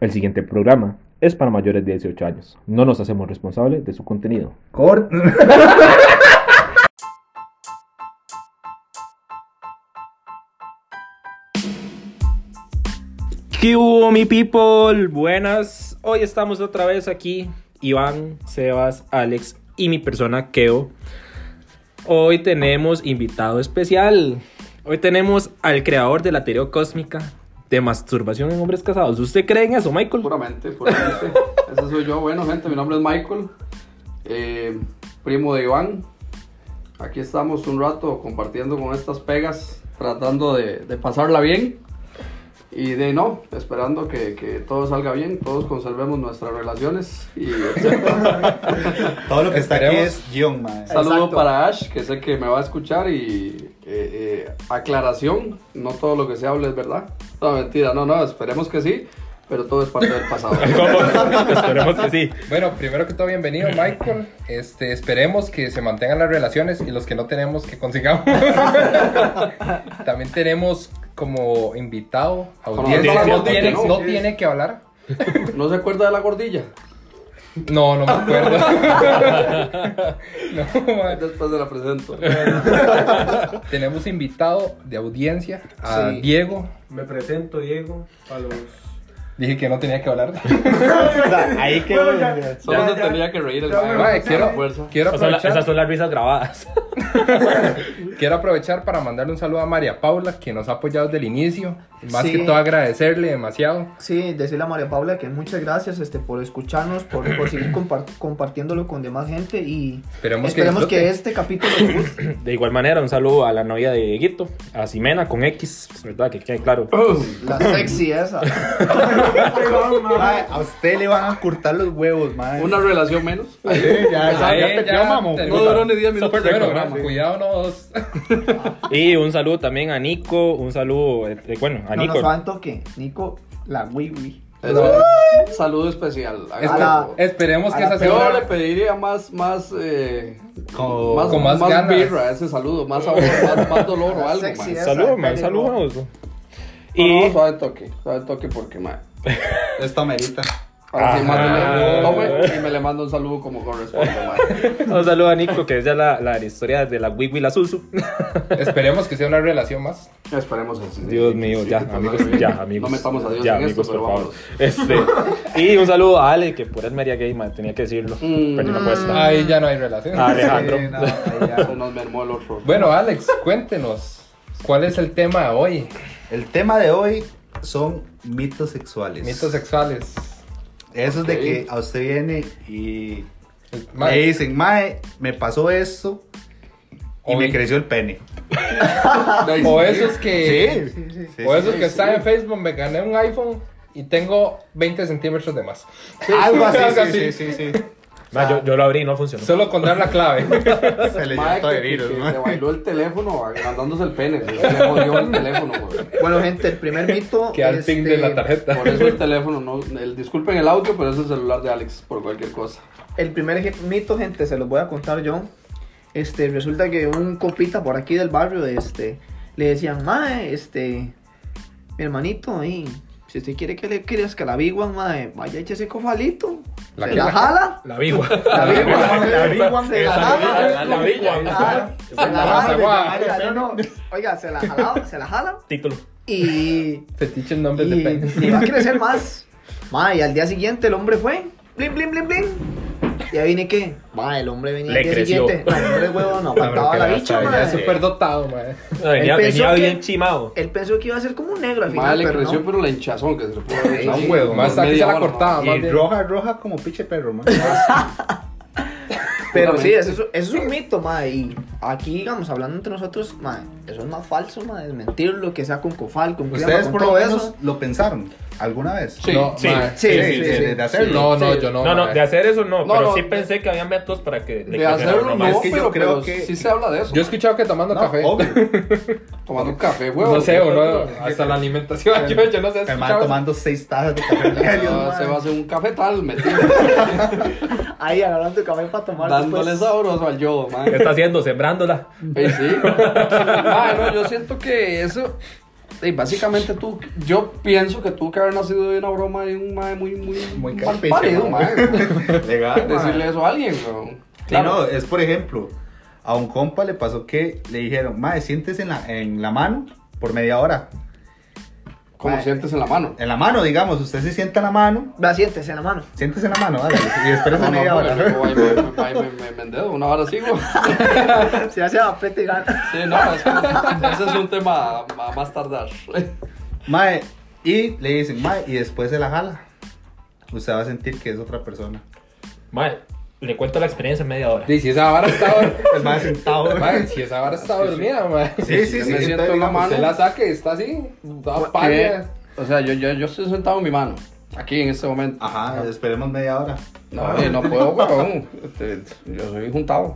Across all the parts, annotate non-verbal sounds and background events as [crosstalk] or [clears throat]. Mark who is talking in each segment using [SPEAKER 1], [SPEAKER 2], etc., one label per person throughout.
[SPEAKER 1] El siguiente programa es para mayores de 18 años. No nos hacemos responsables de su contenido.
[SPEAKER 2] Cor-
[SPEAKER 3] ¿Qué hubo, mi people? Buenas. Hoy estamos otra vez aquí. Iván, Sebas, Alex y mi persona Keo. Hoy tenemos invitado especial. Hoy tenemos al creador de la
[SPEAKER 4] [laughs]
[SPEAKER 3] teoría cósmica de masturbación en hombres casados. ¿Usted cree en eso, Michael? [laughs]
[SPEAKER 4] Puramente, puramente. Ese soy yo. Bueno, gente, mi nombre es Michael, eh, primo de Iván. Aquí estamos un rato compartiendo con estas pegas, tratando de, de pasarla bien. Y de no, esperando que, que todo salga bien, todos conservemos nuestras relaciones.
[SPEAKER 3] [laughs]
[SPEAKER 4] Y etcétera.
[SPEAKER 2] [laughs] Todo lo que está aquí
[SPEAKER 3] Esperemos.
[SPEAKER 2] es guión,
[SPEAKER 4] [laughs]
[SPEAKER 2] mae.
[SPEAKER 4] saludo
[SPEAKER 3] Exacto.
[SPEAKER 4] para Ash, que sé que me va a escuchar. Y eh, eh, aclaración: no todo lo que se hable es verdad. No, mentira, no, no, esperemos que sí, pero todo es parte del pasado.
[SPEAKER 3] Esperemos que sí.
[SPEAKER 5] Bueno, primero que todo, bienvenido, Michael. Este, esperemos que se mantengan las relaciones y los que no tenemos, que consigamos. [laughs] También tenemos como invitado audiencia.
[SPEAKER 4] Audiencia,
[SPEAKER 5] No,
[SPEAKER 4] porque
[SPEAKER 5] tiene,
[SPEAKER 4] no,
[SPEAKER 5] no
[SPEAKER 4] ¿qué
[SPEAKER 5] tiene que hablar.
[SPEAKER 4] ¿No se acuerda de la gordilla?
[SPEAKER 5] No, no me acuerdo. [laughs] No, ma.
[SPEAKER 4] Después de la presento.
[SPEAKER 5] tenemos invitado de audiencia a
[SPEAKER 6] Sí.
[SPEAKER 5] Diego.
[SPEAKER 6] Me presento, Diego, a los...
[SPEAKER 5] Dije que no tenía que hablar.
[SPEAKER 1] Ahí que
[SPEAKER 6] Bueno, ya.
[SPEAKER 4] Solo
[SPEAKER 6] Ya,
[SPEAKER 4] se
[SPEAKER 6] ya.
[SPEAKER 4] tenía que reír el
[SPEAKER 6] Ya,
[SPEAKER 4] mae,
[SPEAKER 6] bueno,
[SPEAKER 5] Ma,
[SPEAKER 4] mae,
[SPEAKER 5] quiero,
[SPEAKER 4] pues, la fuerza.
[SPEAKER 5] quiero
[SPEAKER 3] O sea, la-
[SPEAKER 5] aprovechar.
[SPEAKER 3] esas son las risas grabadas.
[SPEAKER 5] Quiero aprovechar para mandarle un saludo a María Paula, que nos ha apoyado desde el inicio. Más
[SPEAKER 6] Sí.
[SPEAKER 5] que todo agradecerle demasiado.
[SPEAKER 6] Sí, decirle a María Paula que muchas gracias este, por escucharnos, por,
[SPEAKER 5] [clears throat]
[SPEAKER 6] por seguir compar- compartiéndolo con demás gente y
[SPEAKER 5] Esperemos que
[SPEAKER 6] esperemos que,
[SPEAKER 5] disfruten.
[SPEAKER 6] este capítulo les guste.
[SPEAKER 3] [clears throat] De igual manera, un saludo a la novia de Dieguito, a Ximena con X, ¿verdad? Que quede claro.
[SPEAKER 5] [clears throat]
[SPEAKER 6] La sexy esa.
[SPEAKER 2] Mae, a usted le van a cortar los huevos, mae.
[SPEAKER 4] Una relación menos.
[SPEAKER 2] Sí, ya, ya,
[SPEAKER 5] Ahí
[SPEAKER 2] ya te-
[SPEAKER 5] ya
[SPEAKER 2] ya, mamo.
[SPEAKER 5] te-
[SPEAKER 4] No duró ni 10
[SPEAKER 5] Eso fue
[SPEAKER 4] minutos.
[SPEAKER 5] el
[SPEAKER 4] de
[SPEAKER 5] programa,
[SPEAKER 4] programa.
[SPEAKER 5] cuidado nos.
[SPEAKER 3] Y un saludo también a Nico, un saludo, eh, eh, bueno, a
[SPEAKER 6] No
[SPEAKER 3] Nico.
[SPEAKER 6] nos va en toque. Nico, la wiwi.
[SPEAKER 4] Eso, Saludo especial.
[SPEAKER 5] Espe-
[SPEAKER 6] la-
[SPEAKER 4] Hágalo.
[SPEAKER 5] Este, Esperemos que
[SPEAKER 6] a la
[SPEAKER 5] esa sea
[SPEAKER 4] Yo le
[SPEAKER 5] una-
[SPEAKER 4] pediría más, más, eh,
[SPEAKER 2] Con-
[SPEAKER 4] más,
[SPEAKER 5] con más
[SPEAKER 4] más
[SPEAKER 5] ganas.
[SPEAKER 4] birra, ese saludo, más sabor, más, más dolor o algo.
[SPEAKER 6] Sexy,
[SPEAKER 4] mae.
[SPEAKER 6] eh.
[SPEAKER 3] Saludos, man,
[SPEAKER 6] Esa,
[SPEAKER 3] saludos.
[SPEAKER 4] No,
[SPEAKER 3] Y
[SPEAKER 4] no, suave toque, suave toque porque mae.
[SPEAKER 2] Esta merita.
[SPEAKER 4] Ahora
[SPEAKER 3] Ah.
[SPEAKER 4] sí, mándele, tome y me le mando un saludo como corresponde, mae.
[SPEAKER 3] un saludo a Nico, que es ya la, la historia de la Wiwi la [laughs] Susu.
[SPEAKER 5] [laughs] Esperemos que sea una relación más.
[SPEAKER 4] Esperemos que sí.
[SPEAKER 3] Dios mío, ya,
[SPEAKER 4] Sí,
[SPEAKER 3] amigos,
[SPEAKER 4] totalmente.
[SPEAKER 3] ya, amigos.
[SPEAKER 4] No metamos a Dios
[SPEAKER 3] ya,
[SPEAKER 4] en
[SPEAKER 3] amigos,
[SPEAKER 4] esto, pero
[SPEAKER 3] por favor.
[SPEAKER 4] vámonos.
[SPEAKER 3] Este, y un saludo a Ale, que por el María Gay, man, tenía que decirlo.
[SPEAKER 4] Mm.
[SPEAKER 3] Pero no cuesta.
[SPEAKER 5] Pues, Ahí ya no hay relación.
[SPEAKER 1] Ah,
[SPEAKER 3] A Alejandro.
[SPEAKER 2] Sí, no, ahí ya.
[SPEAKER 4] Se nos mermó el otro.
[SPEAKER 5] Bueno, Alex, cuéntenos. ¿Cuál es el tema de hoy?
[SPEAKER 2] El tema de hoy son mitos sexuales.
[SPEAKER 5] Mitos sexuales.
[SPEAKER 2] Eso es
[SPEAKER 4] Ok.
[SPEAKER 2] de que a usted viene y
[SPEAKER 5] Ma-
[SPEAKER 2] le dicen, mae, me pasó esto y
[SPEAKER 5] Hoy.
[SPEAKER 2] me creció el pene.
[SPEAKER 5] O esos que.
[SPEAKER 2] Sí, sí, sí.
[SPEAKER 5] O esos que
[SPEAKER 4] sí.
[SPEAKER 5] están en Facebook, me gané un iPhone y tengo 20 centímetros de más.
[SPEAKER 2] Algo así,
[SPEAKER 5] Algo
[SPEAKER 2] sí,
[SPEAKER 5] así.
[SPEAKER 2] sí, sí, sí.
[SPEAKER 3] Man, yo, yo lo abrí y no funcionó.
[SPEAKER 5] Solo con dar la clave. [laughs]
[SPEAKER 2] Se le
[SPEAKER 4] Mae,
[SPEAKER 2] llenó todo de
[SPEAKER 4] que-
[SPEAKER 2] virus,
[SPEAKER 4] que
[SPEAKER 2] mae.
[SPEAKER 4] se bailó el teléfono agrandándose el pene. Se le jodió el teléfono, güey.
[SPEAKER 6] Bueno, gente, el primer mito.
[SPEAKER 5] [laughs] que al ping de
[SPEAKER 6] Este,
[SPEAKER 5] la tarjeta. [laughs]
[SPEAKER 4] Por eso el teléfono, no, el, disculpen el audio, pero es el celular de Alex, por cualquier cosa.
[SPEAKER 6] El primer ge- mito, gente, se los voy a contar yo. Este, resulta que un copita por aquí del barrio, este, le decían, mae, este, mi hermanito, ahí, si usted quiere que le creas que la biguan, mae, vaya échese cofalito.
[SPEAKER 5] La
[SPEAKER 6] ¿Se
[SPEAKER 5] que-
[SPEAKER 6] la jala?
[SPEAKER 3] La Bigua.
[SPEAKER 6] La biguan,
[SPEAKER 2] la
[SPEAKER 6] la biguan, se la
[SPEAKER 2] esa-
[SPEAKER 6] jala.
[SPEAKER 3] La Bigua.
[SPEAKER 6] Ah, se
[SPEAKER 5] esa-
[SPEAKER 6] la
[SPEAKER 5] esa-
[SPEAKER 6] jala,
[SPEAKER 5] esa-
[SPEAKER 6] oiga, no, no, Oiga, se la jala, se la jala
[SPEAKER 3] Título.
[SPEAKER 6] y
[SPEAKER 5] Fetiche en nombre de pene.
[SPEAKER 6] [laughs] y, y va a crecer más. Ma, y al día siguiente el hombre fue. Blin, blin, blin, blin. Y ahí viene que. Ma, el hombre venía
[SPEAKER 3] Le
[SPEAKER 6] al día
[SPEAKER 3] creció.
[SPEAKER 6] siguiente. No, el hombre huevo
[SPEAKER 5] [laughs]
[SPEAKER 6] no
[SPEAKER 5] Ah, pero
[SPEAKER 6] aguantaba
[SPEAKER 5] que
[SPEAKER 6] la
[SPEAKER 5] la
[SPEAKER 6] bicha,
[SPEAKER 5] sabe,
[SPEAKER 6] ma.
[SPEAKER 5] ya Es súper dotado, madre.
[SPEAKER 3] Venía,
[SPEAKER 6] pensó
[SPEAKER 3] venía
[SPEAKER 6] que-
[SPEAKER 3] bien chimado.
[SPEAKER 6] Él pensó que iba a ser como un negro al final.
[SPEAKER 4] Madre, le
[SPEAKER 6] pero
[SPEAKER 4] creció,
[SPEAKER 6] no.
[SPEAKER 4] pero la hinchazón que se le pudo haber
[SPEAKER 6] Sí,
[SPEAKER 4] hecho.
[SPEAKER 6] sí.
[SPEAKER 5] Huevo, más aquí se
[SPEAKER 4] Media
[SPEAKER 5] la
[SPEAKER 4] hora,
[SPEAKER 5] cortaba,
[SPEAKER 4] ¿no?
[SPEAKER 5] más
[SPEAKER 2] Y
[SPEAKER 5] bien.
[SPEAKER 2] roja, roja como pinche perro, mae.
[SPEAKER 6] Pero sí,
[SPEAKER 4] Obviamente.
[SPEAKER 6] eso, es- eso es un mito, ma. Y aquí, digamos, hablando entre nosotros, ma, eso es más falso, ma. Es mentir lo que sea con cofal, con crema,
[SPEAKER 2] ¿Ustedes
[SPEAKER 6] con
[SPEAKER 2] por lo
[SPEAKER 6] todo
[SPEAKER 2] menos
[SPEAKER 6] eso.
[SPEAKER 2] lo pensaron alguna vez?
[SPEAKER 4] Sí,
[SPEAKER 5] no,
[SPEAKER 3] sí.
[SPEAKER 5] madre.
[SPEAKER 6] Sí, sí, sí.
[SPEAKER 2] de- de- de hacerlo.
[SPEAKER 5] No, no,
[SPEAKER 6] Sí.
[SPEAKER 5] yo no.
[SPEAKER 3] No, no,
[SPEAKER 5] madre.
[SPEAKER 3] de hacer eso no,
[SPEAKER 4] No,
[SPEAKER 3] pero
[SPEAKER 4] no,
[SPEAKER 3] sí
[SPEAKER 4] de-
[SPEAKER 3] pensé que había métodos para que le
[SPEAKER 4] de
[SPEAKER 3] crecieran
[SPEAKER 4] hacerlo no,
[SPEAKER 3] nomás.
[SPEAKER 2] Es que yo
[SPEAKER 4] pero,
[SPEAKER 2] creo
[SPEAKER 4] pero
[SPEAKER 2] que-
[SPEAKER 4] sí se habla de eso.
[SPEAKER 5] Yo he escuchado que tomando
[SPEAKER 2] No,
[SPEAKER 5] café.
[SPEAKER 4] [laughs]
[SPEAKER 5] [laughs]
[SPEAKER 2] obvio.
[SPEAKER 4] Tomando un café, huevo.
[SPEAKER 5] No sé, o no, hasta la alimentación. Yo, yo no sé. he
[SPEAKER 2] El man
[SPEAKER 5] escuchado.
[SPEAKER 2] tomando seis tazas de café diario,
[SPEAKER 4] Ah,
[SPEAKER 2] mae.
[SPEAKER 4] se va a hacer un cafetal metido,
[SPEAKER 6] Ahí agarrando tu café para tomar. pues.
[SPEAKER 4] dándole
[SPEAKER 6] después.
[SPEAKER 4] sabroso al yo,
[SPEAKER 3] ¿Qué
[SPEAKER 4] madre.
[SPEAKER 3] está haciendo? Sembrándola.
[SPEAKER 4] Ah, Sí, sí. Madre, no, yo siento que eso Y básicamente tú, yo pienso que tuvo que haber nacido de una broma de un mae muy, muy,
[SPEAKER 5] Muy
[SPEAKER 4] mal
[SPEAKER 2] capiche,
[SPEAKER 4] parido, [laughs] mae.
[SPEAKER 2] [laughs] Legal, mae.
[SPEAKER 4] Decirle eso a alguien, weón.
[SPEAKER 2] Sí, no, es por ejemplo, a un compa le pasó que le dijeron, mae, siéntese en la, en la mano por media hora.
[SPEAKER 4] Como
[SPEAKER 2] Mae.
[SPEAKER 4] sientes en la mano.
[SPEAKER 2] En la mano, digamos, usted se sienta en la mano,
[SPEAKER 6] Va, siéntese en la mano. [laughs]
[SPEAKER 2] siéntese en la mano, hágale, y espérese
[SPEAKER 4] No, no, pues,
[SPEAKER 2] media
[SPEAKER 4] porque
[SPEAKER 2] hora.
[SPEAKER 4] luego ahí me- me- ahí me- me- me endedo, una hora sigo. [laughs]
[SPEAKER 6] Se hace apete y gana.
[SPEAKER 4] Sí, no, es que ese es un tema a- a más tardar.
[SPEAKER 2] [laughs] Mae, y le dicen, mae, y después se la jala. Usted va a sentir que es otra persona.
[SPEAKER 1] Mae, le cuento la experiencia en media hora.
[SPEAKER 5] Y si esa vara está pues,
[SPEAKER 2] El mae sentado.
[SPEAKER 5] Mae, si esa vara está dormida, mae. [laughs]
[SPEAKER 2] Sí, sí,
[SPEAKER 4] Yo
[SPEAKER 2] sí.
[SPEAKER 4] me
[SPEAKER 2] entonces,
[SPEAKER 4] siento en la
[SPEAKER 2] digamos,
[SPEAKER 4] mano.
[SPEAKER 5] Se la saque, está así,
[SPEAKER 4] Que-
[SPEAKER 5] está pálida.
[SPEAKER 4] eh, O sea, yo, yo, yo estoy sentado en mi mano, aquí en este momento.
[SPEAKER 2] Ajá, esperemos media hora.
[SPEAKER 4] No, eh, no puedo, weón. Este, Yo soy juntado.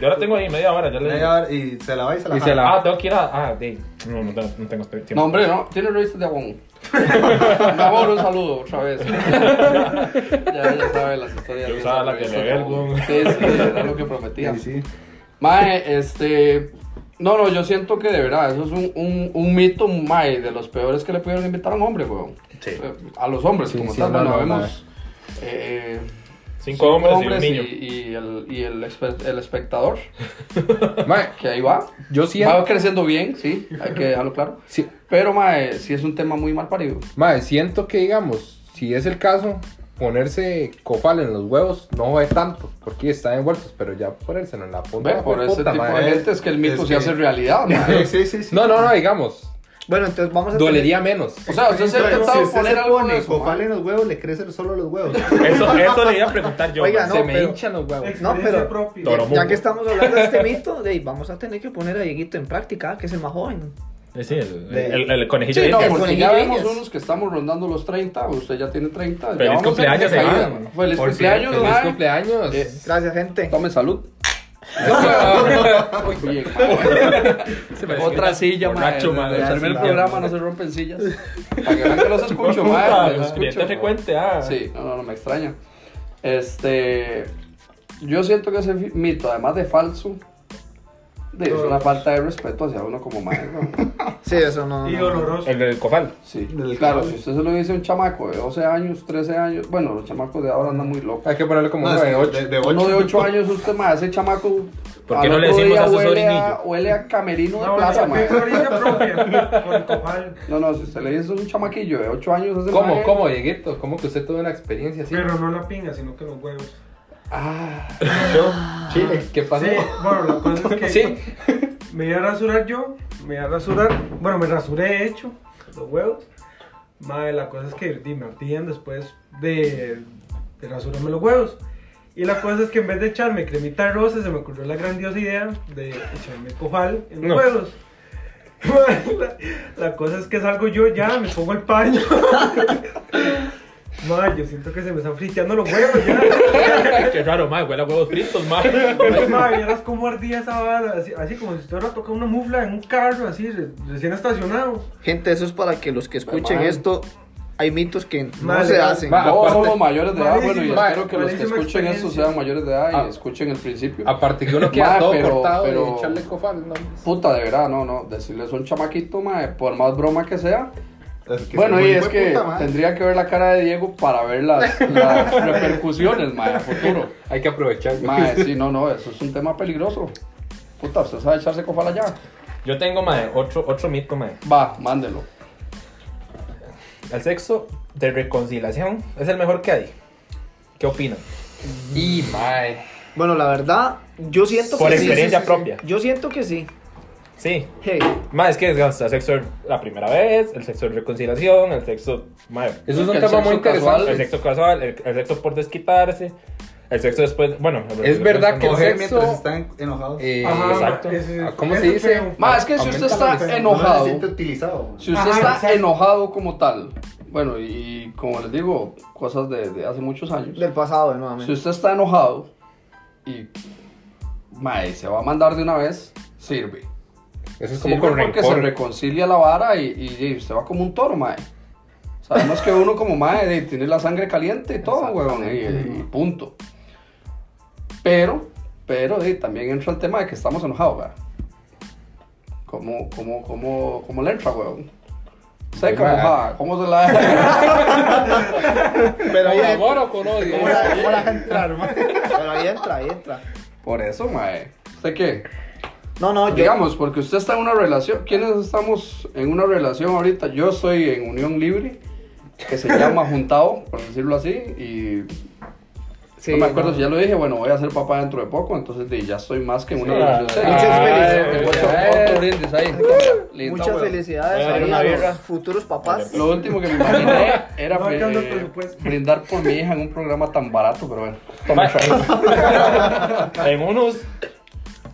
[SPEAKER 1] Yo la tengo ahí media hora, ya le
[SPEAKER 2] Media hora y se la va y se la
[SPEAKER 5] Y
[SPEAKER 2] jala.
[SPEAKER 5] se la-
[SPEAKER 1] Ah, tengo que ir a. Ah, de. No, no tengo, no tengo este tiempo.
[SPEAKER 4] No, hombre, no, tiene revistas de abón. De abón, un saludo otra vez. ya ya sabe las historias.
[SPEAKER 1] Yo
[SPEAKER 4] de
[SPEAKER 1] usaba
[SPEAKER 4] esas
[SPEAKER 1] la que
[SPEAKER 4] revistas
[SPEAKER 1] le
[SPEAKER 4] de
[SPEAKER 1] ve
[SPEAKER 4] Avon.
[SPEAKER 1] algún.
[SPEAKER 4] Sí, sí, era lo que prometía.
[SPEAKER 2] Sí, sí.
[SPEAKER 4] Mae, este. No, no, yo siento que de verdad, eso es un, un, un mito, mae, de los peores que le pudieron invitar a un hombre, weón.
[SPEAKER 2] Sí.
[SPEAKER 4] Eh, A los hombres,
[SPEAKER 5] Sí,
[SPEAKER 4] como
[SPEAKER 5] sí,
[SPEAKER 4] tal,
[SPEAKER 5] no,
[SPEAKER 4] bueno,
[SPEAKER 5] no,
[SPEAKER 4] vemos. eh,
[SPEAKER 1] Cinco hombres y un
[SPEAKER 4] hombres
[SPEAKER 1] niño.
[SPEAKER 4] y el, y el, espe- el espectador,
[SPEAKER 5] Mae,
[SPEAKER 4] que ahí va.
[SPEAKER 5] yo siento.
[SPEAKER 4] Va creciendo bien, sí, hay que dejarlo claro.
[SPEAKER 5] Sí.
[SPEAKER 4] Pero, mae, sí es un tema muy mal parido.
[SPEAKER 5] Mae, siento que, digamos, si es el caso, ponerse copal en los huevos no es tanto, porque están envueltos, pero ya ponérselo en la punta.
[SPEAKER 4] Ve,
[SPEAKER 5] de la
[SPEAKER 4] por ese
[SPEAKER 5] Ah, pues, puta,
[SPEAKER 4] tipo
[SPEAKER 5] mae.
[SPEAKER 4] de gente es que el mito
[SPEAKER 2] Es
[SPEAKER 4] se
[SPEAKER 2] que-
[SPEAKER 4] hace realidad, mae.
[SPEAKER 2] Sí, sí, sí, sí.
[SPEAKER 5] No, no, no, digamos,
[SPEAKER 6] Bueno, entonces vamos a...
[SPEAKER 5] dolería menos.
[SPEAKER 4] O sea, usted se ha
[SPEAKER 2] Entonces,
[SPEAKER 4] intentado
[SPEAKER 2] si usted
[SPEAKER 4] poner
[SPEAKER 2] se
[SPEAKER 4] algo en
[SPEAKER 2] pone
[SPEAKER 4] eso, mae.
[SPEAKER 2] cofal en los huevos, le crecen solo los huevos.
[SPEAKER 1] Eso, [laughs] eso le iba a preguntar yo.
[SPEAKER 6] Oiga,
[SPEAKER 1] mae.
[SPEAKER 6] no,
[SPEAKER 5] Se me
[SPEAKER 6] pero-
[SPEAKER 5] hinchan los huevos.
[SPEAKER 6] No, pero
[SPEAKER 1] Toro
[SPEAKER 6] ya
[SPEAKER 1] Mundo.
[SPEAKER 6] que estamos hablando de este mito, de, vamos a tener que poner a Dieguito en práctica, que es el más joven.
[SPEAKER 1] Eh, Sí, el,
[SPEAKER 2] De-
[SPEAKER 1] el- el conejillo
[SPEAKER 4] Sí,
[SPEAKER 1] de
[SPEAKER 4] no,
[SPEAKER 1] Indias.
[SPEAKER 4] porque
[SPEAKER 6] Con
[SPEAKER 4] ya
[SPEAKER 6] niñas.
[SPEAKER 4] vemos unos que estamos rondando los 30, usted ya tiene 30. ya
[SPEAKER 1] Feliz
[SPEAKER 4] vamos en
[SPEAKER 1] cumpleaños,
[SPEAKER 4] decaída,
[SPEAKER 1] Iván.
[SPEAKER 4] mano. Feliz
[SPEAKER 2] Por
[SPEAKER 4] cumpleaños,
[SPEAKER 5] Feliz
[SPEAKER 4] Iván.
[SPEAKER 5] cumpleaños.
[SPEAKER 4] Eh,
[SPEAKER 6] Gracias, gente.
[SPEAKER 4] Tome salud. [laughs] Muy bien, mae. Otra silla,
[SPEAKER 1] Borracho,
[SPEAKER 4] mae.
[SPEAKER 1] mae.
[SPEAKER 4] Al terminar el
[SPEAKER 1] Sí,
[SPEAKER 4] programa no se rompen sillas. Para que vean que los escucho,
[SPEAKER 1] Ah,
[SPEAKER 4] mae. Los
[SPEAKER 1] cliente
[SPEAKER 4] escucho.
[SPEAKER 1] frecuente, ah.
[SPEAKER 4] Sí, no, no, no me extraña. Este. Yo siento que ese fi- mito, además de falso, de- es una falta de respeto hacia uno como maestro.
[SPEAKER 6] Sí, eso no...
[SPEAKER 7] Y
[SPEAKER 6] no, no.
[SPEAKER 7] doloroso.
[SPEAKER 1] El del cofal.
[SPEAKER 4] Sí,
[SPEAKER 2] [laughs] Del
[SPEAKER 4] claro,
[SPEAKER 2] cable.
[SPEAKER 4] si usted se lo dice a un chamaco de 12 años, 13 años, bueno, los chamacos de ahora andan muy locos.
[SPEAKER 5] Hay que ponerle como
[SPEAKER 2] No,
[SPEAKER 5] un
[SPEAKER 2] es que
[SPEAKER 5] de ocho.
[SPEAKER 2] de- de
[SPEAKER 4] Uno
[SPEAKER 2] ocho.
[SPEAKER 4] de 8 años, usted más, ese chamaco.
[SPEAKER 1] ¿Por
[SPEAKER 4] al
[SPEAKER 1] qué no le
[SPEAKER 4] otro
[SPEAKER 1] decimos
[SPEAKER 4] día
[SPEAKER 1] a su
[SPEAKER 4] huele
[SPEAKER 1] sobrinillo?
[SPEAKER 4] Huele a camerino de
[SPEAKER 7] No,
[SPEAKER 4] plaza,
[SPEAKER 7] no,
[SPEAKER 4] mae.
[SPEAKER 7] es orilla propia. Con cojal.
[SPEAKER 4] No, no, si usted le dice a un chamaquillo de 8 años, ese
[SPEAKER 5] ¿Cómo,
[SPEAKER 4] mae-
[SPEAKER 5] cómo, Dieguito? ¿Cómo que usted tuvo una experiencia así?
[SPEAKER 7] Pero no la pinga, sino que los huevos.
[SPEAKER 4] Ah,
[SPEAKER 5] Chile, ¿Qué pasó?
[SPEAKER 7] Sí, bueno, la cosa es
[SPEAKER 5] [laughs]
[SPEAKER 7] que
[SPEAKER 5] Sí.
[SPEAKER 7] me iba a rasurar yo, me iba a rasurar, bueno, me rasuré de hecho, los huevos. Madre, la cosa es que di, me ardían después de, de rasurarme los huevos. Y la cosa es que en vez de echarme cremita de rosa, se me ocurrió la grandiosa idea de echarme cojal en los
[SPEAKER 1] No.
[SPEAKER 7] huevos. [laughs] La, la cosa es que salgo yo ya, me pongo el paño. [laughs] Madre, yo siento que se me están friteando los huevos ya.
[SPEAKER 1] Qué raro, mae. Huele a huevos fritos, mae.
[SPEAKER 7] Pero, madre, vieras cómo ardía esa vara, así, así como si usted hubiera tocado una mufla en un carro, así, re- recién estacionado.
[SPEAKER 6] Gente, eso es para que los que escuchen
[SPEAKER 4] Mal.
[SPEAKER 6] esto, hay mitos que no
[SPEAKER 7] Mal,
[SPEAKER 6] se
[SPEAKER 7] mal.
[SPEAKER 6] hacen.
[SPEAKER 5] Mal.
[SPEAKER 4] todos
[SPEAKER 5] aparte-
[SPEAKER 4] somos mayores de edad, bueno, y
[SPEAKER 7] Malísima-
[SPEAKER 4] espero que los que
[SPEAKER 7] malísima
[SPEAKER 4] escuchen eso
[SPEAKER 7] experiencia.
[SPEAKER 4] sean mayores de edad y
[SPEAKER 5] Ah.
[SPEAKER 4] escuchen el principio.
[SPEAKER 5] Aparte que uno queda
[SPEAKER 4] Ma,
[SPEAKER 5] todo
[SPEAKER 4] pero-
[SPEAKER 5] cortado
[SPEAKER 4] pero-
[SPEAKER 5] y echarle cofal, no.
[SPEAKER 4] Puta, de verdad, no, no, decirles a un chamaquito, mae, por más broma que sea,
[SPEAKER 2] Es que
[SPEAKER 4] Bueno,
[SPEAKER 2] se-
[SPEAKER 4] y
[SPEAKER 2] hijo de
[SPEAKER 4] es que
[SPEAKER 2] puta, mae.
[SPEAKER 4] tendría que ver la cara de Diego para ver las, las repercusiones, mae, a futuro.
[SPEAKER 5] Hay que aprovechar.
[SPEAKER 4] Mae, sí, no, no, eso es un tema peligroso. Puta, usted sabe echarse cofala ya.
[SPEAKER 1] [laughs] Yo tengo, mae, otro, otro mito, mae.
[SPEAKER 4] Va, mándelo.
[SPEAKER 1] El sexo de reconciliación es el mejor que hay. ¿Qué opinan?
[SPEAKER 5] Y, mae.
[SPEAKER 6] Bueno, la verdad, yo siento
[SPEAKER 1] Por
[SPEAKER 6] que sí.
[SPEAKER 1] experiencia propia.
[SPEAKER 6] Yo siento que sí.
[SPEAKER 1] Sí.
[SPEAKER 6] Hey,
[SPEAKER 1] Mae, es que desgasta sexo la primera vez, el sexo de reconciliación, el sexo, mae,
[SPEAKER 5] Eso es
[SPEAKER 4] que
[SPEAKER 5] un
[SPEAKER 4] el
[SPEAKER 5] tema
[SPEAKER 4] sexo
[SPEAKER 5] muy
[SPEAKER 4] casual-
[SPEAKER 5] interesante.
[SPEAKER 1] el sexo casual, el, el sexo por desquitarse, el sexo después, bueno.
[SPEAKER 5] Es verdad que-
[SPEAKER 2] Coger
[SPEAKER 5] sexo-
[SPEAKER 2] mientras están enojados.
[SPEAKER 5] Eh, Ah,
[SPEAKER 1] exacto.
[SPEAKER 7] ese-
[SPEAKER 5] ¿Cómo se
[SPEAKER 7] ese
[SPEAKER 5] dice?
[SPEAKER 7] feo.
[SPEAKER 4] Mae, es que si usted
[SPEAKER 5] Aumenta la
[SPEAKER 4] está
[SPEAKER 2] Pero No
[SPEAKER 4] enojado,
[SPEAKER 2] me siento utilizado. mae.
[SPEAKER 4] si usted
[SPEAKER 7] Ajá,
[SPEAKER 4] está
[SPEAKER 7] exacto.
[SPEAKER 4] enojado como tal, bueno, y, y como les digo, cosas de, de hace muchos años,
[SPEAKER 6] del pasado,
[SPEAKER 4] si
[SPEAKER 6] nuevamente.
[SPEAKER 4] usted está enojado y, mae, se va a mandar de una vez, sirve.
[SPEAKER 5] Eso es
[SPEAKER 4] Sí,
[SPEAKER 5] como con
[SPEAKER 4] porque se
[SPEAKER 5] rencor.
[SPEAKER 4] reconcilia la vara y, y, y usted va como un toro, mae. Sabemos que uno como mae de- tiene la sangre caliente y todo, weón, y, y punto. Pero, pero y también entra el tema de que estamos enojados, weón. ¿Cómo, cómo, cómo, cómo le entra, weón? Seca,
[SPEAKER 5] Ma.
[SPEAKER 4] mojada. ¿Cómo se la.? [laughs]
[SPEAKER 6] Pero
[SPEAKER 5] ¿Con
[SPEAKER 6] ahí
[SPEAKER 5] amor o con [laughs] odio?
[SPEAKER 6] ¿Cómo la, cómo la entrar, mae? Pero ahí entra, ahí entra.
[SPEAKER 4] Por eso, mae. ¿Usted qué?
[SPEAKER 6] No, no, yo.
[SPEAKER 4] Digamos, porque usted está en una relación. ¿Quiénes estamos en una relación ahorita? Yo estoy en unión libre, que se
[SPEAKER 6] [laughs]
[SPEAKER 4] llama juntado, por decirlo así, y
[SPEAKER 6] Sí,
[SPEAKER 4] no me acuerdo
[SPEAKER 6] no.
[SPEAKER 4] si ya lo dije, bueno, voy a ser papá dentro de poco, entonces di, ya estoy más que en una relación
[SPEAKER 3] ah,
[SPEAKER 4] seria.
[SPEAKER 6] muchas felicidades.
[SPEAKER 4] Te puedo hacer otro brindis ahí. Linda,
[SPEAKER 6] Muchas
[SPEAKER 4] weón.
[SPEAKER 6] felicidades
[SPEAKER 1] Voy a abrir
[SPEAKER 6] ahí
[SPEAKER 1] una
[SPEAKER 6] a
[SPEAKER 1] birra.
[SPEAKER 6] los futuros papás.
[SPEAKER 4] Lo último que me
[SPEAKER 6] [laughs]
[SPEAKER 4] imaginé era
[SPEAKER 7] No alcanza el
[SPEAKER 4] eh,
[SPEAKER 7] presupuesto.
[SPEAKER 4] brindar por mi hija en un programa tan barato, pero bueno.
[SPEAKER 3] Ma- en unos.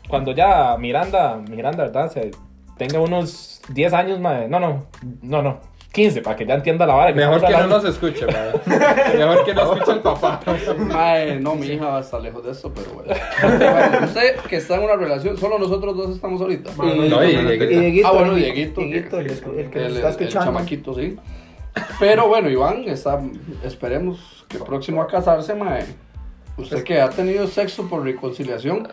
[SPEAKER 3] Cuando ya Miranda, Miranda, ¿verdad? Se tenga unos 10 años, más No, no, no, no. 15, para que ya entienda la vara.
[SPEAKER 5] Mejor
[SPEAKER 3] estamos
[SPEAKER 5] que no
[SPEAKER 3] hablando.
[SPEAKER 5] nos escuche, mae. [laughs] Mejor que no escuche el papá.
[SPEAKER 4] Mae, no, mi hija va a estar lejos de eso, pero bueno. Bueno, Usted que está en una relación, solo nosotros dos estamos ahorita.
[SPEAKER 5] No, y- y-
[SPEAKER 6] Y Dieguito,
[SPEAKER 4] Ah, bueno,
[SPEAKER 6] ahí,
[SPEAKER 4] Dieguito.
[SPEAKER 6] Dieguito, el, escu- el que nos
[SPEAKER 4] El-
[SPEAKER 6] está
[SPEAKER 4] el- el
[SPEAKER 6] escuchando.
[SPEAKER 4] chamaquito, sí. Pero bueno, Iván, está, esperemos que próximo a casarse, mae. Usted que ha tenido sexo por reconciliación,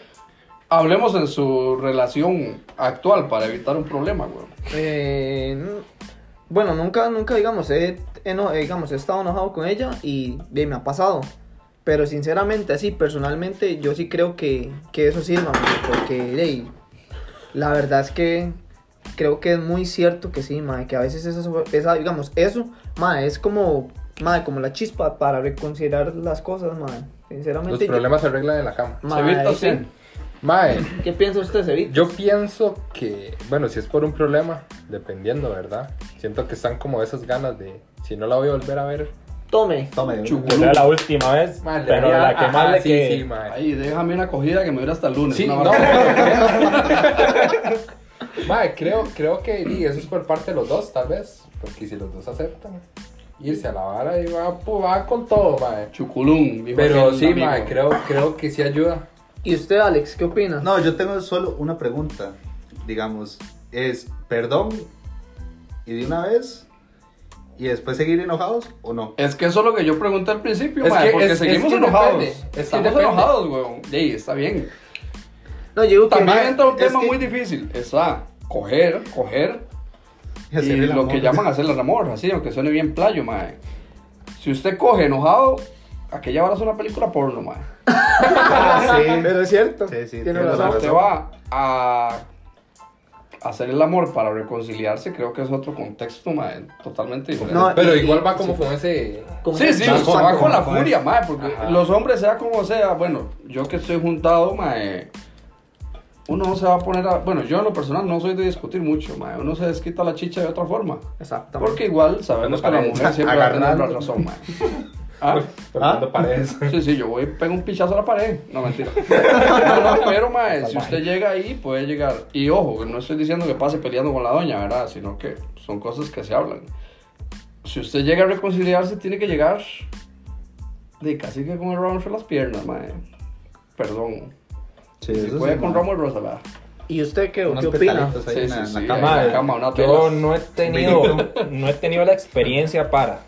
[SPEAKER 4] hablemos en su relación actual para evitar un problema, güey.
[SPEAKER 6] Eh, n- bueno, nunca, nunca, digamos, he, he no- eh, digamos, he estado enojado con ella y bien, me ha pasado. Pero sinceramente, así, personalmente, yo sí creo que, que eso sirva, mae, porque ey, la verdad es que creo que es muy cierto que sí, mae, que a veces eso, esa, digamos, eso, mae, es como, mae, como la chispa para reconsiderar las cosas, mae,
[SPEAKER 5] Los
[SPEAKER 6] sinceramente. yo-
[SPEAKER 5] problemas se arreglan en la cama.
[SPEAKER 4] Se
[SPEAKER 6] mae,
[SPEAKER 4] evita,
[SPEAKER 6] sí.
[SPEAKER 4] sí.
[SPEAKER 5] Mae,
[SPEAKER 6] ¿Qué piensa usted, Cevita?
[SPEAKER 5] yo pienso que, bueno, si es por un problema, dependiendo, ¿verdad? Siento que están como esas ganas de, si no la voy a volver a ver,
[SPEAKER 6] Tome.
[SPEAKER 2] Tome.
[SPEAKER 3] Que sea la última vez,
[SPEAKER 5] mae, le
[SPEAKER 3] pero
[SPEAKER 5] voy a-
[SPEAKER 3] la que
[SPEAKER 5] ajá,
[SPEAKER 3] más le
[SPEAKER 5] sí,
[SPEAKER 3] que...
[SPEAKER 5] sí, mae.
[SPEAKER 4] Ay, déjame una acogida que me dure hasta el lunes.
[SPEAKER 5] Sí,
[SPEAKER 4] una
[SPEAKER 5] no.
[SPEAKER 4] vara así.
[SPEAKER 5] [laughs] Mae, creo, creo que y eso es por parte de los dos, tal vez. Porque si los dos aceptan, irse a la vara y va, pu- va con todo, mae.
[SPEAKER 4] Chuculum, dijo
[SPEAKER 5] Pero
[SPEAKER 4] aquel
[SPEAKER 5] sí,
[SPEAKER 4] amigo.
[SPEAKER 5] mae, creo, creo que sí ayuda.
[SPEAKER 6] ¿Y usted, Alex, qué opina?
[SPEAKER 2] No, yo tengo solo una pregunta. Digamos, es perdón y de una vez y después seguir enojados o no.
[SPEAKER 4] Es que eso es lo que yo pregunté al principio,
[SPEAKER 5] Es
[SPEAKER 4] mae,
[SPEAKER 5] que-
[SPEAKER 4] porque
[SPEAKER 5] es- es
[SPEAKER 4] seguimos
[SPEAKER 5] que
[SPEAKER 4] enojados.
[SPEAKER 5] depende, es que
[SPEAKER 4] Estamos
[SPEAKER 5] depende.
[SPEAKER 4] enojados, weón. Sí, está bien.
[SPEAKER 6] No, yo digo que
[SPEAKER 4] También
[SPEAKER 2] mae,
[SPEAKER 4] entra un
[SPEAKER 2] es
[SPEAKER 4] tema
[SPEAKER 2] que-
[SPEAKER 4] muy difícil. Está coger, coger
[SPEAKER 2] Y hacer
[SPEAKER 4] y
[SPEAKER 2] el
[SPEAKER 4] lo
[SPEAKER 2] amor.
[SPEAKER 4] que llaman hacer el amor, así, aunque suene bien playo, mae. Si usted coge enojado, aquella hora es una película porno, mae.
[SPEAKER 2] Ah, [laughs] sí.
[SPEAKER 6] Pero es cierto.
[SPEAKER 2] Sí, sí,
[SPEAKER 6] Tiene
[SPEAKER 2] tiene
[SPEAKER 6] razón.
[SPEAKER 2] razón.
[SPEAKER 4] Usted va a hacer el amor para reconciliarse, creo que es otro contexto, mae, totalmente diferente.
[SPEAKER 6] No,
[SPEAKER 5] Pero
[SPEAKER 6] y-
[SPEAKER 5] igual va
[SPEAKER 6] y-
[SPEAKER 5] como
[SPEAKER 6] sí.
[SPEAKER 5] con ese.
[SPEAKER 6] Como
[SPEAKER 4] Sí,
[SPEAKER 6] que-
[SPEAKER 4] sí,
[SPEAKER 5] Más
[SPEAKER 4] se va
[SPEAKER 5] fuerte,
[SPEAKER 4] con la
[SPEAKER 5] más
[SPEAKER 4] furia, mae, porque
[SPEAKER 5] Ajá.
[SPEAKER 4] los hombres, sea como sea, bueno, yo que estoy juntado, mae, uno no se va a poner a. Bueno, yo en lo personal no soy de discutir mucho, mae, uno se desquita la chicha de otra forma.
[SPEAKER 6] Exactamente.
[SPEAKER 4] Porque igual sabemos que la
[SPEAKER 5] Cuando
[SPEAKER 4] mujer
[SPEAKER 5] paredes.
[SPEAKER 4] siempre va a tener la
[SPEAKER 5] Agarrando.
[SPEAKER 4] razón, mae. Ah,
[SPEAKER 5] Fernando Paredes.
[SPEAKER 4] sí, sí, yo voy y pego un pichazo a la pared. No, mentira. No, no, pero, mae, si usted llega ahí, puede llegar. Y ojo, que no estoy diciendo que pase peleando con la doña, ¿verdad? Sino que son cosas que se hablan. Si usted llega a reconciliarse, tiene que llegar de casi que con el ramo entre las piernas, mae. Perdón.
[SPEAKER 2] Sí,
[SPEAKER 4] Si
[SPEAKER 2] eso
[SPEAKER 4] puede
[SPEAKER 2] sí,
[SPEAKER 4] con
[SPEAKER 2] mae.
[SPEAKER 4] ramo de rosa, ¿verdad?
[SPEAKER 6] ¿Y usted qué,
[SPEAKER 2] Unos
[SPEAKER 6] qué opina?
[SPEAKER 2] petalitos ahí
[SPEAKER 4] Sí,
[SPEAKER 2] en
[SPEAKER 4] sí,
[SPEAKER 2] la- en la
[SPEAKER 4] sí.
[SPEAKER 2] cama.
[SPEAKER 4] Madre,
[SPEAKER 3] Madre,
[SPEAKER 4] cama, una
[SPEAKER 3] yo
[SPEAKER 4] tela.
[SPEAKER 3] no he tenido no he tenido la experiencia para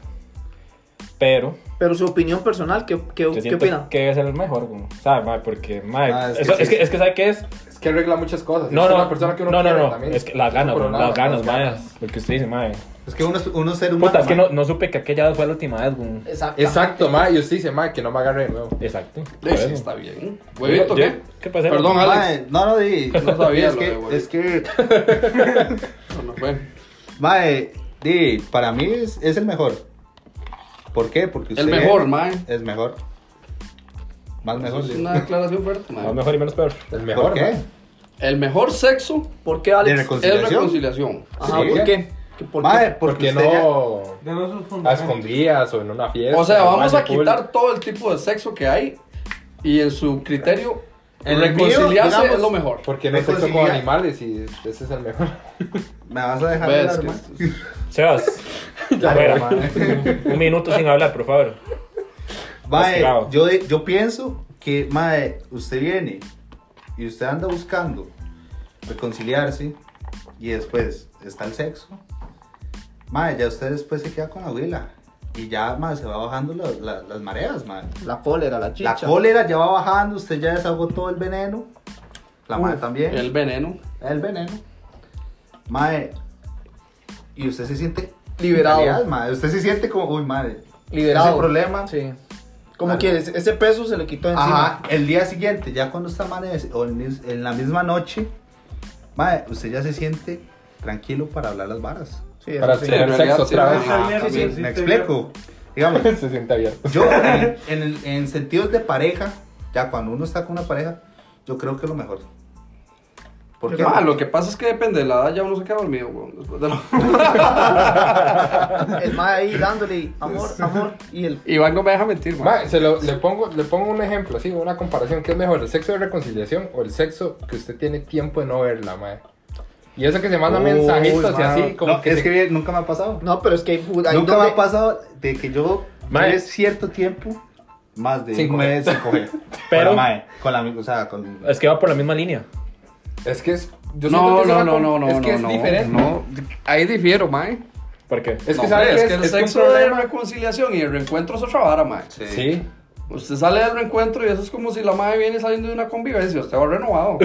[SPEAKER 3] pero
[SPEAKER 6] Pero su opinión personal, ¿qué, qué,
[SPEAKER 3] yo
[SPEAKER 6] qué
[SPEAKER 3] siento
[SPEAKER 6] opina?
[SPEAKER 3] que es el mejor como, ¿sabes? mae? porque mae,
[SPEAKER 2] Ah, es que
[SPEAKER 3] eso-
[SPEAKER 2] sí.
[SPEAKER 3] es, que, es que ¿sabe qué es?
[SPEAKER 5] Es que arregla muchas cosas.
[SPEAKER 3] no
[SPEAKER 5] es
[SPEAKER 3] no
[SPEAKER 5] una persona que uno
[SPEAKER 3] no, no,
[SPEAKER 5] quiere
[SPEAKER 3] no,
[SPEAKER 5] también.
[SPEAKER 3] es que las ganas
[SPEAKER 5] Por
[SPEAKER 3] bro,
[SPEAKER 5] un lado,
[SPEAKER 3] las ganas
[SPEAKER 5] ganas.
[SPEAKER 3] mae, porque usted dice mae,
[SPEAKER 2] Es que uno es, uno es ser humano.
[SPEAKER 3] puta es que
[SPEAKER 2] mae.
[SPEAKER 3] no, no supe que aquella vez fue la última vez güey.
[SPEAKER 6] Exacto.
[SPEAKER 5] Exacto, mae. Y usted dice, mae, que no me agarre de nuevo.
[SPEAKER 3] exacto por
[SPEAKER 4] Sí, sí,
[SPEAKER 3] eso.
[SPEAKER 4] está bien. Huevito,
[SPEAKER 3] Yo-
[SPEAKER 4] ¿qué?
[SPEAKER 3] yo- ¿qué pasó?
[SPEAKER 4] Perdón, Alex.
[SPEAKER 2] Mae, no, no, di.
[SPEAKER 4] [laughs] No sabía
[SPEAKER 2] Es
[SPEAKER 4] lo de
[SPEAKER 2] que,
[SPEAKER 4] Bolívar.
[SPEAKER 2] es que,
[SPEAKER 4] No, no fue.
[SPEAKER 2] mae, di, para mí es, es el mejor. ¿Por qué? Porque
[SPEAKER 4] El mejor, mae.
[SPEAKER 2] Es mejor. Más mejor.
[SPEAKER 4] Es
[SPEAKER 2] digo.
[SPEAKER 4] una declaración fuerte,
[SPEAKER 3] Más
[SPEAKER 4] mae.
[SPEAKER 3] mejor y menos peor
[SPEAKER 5] El mejor.
[SPEAKER 2] ¿Por qué?
[SPEAKER 5] mae.
[SPEAKER 4] El mejor sexo
[SPEAKER 6] ¿Por qué,
[SPEAKER 2] De
[SPEAKER 4] es
[SPEAKER 6] Alex?
[SPEAKER 2] reconciliación.
[SPEAKER 4] reconciliación.
[SPEAKER 6] Ajá,
[SPEAKER 2] Sí.
[SPEAKER 6] ¿por qué? ¿Qué- ¿Por qué?
[SPEAKER 2] Mae, porque
[SPEAKER 5] Porque
[SPEAKER 2] usted ya-
[SPEAKER 5] no.
[SPEAKER 7] Danos sus
[SPEAKER 5] A
[SPEAKER 7] fundamentos.
[SPEAKER 5] escondidas o en una fiesta.
[SPEAKER 4] O sea,
[SPEAKER 5] en un
[SPEAKER 4] vamos a
[SPEAKER 5] baño Este, público.
[SPEAKER 4] quitar todo el tipo de sexo que hay y en su criterio
[SPEAKER 2] El mío,
[SPEAKER 4] reconciliarse
[SPEAKER 2] digamos,
[SPEAKER 4] es lo mejor.
[SPEAKER 5] Porque no sexo con
[SPEAKER 2] Reconciliar.
[SPEAKER 5] animales y ese es el mejor. [laughs]
[SPEAKER 2] Me vas a dejar
[SPEAKER 4] ¿Ves?
[SPEAKER 2] hablar,
[SPEAKER 4] que
[SPEAKER 2] mae?
[SPEAKER 4] es- [laughs]
[SPEAKER 3] Sebas
[SPEAKER 5] Ya,
[SPEAKER 3] afuera.
[SPEAKER 5] mae.
[SPEAKER 3] [laughs] un minuto sin hablar por favor
[SPEAKER 2] Mae,
[SPEAKER 3] Descarado.
[SPEAKER 2] yo, de- yo pienso que, mae, usted viene y usted anda buscando reconciliarse y después está el sexo. Mae, ya usted después se queda con la abuela y ya, mae, se va bajando la- la- las mareas, mae.
[SPEAKER 6] La cólera, la chicha.
[SPEAKER 2] La cólera ya va bajando, usted ya desahogó todo el veneno. La mae también.
[SPEAKER 4] El
[SPEAKER 2] El,
[SPEAKER 4] veneno.
[SPEAKER 2] veneno. Mae, y usted se siente
[SPEAKER 6] Liberado.
[SPEAKER 2] real, mae. Usted se siente como, uy, madre.
[SPEAKER 6] Liberado.
[SPEAKER 2] Ese problema.
[SPEAKER 6] Sí. Como
[SPEAKER 2] Claro.
[SPEAKER 6] que es- ese peso se le quitó encima.
[SPEAKER 2] Ajá, el día siguiente, ya cuando está amanece, o en, mis- en la misma noche, mae, usted ya se siente tranquilo para hablar las varas.
[SPEAKER 6] Sí, eso
[SPEAKER 5] Para
[SPEAKER 6] sí.
[SPEAKER 5] tener
[SPEAKER 4] en
[SPEAKER 5] sexo
[SPEAKER 4] realidad, sí,
[SPEAKER 5] otra vez.
[SPEAKER 7] Está abierto,
[SPEAKER 2] Ah,
[SPEAKER 7] sí,
[SPEAKER 2] me-
[SPEAKER 7] sí,
[SPEAKER 2] me
[SPEAKER 7] está
[SPEAKER 2] explico. Digamos,
[SPEAKER 5] [laughs] Se siente abierto.
[SPEAKER 2] Yo, en, en el- en sentidos de pareja, ya cuando uno está con una pareja, yo creo que es lo mejor. Porque
[SPEAKER 5] Ah,
[SPEAKER 4] Ma, lo que pasa es que depende de la edad, ya uno se queda dormido, weón. Después
[SPEAKER 5] [laughs]
[SPEAKER 4] de la...
[SPEAKER 6] El mae ahí dándole amor, amor. Y el.
[SPEAKER 4] Iván no me deja mentir, ma.
[SPEAKER 5] Ma, se lo- le, pongo, le pongo un ejemplo, así, una comparación. ¿Qué es mejor, el sexo de reconciliación o el sexo que usted tiene tiempo de no verla, mae? Y eso que se mandan
[SPEAKER 2] Uy,
[SPEAKER 5] mensajitos y
[SPEAKER 2] ma,
[SPEAKER 5] así, como
[SPEAKER 2] no,
[SPEAKER 5] que,
[SPEAKER 2] es
[SPEAKER 5] se-
[SPEAKER 2] que nunca me ha pasado.
[SPEAKER 6] No, pero es que hay puta- ahí
[SPEAKER 2] nunca
[SPEAKER 6] donde-
[SPEAKER 2] me ha pasado de que yo
[SPEAKER 3] Mae.
[SPEAKER 2] lleve cierto tiempo, más de
[SPEAKER 5] Sin
[SPEAKER 2] un
[SPEAKER 5] coger.
[SPEAKER 2] mes sin
[SPEAKER 5] [laughs]
[SPEAKER 2] coger.
[SPEAKER 3] Pero-
[SPEAKER 2] Con la mae, con la amiga, o sea, con...
[SPEAKER 3] Es que va por la misma línea.
[SPEAKER 5] es que es... yo siento
[SPEAKER 4] No,
[SPEAKER 5] que es
[SPEAKER 4] no,
[SPEAKER 5] una
[SPEAKER 4] no,
[SPEAKER 5] com-
[SPEAKER 4] no, no,
[SPEAKER 5] Es que
[SPEAKER 4] no,
[SPEAKER 5] es
[SPEAKER 4] no,
[SPEAKER 5] diferente.
[SPEAKER 4] no. ahí difiero, mae.
[SPEAKER 3] ¿Por qué?
[SPEAKER 5] Es que,
[SPEAKER 4] No,
[SPEAKER 5] ¿sabe
[SPEAKER 4] mae,
[SPEAKER 5] qué
[SPEAKER 4] que
[SPEAKER 5] es?
[SPEAKER 4] el
[SPEAKER 5] Es que un
[SPEAKER 4] sexo de
[SPEAKER 5] problema-
[SPEAKER 4] reconciliación y el reencuentro es otra vara, mae.
[SPEAKER 5] Sí.
[SPEAKER 4] Usted sale del reencuentro y eso es como si la madre viene saliendo de una convivencia, usted va
[SPEAKER 5] [laughs]
[SPEAKER 4] renovado.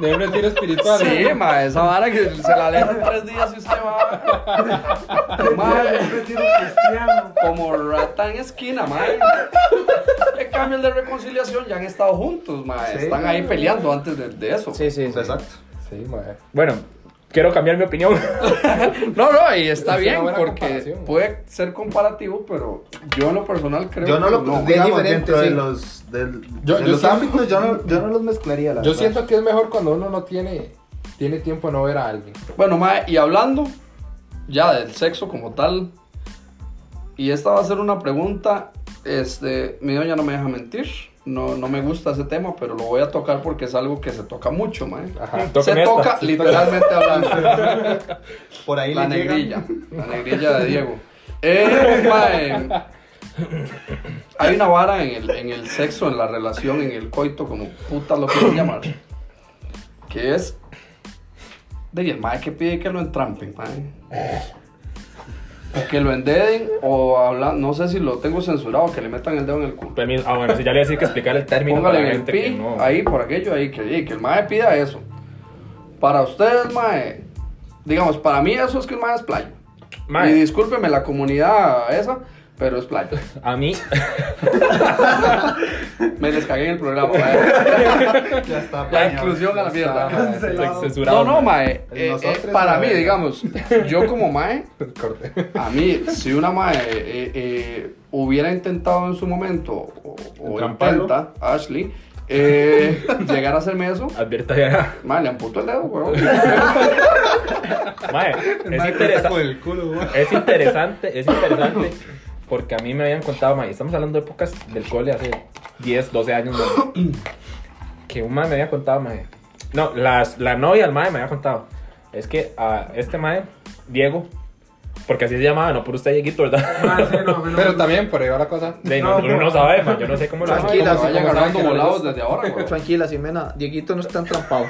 [SPEAKER 5] De un retiro espiritual.
[SPEAKER 4] sí, mae, esa vara que se la aleja en tres días y usted va
[SPEAKER 7] Madre, un retiro cristiano.
[SPEAKER 4] como rata en esquina, mae. En cambio, el de reconciliación ya han estado juntos, mae.
[SPEAKER 2] Sí.
[SPEAKER 4] Están ahí peleando antes de, de eso.
[SPEAKER 6] Sí, sí, sí.
[SPEAKER 2] Exacto.
[SPEAKER 5] Sí, mae.
[SPEAKER 3] Bueno, quiero cambiar mi opinión. [laughs]
[SPEAKER 4] No, no, y está
[SPEAKER 5] Es una
[SPEAKER 4] bien
[SPEAKER 5] buena
[SPEAKER 4] porque
[SPEAKER 5] comparación.
[SPEAKER 4] puede ser comparativo, pero yo en lo personal creo
[SPEAKER 2] Yo no
[SPEAKER 4] que
[SPEAKER 2] lo...
[SPEAKER 4] no.
[SPEAKER 2] digamos,
[SPEAKER 6] diferente,
[SPEAKER 2] dentro de
[SPEAKER 6] sí.
[SPEAKER 2] los, del-
[SPEAKER 5] Yo-
[SPEAKER 2] de
[SPEAKER 5] yo
[SPEAKER 2] los
[SPEAKER 5] siento-
[SPEAKER 2] ámbitos, yo no, yo no los mezclaría, la
[SPEAKER 5] Yo
[SPEAKER 2] verdad.
[SPEAKER 5] siento que es mejor cuando uno no tiene, tiene tiempo de no ver a alguien.
[SPEAKER 4] Bueno, mae, y hablando ya del sexo como tal, y esta va a ser una pregunta, este, mi doña no me deja mentir, no, no me gusta ese tema, pero lo voy a tocar porque es algo que se toca mucho, mae.
[SPEAKER 5] Ajá.
[SPEAKER 3] Toquen
[SPEAKER 4] Se
[SPEAKER 3] esta.
[SPEAKER 4] toca literalmente [laughs] hablando.
[SPEAKER 2] Por ahí
[SPEAKER 4] La
[SPEAKER 2] le llegan-
[SPEAKER 4] negrilla, la negrilla de Diego. Eh, mae, hay una vara en el, en el sexo, en la relación, en el coito, como puta lo quieren llamar, que es de y el mae que pide que lo entrampen, mae. O que lo endeden, o hablan, no sé si lo tengo censurado, que le metan el dedo en el culo.
[SPEAKER 3] Permiso. Ah, bueno, sí, ya le voy a decir que explicar el término
[SPEAKER 4] Póngale en
[SPEAKER 3] para la
[SPEAKER 4] el
[SPEAKER 3] gente
[SPEAKER 4] pi,
[SPEAKER 3] que no.
[SPEAKER 4] ahí por aquello, ahí que, y que el mae pida eso. Para ustedes, mae, digamos, para mí eso es que el mae es playa.
[SPEAKER 3] Mae.
[SPEAKER 4] Y discúlpeme la comunidad esa, pero es playa.
[SPEAKER 3] A mí, [laughs]
[SPEAKER 4] Me les cagué en
[SPEAKER 3] [laughs]
[SPEAKER 4] el programa, mae.
[SPEAKER 2] Ya está,
[SPEAKER 4] La
[SPEAKER 2] pañado.
[SPEAKER 4] inclusión a la mierda.
[SPEAKER 7] Cancelado.
[SPEAKER 3] censurado.
[SPEAKER 4] No, no, mae.
[SPEAKER 2] El
[SPEAKER 4] eh, eh,
[SPEAKER 2] nosotros,
[SPEAKER 4] para
[SPEAKER 2] la
[SPEAKER 4] mí,
[SPEAKER 2] verga.
[SPEAKER 4] digamos,
[SPEAKER 2] [laughs]
[SPEAKER 4] yo como mae,
[SPEAKER 5] [laughs] Corte.
[SPEAKER 4] a mí, si una mae eh, eh, hubiera intentado en su momento, o, o
[SPEAKER 5] Entramparlo.
[SPEAKER 4] intenta, Ashley, eh, llegar a hacerme eso,
[SPEAKER 3] Advierta ya.
[SPEAKER 4] [laughs] mae, le amputo el dedo, weón.
[SPEAKER 3] Mae, es, interesa- es interesante, es interesante, porque a mí me habían contado, mae, estamos hablando de épocas del cole hace 10, 12 años, mae, que un mae me había contado, mae, no, las, la novia del mae me había contado, es que a este mae, Diego, porque así se llamaba, no por usted, Dieguito,
[SPEAKER 7] Mae, sí,
[SPEAKER 3] ¿verdad?
[SPEAKER 7] no, a mí no
[SPEAKER 5] [laughs] Pero
[SPEAKER 7] me-
[SPEAKER 5] también por ahí va la cosa.
[SPEAKER 3] De, no, uno no sabe, mae, yo no sé cómo lo
[SPEAKER 6] Tranquilo.
[SPEAKER 4] Tranquila,
[SPEAKER 6] Tranquila,
[SPEAKER 4] vayan
[SPEAKER 5] como
[SPEAKER 4] agarrando
[SPEAKER 5] saben que no
[SPEAKER 4] volados
[SPEAKER 5] les-
[SPEAKER 4] desde ahora,
[SPEAKER 5] [laughs]
[SPEAKER 4] güey.
[SPEAKER 6] Tranquila, Simena. Dieguito no está entrampado.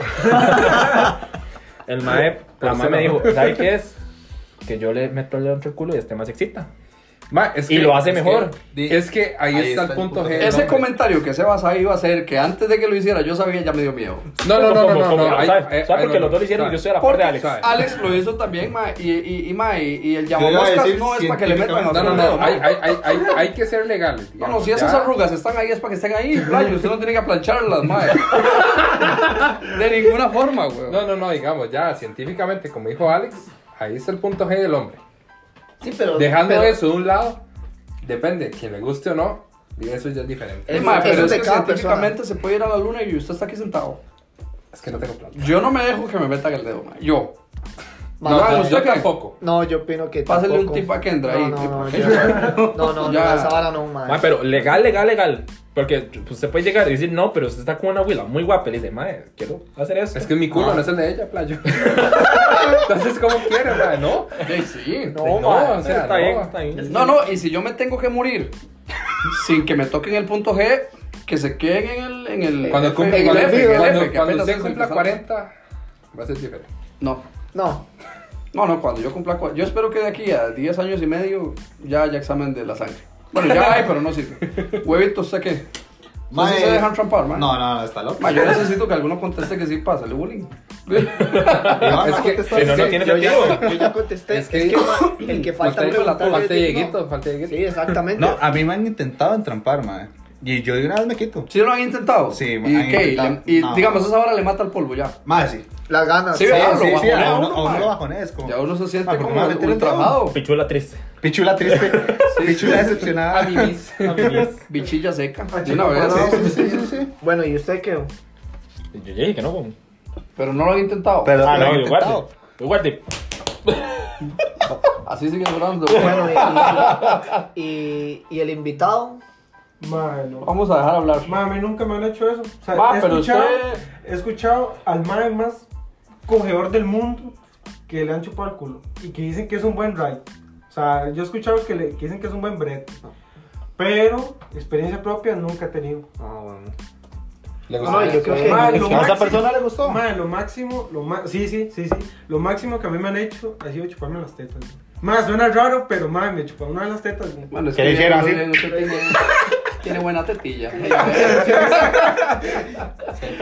[SPEAKER 3] El mae, la
[SPEAKER 5] Pero
[SPEAKER 3] mae
[SPEAKER 5] se
[SPEAKER 3] me
[SPEAKER 5] lo-
[SPEAKER 3] dijo, ¿sabe qué es? Que yo le meto el dedo entre el culo y este mae se excita.
[SPEAKER 5] Ma, es
[SPEAKER 3] Y
[SPEAKER 5] que-
[SPEAKER 3] lo hace
[SPEAKER 5] es que-
[SPEAKER 3] mejor.
[SPEAKER 5] di- es que ahí, está, el punto G. del
[SPEAKER 4] Ese
[SPEAKER 5] hombre.
[SPEAKER 4] comentario que Sebas ahí iba a hacer, que antes de que lo hiciera yo sabía, ya me dio miedo.
[SPEAKER 5] No, no, no,
[SPEAKER 3] Como-
[SPEAKER 5] no, no.
[SPEAKER 3] como-
[SPEAKER 5] no, ahí-
[SPEAKER 3] ¿Sabes?
[SPEAKER 5] ahí-
[SPEAKER 3] ¿Sabes?
[SPEAKER 5] ahí
[SPEAKER 3] Porque
[SPEAKER 5] no,
[SPEAKER 3] los dos lo hicieron y
[SPEAKER 5] sabe.
[SPEAKER 3] yo estoy a la par
[SPEAKER 4] Porque
[SPEAKER 3] de Alex.
[SPEAKER 4] Alex lo hizo también, ma, y, y, y, ma, y, y el
[SPEAKER 2] Yo iba a
[SPEAKER 4] llamamoscas
[SPEAKER 2] decir
[SPEAKER 4] no es para que le metan
[SPEAKER 5] No,
[SPEAKER 4] los
[SPEAKER 5] no,
[SPEAKER 4] dedos,
[SPEAKER 5] no.
[SPEAKER 4] ma.
[SPEAKER 5] Hay, hay, hay, hay, hay que ser legales.
[SPEAKER 4] No,
[SPEAKER 5] digamos,
[SPEAKER 4] no, si esas
[SPEAKER 5] ya.
[SPEAKER 4] arrugas están ahí es para que estén ahí, playo. Usted no tiene que plancharlas,
[SPEAKER 5] [laughs]
[SPEAKER 4] ma. De ninguna forma, güey.
[SPEAKER 5] No, no, no, digamos, ya científicamente, como dijo Alex, ahí está el punto G del hombre.
[SPEAKER 6] Sí, pero.
[SPEAKER 5] Dejando
[SPEAKER 6] pero-
[SPEAKER 5] eso de un lado, depende, quien le guste o no, y eso ya es diferente.
[SPEAKER 4] Eh,
[SPEAKER 6] eso-
[SPEAKER 4] ma,
[SPEAKER 6] eso
[SPEAKER 4] pero es
[SPEAKER 6] de
[SPEAKER 4] que
[SPEAKER 6] cada
[SPEAKER 4] científicamente se puede ir a la luna y usted está aquí sentado.
[SPEAKER 5] Es que no tengo plata.
[SPEAKER 4] Yo no me dejo que me metan el dedo, ma. Yo.
[SPEAKER 6] Ma,
[SPEAKER 5] No,
[SPEAKER 4] Iván,
[SPEAKER 5] yo-
[SPEAKER 4] ¿usted
[SPEAKER 5] yo
[SPEAKER 4] qué?
[SPEAKER 5] Ah, tampoco.
[SPEAKER 6] No, yo opino que.
[SPEAKER 4] Pásale
[SPEAKER 6] tampoco.
[SPEAKER 4] un tip a Kendra ahí,
[SPEAKER 6] No,
[SPEAKER 4] tip [laughs]
[SPEAKER 6] no,
[SPEAKER 4] a
[SPEAKER 6] no,
[SPEAKER 4] Kendra.
[SPEAKER 6] ya. no, no,
[SPEAKER 4] Ya.
[SPEAKER 6] no, esa vara no, mae.
[SPEAKER 3] Mae, pero legal, legal, legal. Porque usted puede llegar y decir, no, pero usted está con una abuela muy guapa. Y le dice, mae, quiero hacer eso.
[SPEAKER 5] Es que mi culo no es el de ella, playo. [laughs] Entonces, ¿cómo quiere, ma? ¿No?
[SPEAKER 4] Sí, sí.
[SPEAKER 5] no,
[SPEAKER 3] mae,
[SPEAKER 5] o sea,
[SPEAKER 3] está
[SPEAKER 5] no.
[SPEAKER 3] bien, está bien.
[SPEAKER 4] No, no, y si yo me tengo que morir sin que me toquen el punto G, que se queden en el. En el
[SPEAKER 5] Cuando
[SPEAKER 4] F,
[SPEAKER 5] cumple,
[SPEAKER 4] en el
[SPEAKER 5] cuando,
[SPEAKER 4] F, en el
[SPEAKER 5] cuando-
[SPEAKER 4] F, que
[SPEAKER 5] cuando
[SPEAKER 4] apenas
[SPEAKER 5] usted
[SPEAKER 4] es
[SPEAKER 5] cumpla
[SPEAKER 4] empezando.
[SPEAKER 5] 40, va a ser diferente.
[SPEAKER 4] No,
[SPEAKER 6] No.
[SPEAKER 4] no, no, cuando yo cumpla 40. Yo espero que de aquí a 10 años y medio ya haya examen de la sangre. Bueno, ya hay, pero no sirve. Huevito, ¿usted qué? ¿No se dejan trampar, man?
[SPEAKER 2] No, no, no, está loco.
[SPEAKER 4] Ma, yo necesito que alguno conteste que sí pasa el bullying.
[SPEAKER 2] Iván,
[SPEAKER 5] Es que-
[SPEAKER 2] contestar.
[SPEAKER 1] Si no, no
[SPEAKER 2] Sí.
[SPEAKER 1] tiene
[SPEAKER 6] Yo ya,
[SPEAKER 1] sentido.
[SPEAKER 6] yo ya contesté.
[SPEAKER 5] Es
[SPEAKER 6] Es
[SPEAKER 5] que-
[SPEAKER 6] que, ma, el que falta
[SPEAKER 5] Falta-
[SPEAKER 6] preguntar
[SPEAKER 5] falta
[SPEAKER 6] es-
[SPEAKER 5] Dieguito, falta Dieguito.
[SPEAKER 6] Sí, exactamente.
[SPEAKER 2] No, a mí me han intentado entrampar, mae. Y yo de una vez me quito.
[SPEAKER 4] ¿Sí lo han intentado?
[SPEAKER 2] Sí,
[SPEAKER 4] ¿Y
[SPEAKER 2] ma, han
[SPEAKER 4] qué?
[SPEAKER 2] intentado.
[SPEAKER 4] Y, le- y
[SPEAKER 2] No.
[SPEAKER 4] digamos, esa hora le mata el polvo ya.
[SPEAKER 2] Mae, sí.
[SPEAKER 6] Las ganas.
[SPEAKER 4] Sí,
[SPEAKER 2] Sí,
[SPEAKER 4] ¿verdad?
[SPEAKER 2] sí,
[SPEAKER 4] Lo
[SPEAKER 2] sí, a
[SPEAKER 4] bajonea
[SPEAKER 2] uno,
[SPEAKER 4] uno,
[SPEAKER 2] a uno
[SPEAKER 4] mae.
[SPEAKER 2] lo bajonees, como-
[SPEAKER 4] Ya uno se siente
[SPEAKER 2] Ah, porque
[SPEAKER 4] como
[SPEAKER 2] me va a meter
[SPEAKER 4] un
[SPEAKER 2] en todo.
[SPEAKER 4] trabajado.
[SPEAKER 1] Pichula triste.
[SPEAKER 2] Pichula triste. Pichula decepcionada.
[SPEAKER 5] A mí Ah, mis.
[SPEAKER 4] Bichilla seca. De una vez.
[SPEAKER 2] Ah, Sí, sí, sí, sí.
[SPEAKER 6] Bueno, ¿y usted qué?
[SPEAKER 1] [laughs] Yo ya dije que no, güey.
[SPEAKER 4] Pero no lo han intentado.
[SPEAKER 2] Pero
[SPEAKER 1] Ah,
[SPEAKER 2] lo he
[SPEAKER 1] no, yo guarde.
[SPEAKER 2] intentado.
[SPEAKER 1] Yo guarde.
[SPEAKER 4] Así sigue durando.
[SPEAKER 6] Bueno, y, y- y el invitado.
[SPEAKER 7] Mano.
[SPEAKER 4] Vamos a dejar hablar.
[SPEAKER 7] Ma, a mí nunca me han hecho eso. O sea,
[SPEAKER 4] Ma,
[SPEAKER 7] he,
[SPEAKER 4] pero
[SPEAKER 7] escuchado,
[SPEAKER 4] usted-
[SPEAKER 7] he escuchado al mae más cogedor del mundo que le han chupado el culo y que dicen que es un buen ride. O sea, yo he escuchado que, le, que dicen que es un buen brete. Pero experiencia propia nunca he tenido.
[SPEAKER 5] Le
[SPEAKER 6] No, yo creo que.
[SPEAKER 7] Ma, lo
[SPEAKER 1] ¿A esa
[SPEAKER 7] máximo-
[SPEAKER 1] persona le gustó?
[SPEAKER 7] Ma, lo máximo, lo ma- sí, sí, sí, sí. Lo máximo que a mí me han hecho ha sido chuparme las tetas. Más, suena raro, pero ma, me chuparon una de las tetas.
[SPEAKER 4] Bueno, es
[SPEAKER 2] Que dijera así.
[SPEAKER 4] usted Tiene, tiene buena
[SPEAKER 6] [laughs]
[SPEAKER 4] tetilla.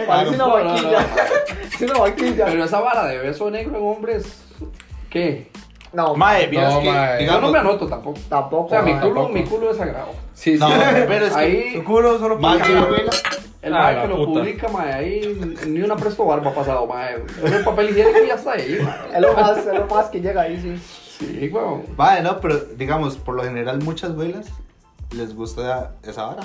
[SPEAKER 6] Parece
[SPEAKER 4] No, no,
[SPEAKER 6] una
[SPEAKER 4] no.
[SPEAKER 6] vaquilla. Es una vaquilla.
[SPEAKER 4] Pero esa vara de beso negro en hombres, ¿qué?
[SPEAKER 6] No,
[SPEAKER 2] Mae, mira, es
[SPEAKER 5] No,
[SPEAKER 2] que,
[SPEAKER 5] mae.
[SPEAKER 4] Yo no
[SPEAKER 2] digamos-
[SPEAKER 4] me anoto tampoco. O
[SPEAKER 6] tampoco.
[SPEAKER 4] sea, mi
[SPEAKER 6] ma.
[SPEAKER 4] culo,
[SPEAKER 5] tampoco.
[SPEAKER 4] mi culo es sagrado.
[SPEAKER 5] Sí, sí. [laughs]
[SPEAKER 2] No, pero es que...
[SPEAKER 4] Ahí,
[SPEAKER 7] Su culo solo
[SPEAKER 2] Mae,
[SPEAKER 7] para
[SPEAKER 2] sí,
[SPEAKER 7] cagar.
[SPEAKER 2] güey,
[SPEAKER 4] el
[SPEAKER 1] Ah,
[SPEAKER 4] mae
[SPEAKER 1] la
[SPEAKER 4] que lo
[SPEAKER 1] puta.
[SPEAKER 4] publica, mae, ahí ni una presto barba ha pasado, mae. Con el papel higiénico ya está ahí, mae.
[SPEAKER 6] Es lo más, es lo más que llega ahí, sí.
[SPEAKER 4] Sí, huevón.
[SPEAKER 2] Mae, no, pero digamos, por lo general muchas abuelas les gusta esa vara.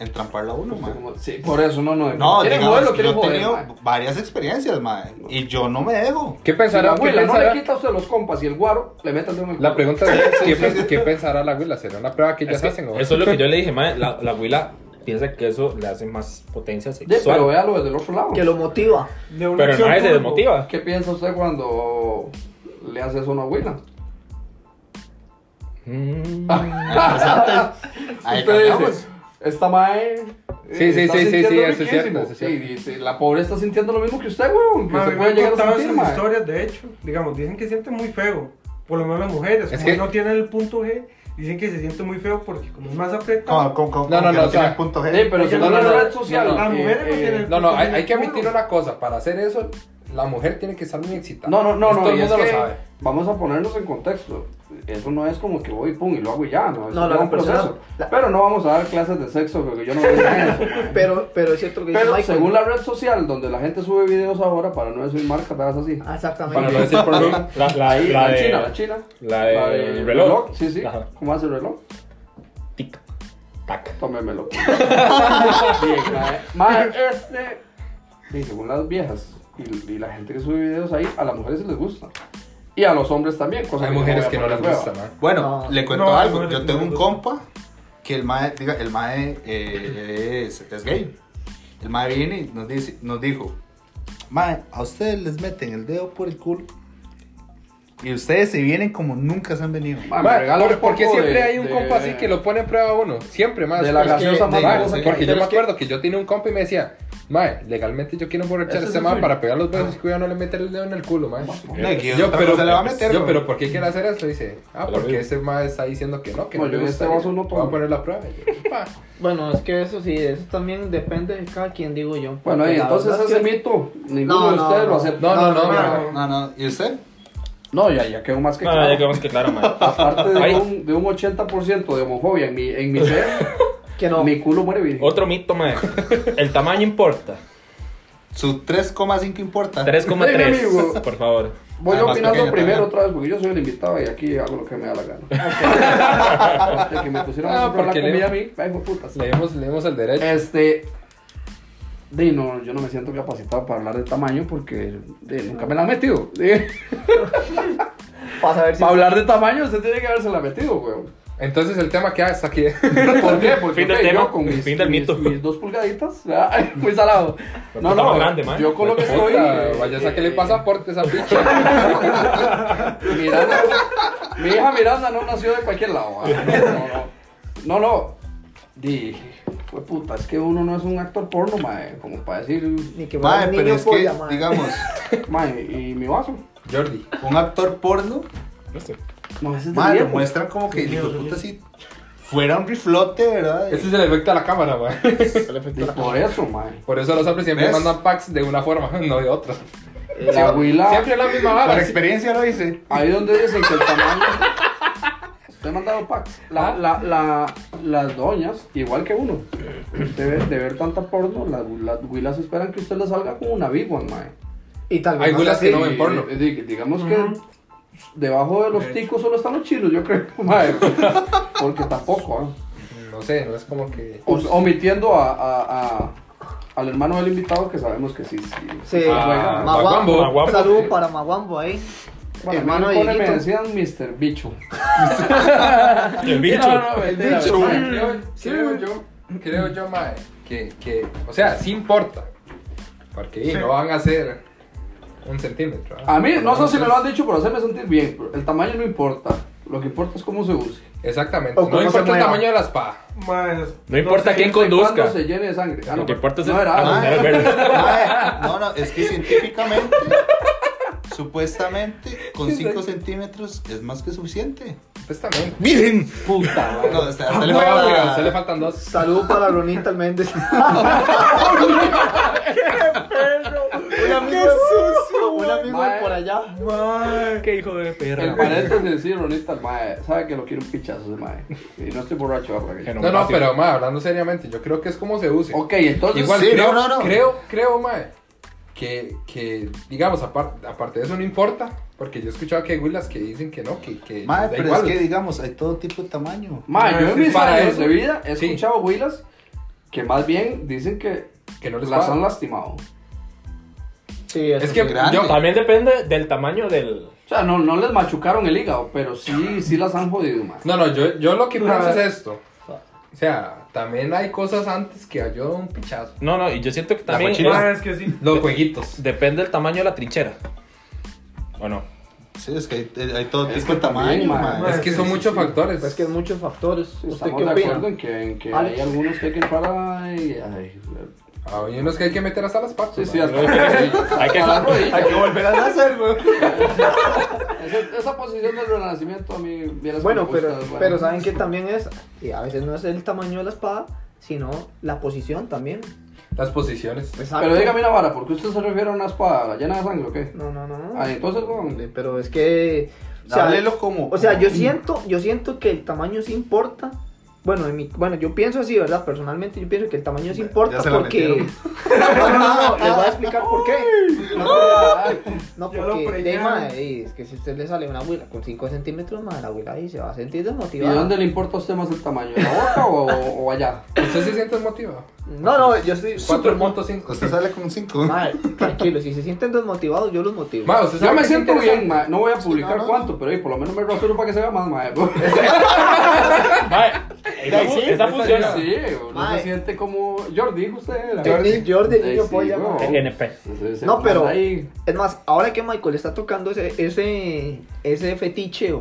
[SPEAKER 2] Entramparla a uno, mae.
[SPEAKER 4] Sí, por eso, no, no.
[SPEAKER 2] No,
[SPEAKER 4] ¿Quieren
[SPEAKER 2] digamos,
[SPEAKER 4] joderlo? ¿Quieren
[SPEAKER 2] yo he
[SPEAKER 4] joder,
[SPEAKER 2] tenido
[SPEAKER 4] mae?
[SPEAKER 2] varias experiencias, mae. Y yo no me
[SPEAKER 5] [laughs]
[SPEAKER 2] dejo.
[SPEAKER 5] ¿Qué
[SPEAKER 4] Si la
[SPEAKER 5] pensará? ¿Qué
[SPEAKER 4] abuela no le
[SPEAKER 5] pensará?
[SPEAKER 4] quita a usted los compas y el guaro, le mete el dedo en el
[SPEAKER 5] La
[SPEAKER 4] culo.
[SPEAKER 5] pregunta es, ¿qué, pe- qué pensará la güila? ¿Será una prueba que ellas
[SPEAKER 1] Es que
[SPEAKER 5] hacen? o-
[SPEAKER 1] Eso es lo que yo le dije, madre. La, la abuela piensa que eso le hace más potencia
[SPEAKER 4] Sí, pero
[SPEAKER 1] sexual.
[SPEAKER 4] véalo desde el otro lado.
[SPEAKER 6] Que lo motiva.
[SPEAKER 7] De una
[SPEAKER 1] Pero
[SPEAKER 7] acción
[SPEAKER 1] nadie se
[SPEAKER 7] turbo.
[SPEAKER 1] desmotiva.
[SPEAKER 4] ¿Qué piensa usted cuando le hace eso a una abuela?
[SPEAKER 1] Mm.
[SPEAKER 2] Ahí pues.
[SPEAKER 4] usted
[SPEAKER 2] cambiamos.
[SPEAKER 4] dice, esta mae... eh,
[SPEAKER 5] Sí, sí,
[SPEAKER 4] está
[SPEAKER 5] sí, sí, sí,
[SPEAKER 4] sintiendo
[SPEAKER 5] eso es cierto,
[SPEAKER 4] riquísimo".
[SPEAKER 5] eso es cierto.
[SPEAKER 4] Sí, dice, la pobre está sintiendo lo mismo que usted, weón. Que
[SPEAKER 7] Ma, a
[SPEAKER 4] usted
[SPEAKER 7] mí me
[SPEAKER 4] puede
[SPEAKER 7] han
[SPEAKER 4] llegar a
[SPEAKER 7] contado
[SPEAKER 4] sentir, eh.
[SPEAKER 7] esas
[SPEAKER 4] mae.
[SPEAKER 7] historias, de hecho. Digamos, dicen que sienten muy feo. Por lo menos las mujeres,
[SPEAKER 5] Es
[SPEAKER 7] como
[SPEAKER 5] que-
[SPEAKER 7] no tienen el punto G, dicen que se siente muy feo porque como es más apretado.
[SPEAKER 2] Como- como- como-
[SPEAKER 5] No,
[SPEAKER 2] como
[SPEAKER 5] no,
[SPEAKER 2] que
[SPEAKER 5] no, o
[SPEAKER 2] tiene
[SPEAKER 5] sea,
[SPEAKER 2] punto
[SPEAKER 4] Sí,
[SPEAKER 2] G.
[SPEAKER 4] pero si no
[SPEAKER 7] Oye, no,
[SPEAKER 4] en
[SPEAKER 7] no,
[SPEAKER 4] la red
[SPEAKER 7] no,
[SPEAKER 4] social...
[SPEAKER 7] no, las
[SPEAKER 4] eh,
[SPEAKER 7] mujeres no
[SPEAKER 4] eh,
[SPEAKER 7] tienen-
[SPEAKER 5] No, no, hay, hay que
[SPEAKER 7] Culo.
[SPEAKER 5] admitir una cosa. Para hacer eso, la mujer tiene que estar muy excitada.
[SPEAKER 4] No, no, no,
[SPEAKER 5] Esto
[SPEAKER 4] no,
[SPEAKER 5] Todo el
[SPEAKER 4] y es
[SPEAKER 5] mundo lo
[SPEAKER 4] que
[SPEAKER 5] sabe.
[SPEAKER 4] Vamos a ponernos en contexto. Eso no es como que voy pum y lo hago y ya, no, es
[SPEAKER 6] No, la
[SPEAKER 4] todo un
[SPEAKER 6] persona-
[SPEAKER 4] proceso.
[SPEAKER 6] la-
[SPEAKER 4] Pero no vamos a dar clases de sexo porque yo no voy a eso. mae.
[SPEAKER 6] Pero, pero es cierto que dice
[SPEAKER 4] Pero
[SPEAKER 6] Michael.
[SPEAKER 4] según la red social donde la gente sube videos ahora para no decir marca, te hagas así.
[SPEAKER 6] Ah,
[SPEAKER 5] Para no
[SPEAKER 3] [laughs]
[SPEAKER 6] Exactamente.
[SPEAKER 5] decir por mí.
[SPEAKER 1] La, la,
[SPEAKER 4] Ahí,
[SPEAKER 1] la
[SPEAKER 4] la,
[SPEAKER 1] de-
[SPEAKER 4] china, la china.
[SPEAKER 1] la de
[SPEAKER 4] del
[SPEAKER 1] reloj.
[SPEAKER 4] Sí, sí.
[SPEAKER 1] Ajá.
[SPEAKER 4] ¿Cómo hace el reloj?
[SPEAKER 1] Tic, tac.
[SPEAKER 6] [laughs]
[SPEAKER 4] Tómemelo. Bien, mae. Mae, este. Sí, según las viejas y, y la gente que sube videos ahí, a las mujeres sí les gusta. Y a los hombres también. cosa
[SPEAKER 5] Hay
[SPEAKER 4] yo
[SPEAKER 5] mujeres
[SPEAKER 4] voy a
[SPEAKER 5] que no
[SPEAKER 4] poner
[SPEAKER 5] les
[SPEAKER 4] prueba.
[SPEAKER 5] gusta, man.
[SPEAKER 2] Bueno,
[SPEAKER 6] No.
[SPEAKER 2] le cuento
[SPEAKER 7] No,
[SPEAKER 2] algo.
[SPEAKER 7] no,
[SPEAKER 2] Yo
[SPEAKER 7] no,
[SPEAKER 2] tengo
[SPEAKER 7] no,
[SPEAKER 2] un
[SPEAKER 7] no.
[SPEAKER 2] compa que el mae, diga, el mae eh, es, es gay. El mae viene y nos, dice, nos dijo, mae, a ustedes les meten el dedo por el culo y ustedes se vienen como nunca se han venido.
[SPEAKER 4] Mae, Ah, me
[SPEAKER 5] Ma,
[SPEAKER 4] regala un
[SPEAKER 5] Ah, por- porque
[SPEAKER 4] poco
[SPEAKER 5] siempre
[SPEAKER 4] de-
[SPEAKER 5] hay un
[SPEAKER 4] de-
[SPEAKER 5] compa así que lo pone a prueba a uno. Siempre, más.
[SPEAKER 4] De la gaseosa más famosa que
[SPEAKER 5] Porque
[SPEAKER 4] hay.
[SPEAKER 5] yo
[SPEAKER 4] Pero
[SPEAKER 5] me
[SPEAKER 4] es que-
[SPEAKER 5] acuerdo que yo tenía un compa y me decía, mae, legalmente yo quiero emborrachar a
[SPEAKER 4] Ese
[SPEAKER 5] este
[SPEAKER 4] es
[SPEAKER 5] man
[SPEAKER 4] el
[SPEAKER 5] para pegar los besos y cuidado no le meter el dedo en el culo, mae.
[SPEAKER 2] No, que
[SPEAKER 5] Yo,
[SPEAKER 2] otra
[SPEAKER 5] pero,
[SPEAKER 2] cosa le va a meter,
[SPEAKER 5] yo,
[SPEAKER 2] ¿no?
[SPEAKER 5] pero ¿por qué quiere hacer eso? Dice, ah,
[SPEAKER 1] Pero
[SPEAKER 5] porque
[SPEAKER 1] bien.
[SPEAKER 5] ese mae está diciendo que no, que
[SPEAKER 4] No,
[SPEAKER 5] no,
[SPEAKER 4] yo
[SPEAKER 5] le
[SPEAKER 4] en este
[SPEAKER 5] gusta.
[SPEAKER 4] vaso no
[SPEAKER 5] Voy a
[SPEAKER 4] tomo.
[SPEAKER 5] poner la prueba. Y yo, pa.
[SPEAKER 6] Bueno, es que eso sí, eso también depende de cada quien, digo yo.
[SPEAKER 4] Bueno,
[SPEAKER 6] Porque
[SPEAKER 4] y
[SPEAKER 6] la
[SPEAKER 4] entonces
[SPEAKER 6] verdad es
[SPEAKER 4] ese
[SPEAKER 6] que-
[SPEAKER 4] mito, ninguno
[SPEAKER 6] No,
[SPEAKER 4] de
[SPEAKER 6] no,
[SPEAKER 4] ustedes lo
[SPEAKER 6] no.
[SPEAKER 4] acepta.
[SPEAKER 5] No, no, no,
[SPEAKER 7] Ma,
[SPEAKER 5] no.
[SPEAKER 2] No, no, ¿y usted?
[SPEAKER 4] No, ya, ya quedó más
[SPEAKER 6] Ah,
[SPEAKER 4] que
[SPEAKER 1] No,
[SPEAKER 4] claro.
[SPEAKER 1] Ah, ya quedamos que claro, madre.
[SPEAKER 4] Aparte
[SPEAKER 1] Ay.
[SPEAKER 4] de un, de un 80% de homofobia en mi, en mi
[SPEAKER 1] [laughs]
[SPEAKER 4] ser,
[SPEAKER 6] Que no.
[SPEAKER 4] mi culo muere virgen.
[SPEAKER 1] Otro mito, madre. El tamaño importa.
[SPEAKER 2] Su 3,5 importa.
[SPEAKER 4] Ey, amigo.
[SPEAKER 1] 3,3. Por favor.
[SPEAKER 4] Voy
[SPEAKER 2] Ah, más
[SPEAKER 4] opinando
[SPEAKER 2] pequeño
[SPEAKER 4] primero
[SPEAKER 2] también.
[SPEAKER 4] otra vez, porque yo soy el invitado y aquí hago lo que me da la gana. [laughs] De que me pusieron
[SPEAKER 5] Ah,
[SPEAKER 4] a comprar la
[SPEAKER 5] porque
[SPEAKER 4] comida
[SPEAKER 5] [laughs] le-
[SPEAKER 4] a mí, ay, hijo de putas.
[SPEAKER 5] Leemos, leemos el derecho.
[SPEAKER 4] Este. Di, no, yo no me siento capacitado para hablar de tamaño porque di, nunca me la han metido. [laughs] Di,
[SPEAKER 6] Para saber si.
[SPEAKER 4] para hablar de tamaño, usted tiene que haberse la metido,
[SPEAKER 1] [laughs]
[SPEAKER 4] weón.
[SPEAKER 5] Entonces el tema queda hasta aquí.
[SPEAKER 4] ¿Por qué? Porque
[SPEAKER 1] Fin del
[SPEAKER 4] ok,
[SPEAKER 1] tema,
[SPEAKER 4] yo con mis,
[SPEAKER 1] fin del
[SPEAKER 4] mis-
[SPEAKER 1] mito.
[SPEAKER 4] mis dos pulgaditas, ¿verdad? [laughs] muy salado.
[SPEAKER 1] Pero
[SPEAKER 4] No,
[SPEAKER 1] puta
[SPEAKER 4] no,
[SPEAKER 1] más grande, man.
[SPEAKER 4] yo con lo que estoy.
[SPEAKER 5] Puta, Vaya, sáquele
[SPEAKER 4] eh,
[SPEAKER 5] pasaporte esa
[SPEAKER 4] [laughs]
[SPEAKER 5] picha.
[SPEAKER 4] Miranda, mi hija Miranda no nació de cualquier lado. ah, No, no, no. No, no. Di, fue puta, es que uno no es un actor porno, mae. Como para decir,
[SPEAKER 6] Ni que fuera
[SPEAKER 2] Mae,
[SPEAKER 6] un
[SPEAKER 2] pero
[SPEAKER 6] niño
[SPEAKER 2] es que,
[SPEAKER 6] polla, mae.
[SPEAKER 2] digamos,
[SPEAKER 4] mae, y mi vaso.
[SPEAKER 5] Jordi.
[SPEAKER 2] un actor porno,
[SPEAKER 1] No sé.
[SPEAKER 4] No, ese es de
[SPEAKER 2] mae, lo
[SPEAKER 4] mierda.
[SPEAKER 2] muestran como que el hijo de puta sí fuera un riflote, ¿verdad?
[SPEAKER 5] Ese es el efecto de la cámara, güey.
[SPEAKER 4] Y por eso, mae.
[SPEAKER 5] Por eso los hombres siempre
[SPEAKER 2] ¿Ves?
[SPEAKER 5] mandan packs de una forma, [laughs] no de otra.
[SPEAKER 4] La huila.
[SPEAKER 5] Siempre la misma
[SPEAKER 2] Por
[SPEAKER 5] vara.
[SPEAKER 2] experiencia lo hice.
[SPEAKER 4] Ahí donde dicen que el tamaño. [laughs] Usted ha mandado packs. La, la, la, las doñas, igual que uno. Usted ve- de ver tanta porno, las, las huilas esperan que usted le salga con una big one, mae.
[SPEAKER 6] Y tal
[SPEAKER 5] Hay
[SPEAKER 6] vez.
[SPEAKER 5] huelas que no ven porno.
[SPEAKER 4] Eh, di- digamos que debajo de los
[SPEAKER 6] Eh.
[SPEAKER 4] ticos solo están los chinos, yo creo, [laughs] mae. Porque tampoco, ¿ah?
[SPEAKER 5] No sé, no es como que.
[SPEAKER 6] Pues-
[SPEAKER 4] O- omitiendo a, a- a- al hermano del invitado que sabemos que sí, sí.
[SPEAKER 6] Sí,
[SPEAKER 5] Ah,
[SPEAKER 6] Maguambo.
[SPEAKER 5] Maguambo.
[SPEAKER 6] Saludos Saludo para Maguambo ahí.
[SPEAKER 4] Bueno,
[SPEAKER 6] hermano
[SPEAKER 4] a mí me pone- me
[SPEAKER 6] Dieguito.
[SPEAKER 4] decían Mr. Bicho.
[SPEAKER 1] El bicho.
[SPEAKER 4] No, no, mentira, ¿verdad?
[SPEAKER 5] Creo, creo yo, creo yo, mae, que, que, o sea, sí importa. Porque y, no van a ser un centímetro. ¿ah?
[SPEAKER 4] A mí, no sé si me lo han dicho por hacerme sentir bien, pero el tamaño no importa. Lo que importa es cómo se use.
[SPEAKER 5] Exactamente.
[SPEAKER 6] O
[SPEAKER 5] No
[SPEAKER 6] cómo se
[SPEAKER 5] importa el
[SPEAKER 6] mueva.
[SPEAKER 5] tamaño de la espada.
[SPEAKER 7] Más,
[SPEAKER 1] No importa quién
[SPEAKER 4] Siempre y
[SPEAKER 1] conduzca.
[SPEAKER 4] cuando se llene de sangre. Ah, no,
[SPEAKER 1] Lo que importa es
[SPEAKER 4] no
[SPEAKER 1] el-
[SPEAKER 4] era
[SPEAKER 1] ah,
[SPEAKER 4] algo.
[SPEAKER 1] no, era verde.
[SPEAKER 2] [laughs] Mae, no, no, es que científicamente, supuestamente, con 5 centímetros es más que suficiente.
[SPEAKER 5] Justamente.
[SPEAKER 1] Miren.
[SPEAKER 4] Puta,
[SPEAKER 2] No, hasta, hasta le
[SPEAKER 5] Ah, No,
[SPEAKER 2] falta-
[SPEAKER 5] amiga, a usted le faltan dos.
[SPEAKER 6] Saludo para Ronita Méndez.
[SPEAKER 2] Un amigo, un amigo
[SPEAKER 4] mae.
[SPEAKER 6] por allá.
[SPEAKER 3] Qué hijo de perra.
[SPEAKER 4] El paréntesis, sí, Ronita, el mae, sabe que lo quiero un pichazo, el mae. Y no estoy borracho, ¿verdad?
[SPEAKER 1] Que
[SPEAKER 5] No, no, pero, mae, hablando seriamente, yo creo que es como se use.
[SPEAKER 4] Ok, entonces,
[SPEAKER 5] Igual
[SPEAKER 2] Sí,
[SPEAKER 5] creo,
[SPEAKER 2] no, no, no.
[SPEAKER 5] creo, creo, mae, que, que digamos, apar- aparte de eso no importa, porque yo he escuchado que hay huilas que dicen que no, que, que
[SPEAKER 2] Mae,
[SPEAKER 5] da
[SPEAKER 2] pero
[SPEAKER 5] igual.
[SPEAKER 2] es que digamos, hay todo tipo de tamaño.
[SPEAKER 4] mae, yo en mis
[SPEAKER 5] Para
[SPEAKER 4] años
[SPEAKER 5] eso.
[SPEAKER 4] de vida he
[SPEAKER 5] Sí.
[SPEAKER 4] escuchado huilas que más bien dicen que,
[SPEAKER 5] Que no les
[SPEAKER 4] las
[SPEAKER 5] cuadra.
[SPEAKER 4] han lastimado.
[SPEAKER 6] Sí,
[SPEAKER 5] Es que
[SPEAKER 2] grande.
[SPEAKER 5] yo,
[SPEAKER 1] [laughs] También depende del tamaño del.
[SPEAKER 4] O sea, no, no les machucaron el hígado, pero sí, sí las han jodido, mae.
[SPEAKER 5] no, no, yo, yo lo que
[SPEAKER 7] Una
[SPEAKER 5] pienso es
[SPEAKER 7] vez.
[SPEAKER 5] esto. O sea, también hay cosas antes que ayudan un pichazo.
[SPEAKER 1] No, no, y yo siento que
[SPEAKER 5] La
[SPEAKER 1] también
[SPEAKER 5] mochila.
[SPEAKER 7] más que sí.
[SPEAKER 5] Los jueguitos.
[SPEAKER 1] depende del tamaño de la trinchera. ¿O no?
[SPEAKER 2] Sí, es que hay, hay todo
[SPEAKER 4] Es
[SPEAKER 2] tipo
[SPEAKER 4] que
[SPEAKER 2] de tamaño,
[SPEAKER 4] también, mae.
[SPEAKER 2] mae.
[SPEAKER 5] Es que son
[SPEAKER 7] sí,
[SPEAKER 5] muchos factores.
[SPEAKER 6] pues, Es que hay muchos factores. ¿Usted
[SPEAKER 4] Estamos
[SPEAKER 6] qué
[SPEAKER 4] de acuerdo
[SPEAKER 6] opina?
[SPEAKER 4] en que, en que
[SPEAKER 6] Alex.
[SPEAKER 4] hay algunos que hay que entrar a... ay,
[SPEAKER 5] Ah, Hay unos que hay que meter hasta las patas.
[SPEAKER 4] Sí, sí,
[SPEAKER 5] mae.
[SPEAKER 4] hasta
[SPEAKER 5] [laughs]
[SPEAKER 4] hasta
[SPEAKER 1] Hay que-
[SPEAKER 4] la rodilla.
[SPEAKER 2] que volver a nacer, [laughs] güey.
[SPEAKER 4] Esa, esa posición del renacimiento a mí vieras
[SPEAKER 6] Bueno,
[SPEAKER 4] que me
[SPEAKER 6] pero,
[SPEAKER 4] gusta, bueno.
[SPEAKER 6] pero ¿saben qué también es? Y a veces no es el tamaño de la espada, sino la posición también.
[SPEAKER 5] Las posiciones.
[SPEAKER 6] Exacto.
[SPEAKER 4] Pero dígame una vara, ¿por qué usted se refiere a una espada llena de sangre o qué?
[SPEAKER 6] No, no, no. no.
[SPEAKER 4] Ah, entonces, weón.
[SPEAKER 6] Hombre, Pero es que... o sea,
[SPEAKER 2] Háblelo como.
[SPEAKER 6] O sea,
[SPEAKER 2] como-
[SPEAKER 6] yo siento, yo siento que el tamaño sí importa. Bueno, en mi- bueno, yo pienso así, ¿verdad? Personalmente yo pienso que el tamaño sí importa
[SPEAKER 2] se la
[SPEAKER 6] porque...
[SPEAKER 2] metieron.
[SPEAKER 6] [laughs] No, no, no, no, les voy a explicar por qué. No, porque- No,
[SPEAKER 7] Ya lo
[SPEAKER 6] porque de,
[SPEAKER 7] preñaron.
[SPEAKER 6] madre, y es que si usted le sale una abuela con 5 centímetros más, la abuela ahí se va a sentir
[SPEAKER 4] ¿Y
[SPEAKER 6] desmotivada.
[SPEAKER 4] dónde le importa a usted más el tamaño? ¿La boca o, o allá?
[SPEAKER 5] ¿Usted se siente motivado?
[SPEAKER 6] No, no, yo estoy... súper-
[SPEAKER 5] 4.5.
[SPEAKER 2] Usted sale con 5. [laughs]
[SPEAKER 6] Madre, tranquilo, si se sienten desmotivados, yo los motivo.
[SPEAKER 5] Mae, usted
[SPEAKER 4] Yo
[SPEAKER 5] sabe
[SPEAKER 4] me
[SPEAKER 5] que es
[SPEAKER 4] siento bien,
[SPEAKER 5] interesante.
[SPEAKER 4] ma. no voy a publicar
[SPEAKER 2] no, no.
[SPEAKER 4] cuánto, pero ey, por lo menos me rasuro para que se vea más,
[SPEAKER 5] [laughs]
[SPEAKER 4] ma.
[SPEAKER 1] Mae, esa,
[SPEAKER 2] sí,
[SPEAKER 1] esa funciona.
[SPEAKER 4] Sí, uno
[SPEAKER 6] Ma.
[SPEAKER 4] se siente como Jordi, dijo usted. la verdad.
[SPEAKER 6] Jordi, Jordi,
[SPEAKER 4] Sí,
[SPEAKER 6] niño
[SPEAKER 4] sí,
[SPEAKER 6] polla,
[SPEAKER 4] weón.
[SPEAKER 6] madre.
[SPEAKER 1] NP.
[SPEAKER 4] Se- se
[SPEAKER 6] No,
[SPEAKER 4] pone
[SPEAKER 6] pero-
[SPEAKER 4] ahí.
[SPEAKER 6] Es más, ahora que Michael está tocando ese, ese, ese fetiche o,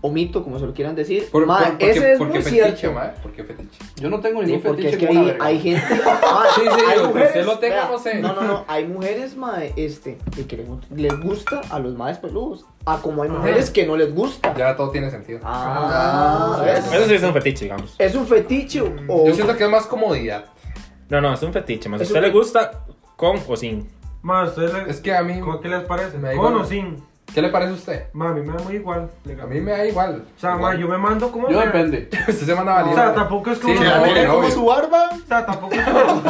[SPEAKER 6] o mito, como se lo quieran decir,
[SPEAKER 5] Por,
[SPEAKER 6] mae,
[SPEAKER 5] por- porque,
[SPEAKER 6] ese es
[SPEAKER 5] porque
[SPEAKER 6] muy
[SPEAKER 5] fetiche,
[SPEAKER 6] cierto.
[SPEAKER 5] mae, porque fetiche.
[SPEAKER 4] Yo no tengo
[SPEAKER 6] Sí,
[SPEAKER 4] ningún
[SPEAKER 6] porque
[SPEAKER 4] fetiche
[SPEAKER 6] es que
[SPEAKER 4] con la
[SPEAKER 6] hay,
[SPEAKER 4] verga.
[SPEAKER 6] hay gente.
[SPEAKER 4] [laughs]
[SPEAKER 6] mae,
[SPEAKER 5] Sí, sí, lo
[SPEAKER 6] hay
[SPEAKER 5] que
[SPEAKER 6] mujeres-
[SPEAKER 5] usted lo tenga,
[SPEAKER 6] vea,
[SPEAKER 5] no sé.
[SPEAKER 6] No, no, no. Hay mujeres, mae, este, que, que les, gu- les gusta a los madres peludos. A como hay mujeres que no les gusta.
[SPEAKER 5] Ya todo tiene sentido.
[SPEAKER 6] Ah, ¿ves?
[SPEAKER 1] Eso sí es un fetiche, digamos.
[SPEAKER 6] Es un fetiche o.
[SPEAKER 5] Yo siento que es más comodidad.
[SPEAKER 1] No, no, es un fetiche. Más a
[SPEAKER 6] Es
[SPEAKER 1] usted
[SPEAKER 6] un
[SPEAKER 1] le
[SPEAKER 6] fe-
[SPEAKER 1] gusta con o sin.
[SPEAKER 7] Más, ¿ustedes le-
[SPEAKER 5] Es que a mí.
[SPEAKER 7] ¿cómo- ¿qué les parece?
[SPEAKER 5] Me da
[SPEAKER 7] ¿Con
[SPEAKER 5] igual.
[SPEAKER 7] o sin?
[SPEAKER 5] ¿Qué le parece a usted?
[SPEAKER 7] Ma, a mí me da muy igual.
[SPEAKER 5] A mí me da igual. [laughs]
[SPEAKER 7] O sea, ma,
[SPEAKER 5] Igual.
[SPEAKER 7] yo me mando como.
[SPEAKER 4] Yo
[SPEAKER 7] sea.
[SPEAKER 4] depende.
[SPEAKER 5] Usted se manda
[SPEAKER 7] O
[SPEAKER 5] valiendo.
[SPEAKER 7] sea, tampoco es como.
[SPEAKER 5] Sí,
[SPEAKER 7] una-
[SPEAKER 5] no,
[SPEAKER 2] Mira, mira
[SPEAKER 5] no,
[SPEAKER 2] como
[SPEAKER 5] obvio.
[SPEAKER 2] su barba.
[SPEAKER 7] O sea, tampoco es como.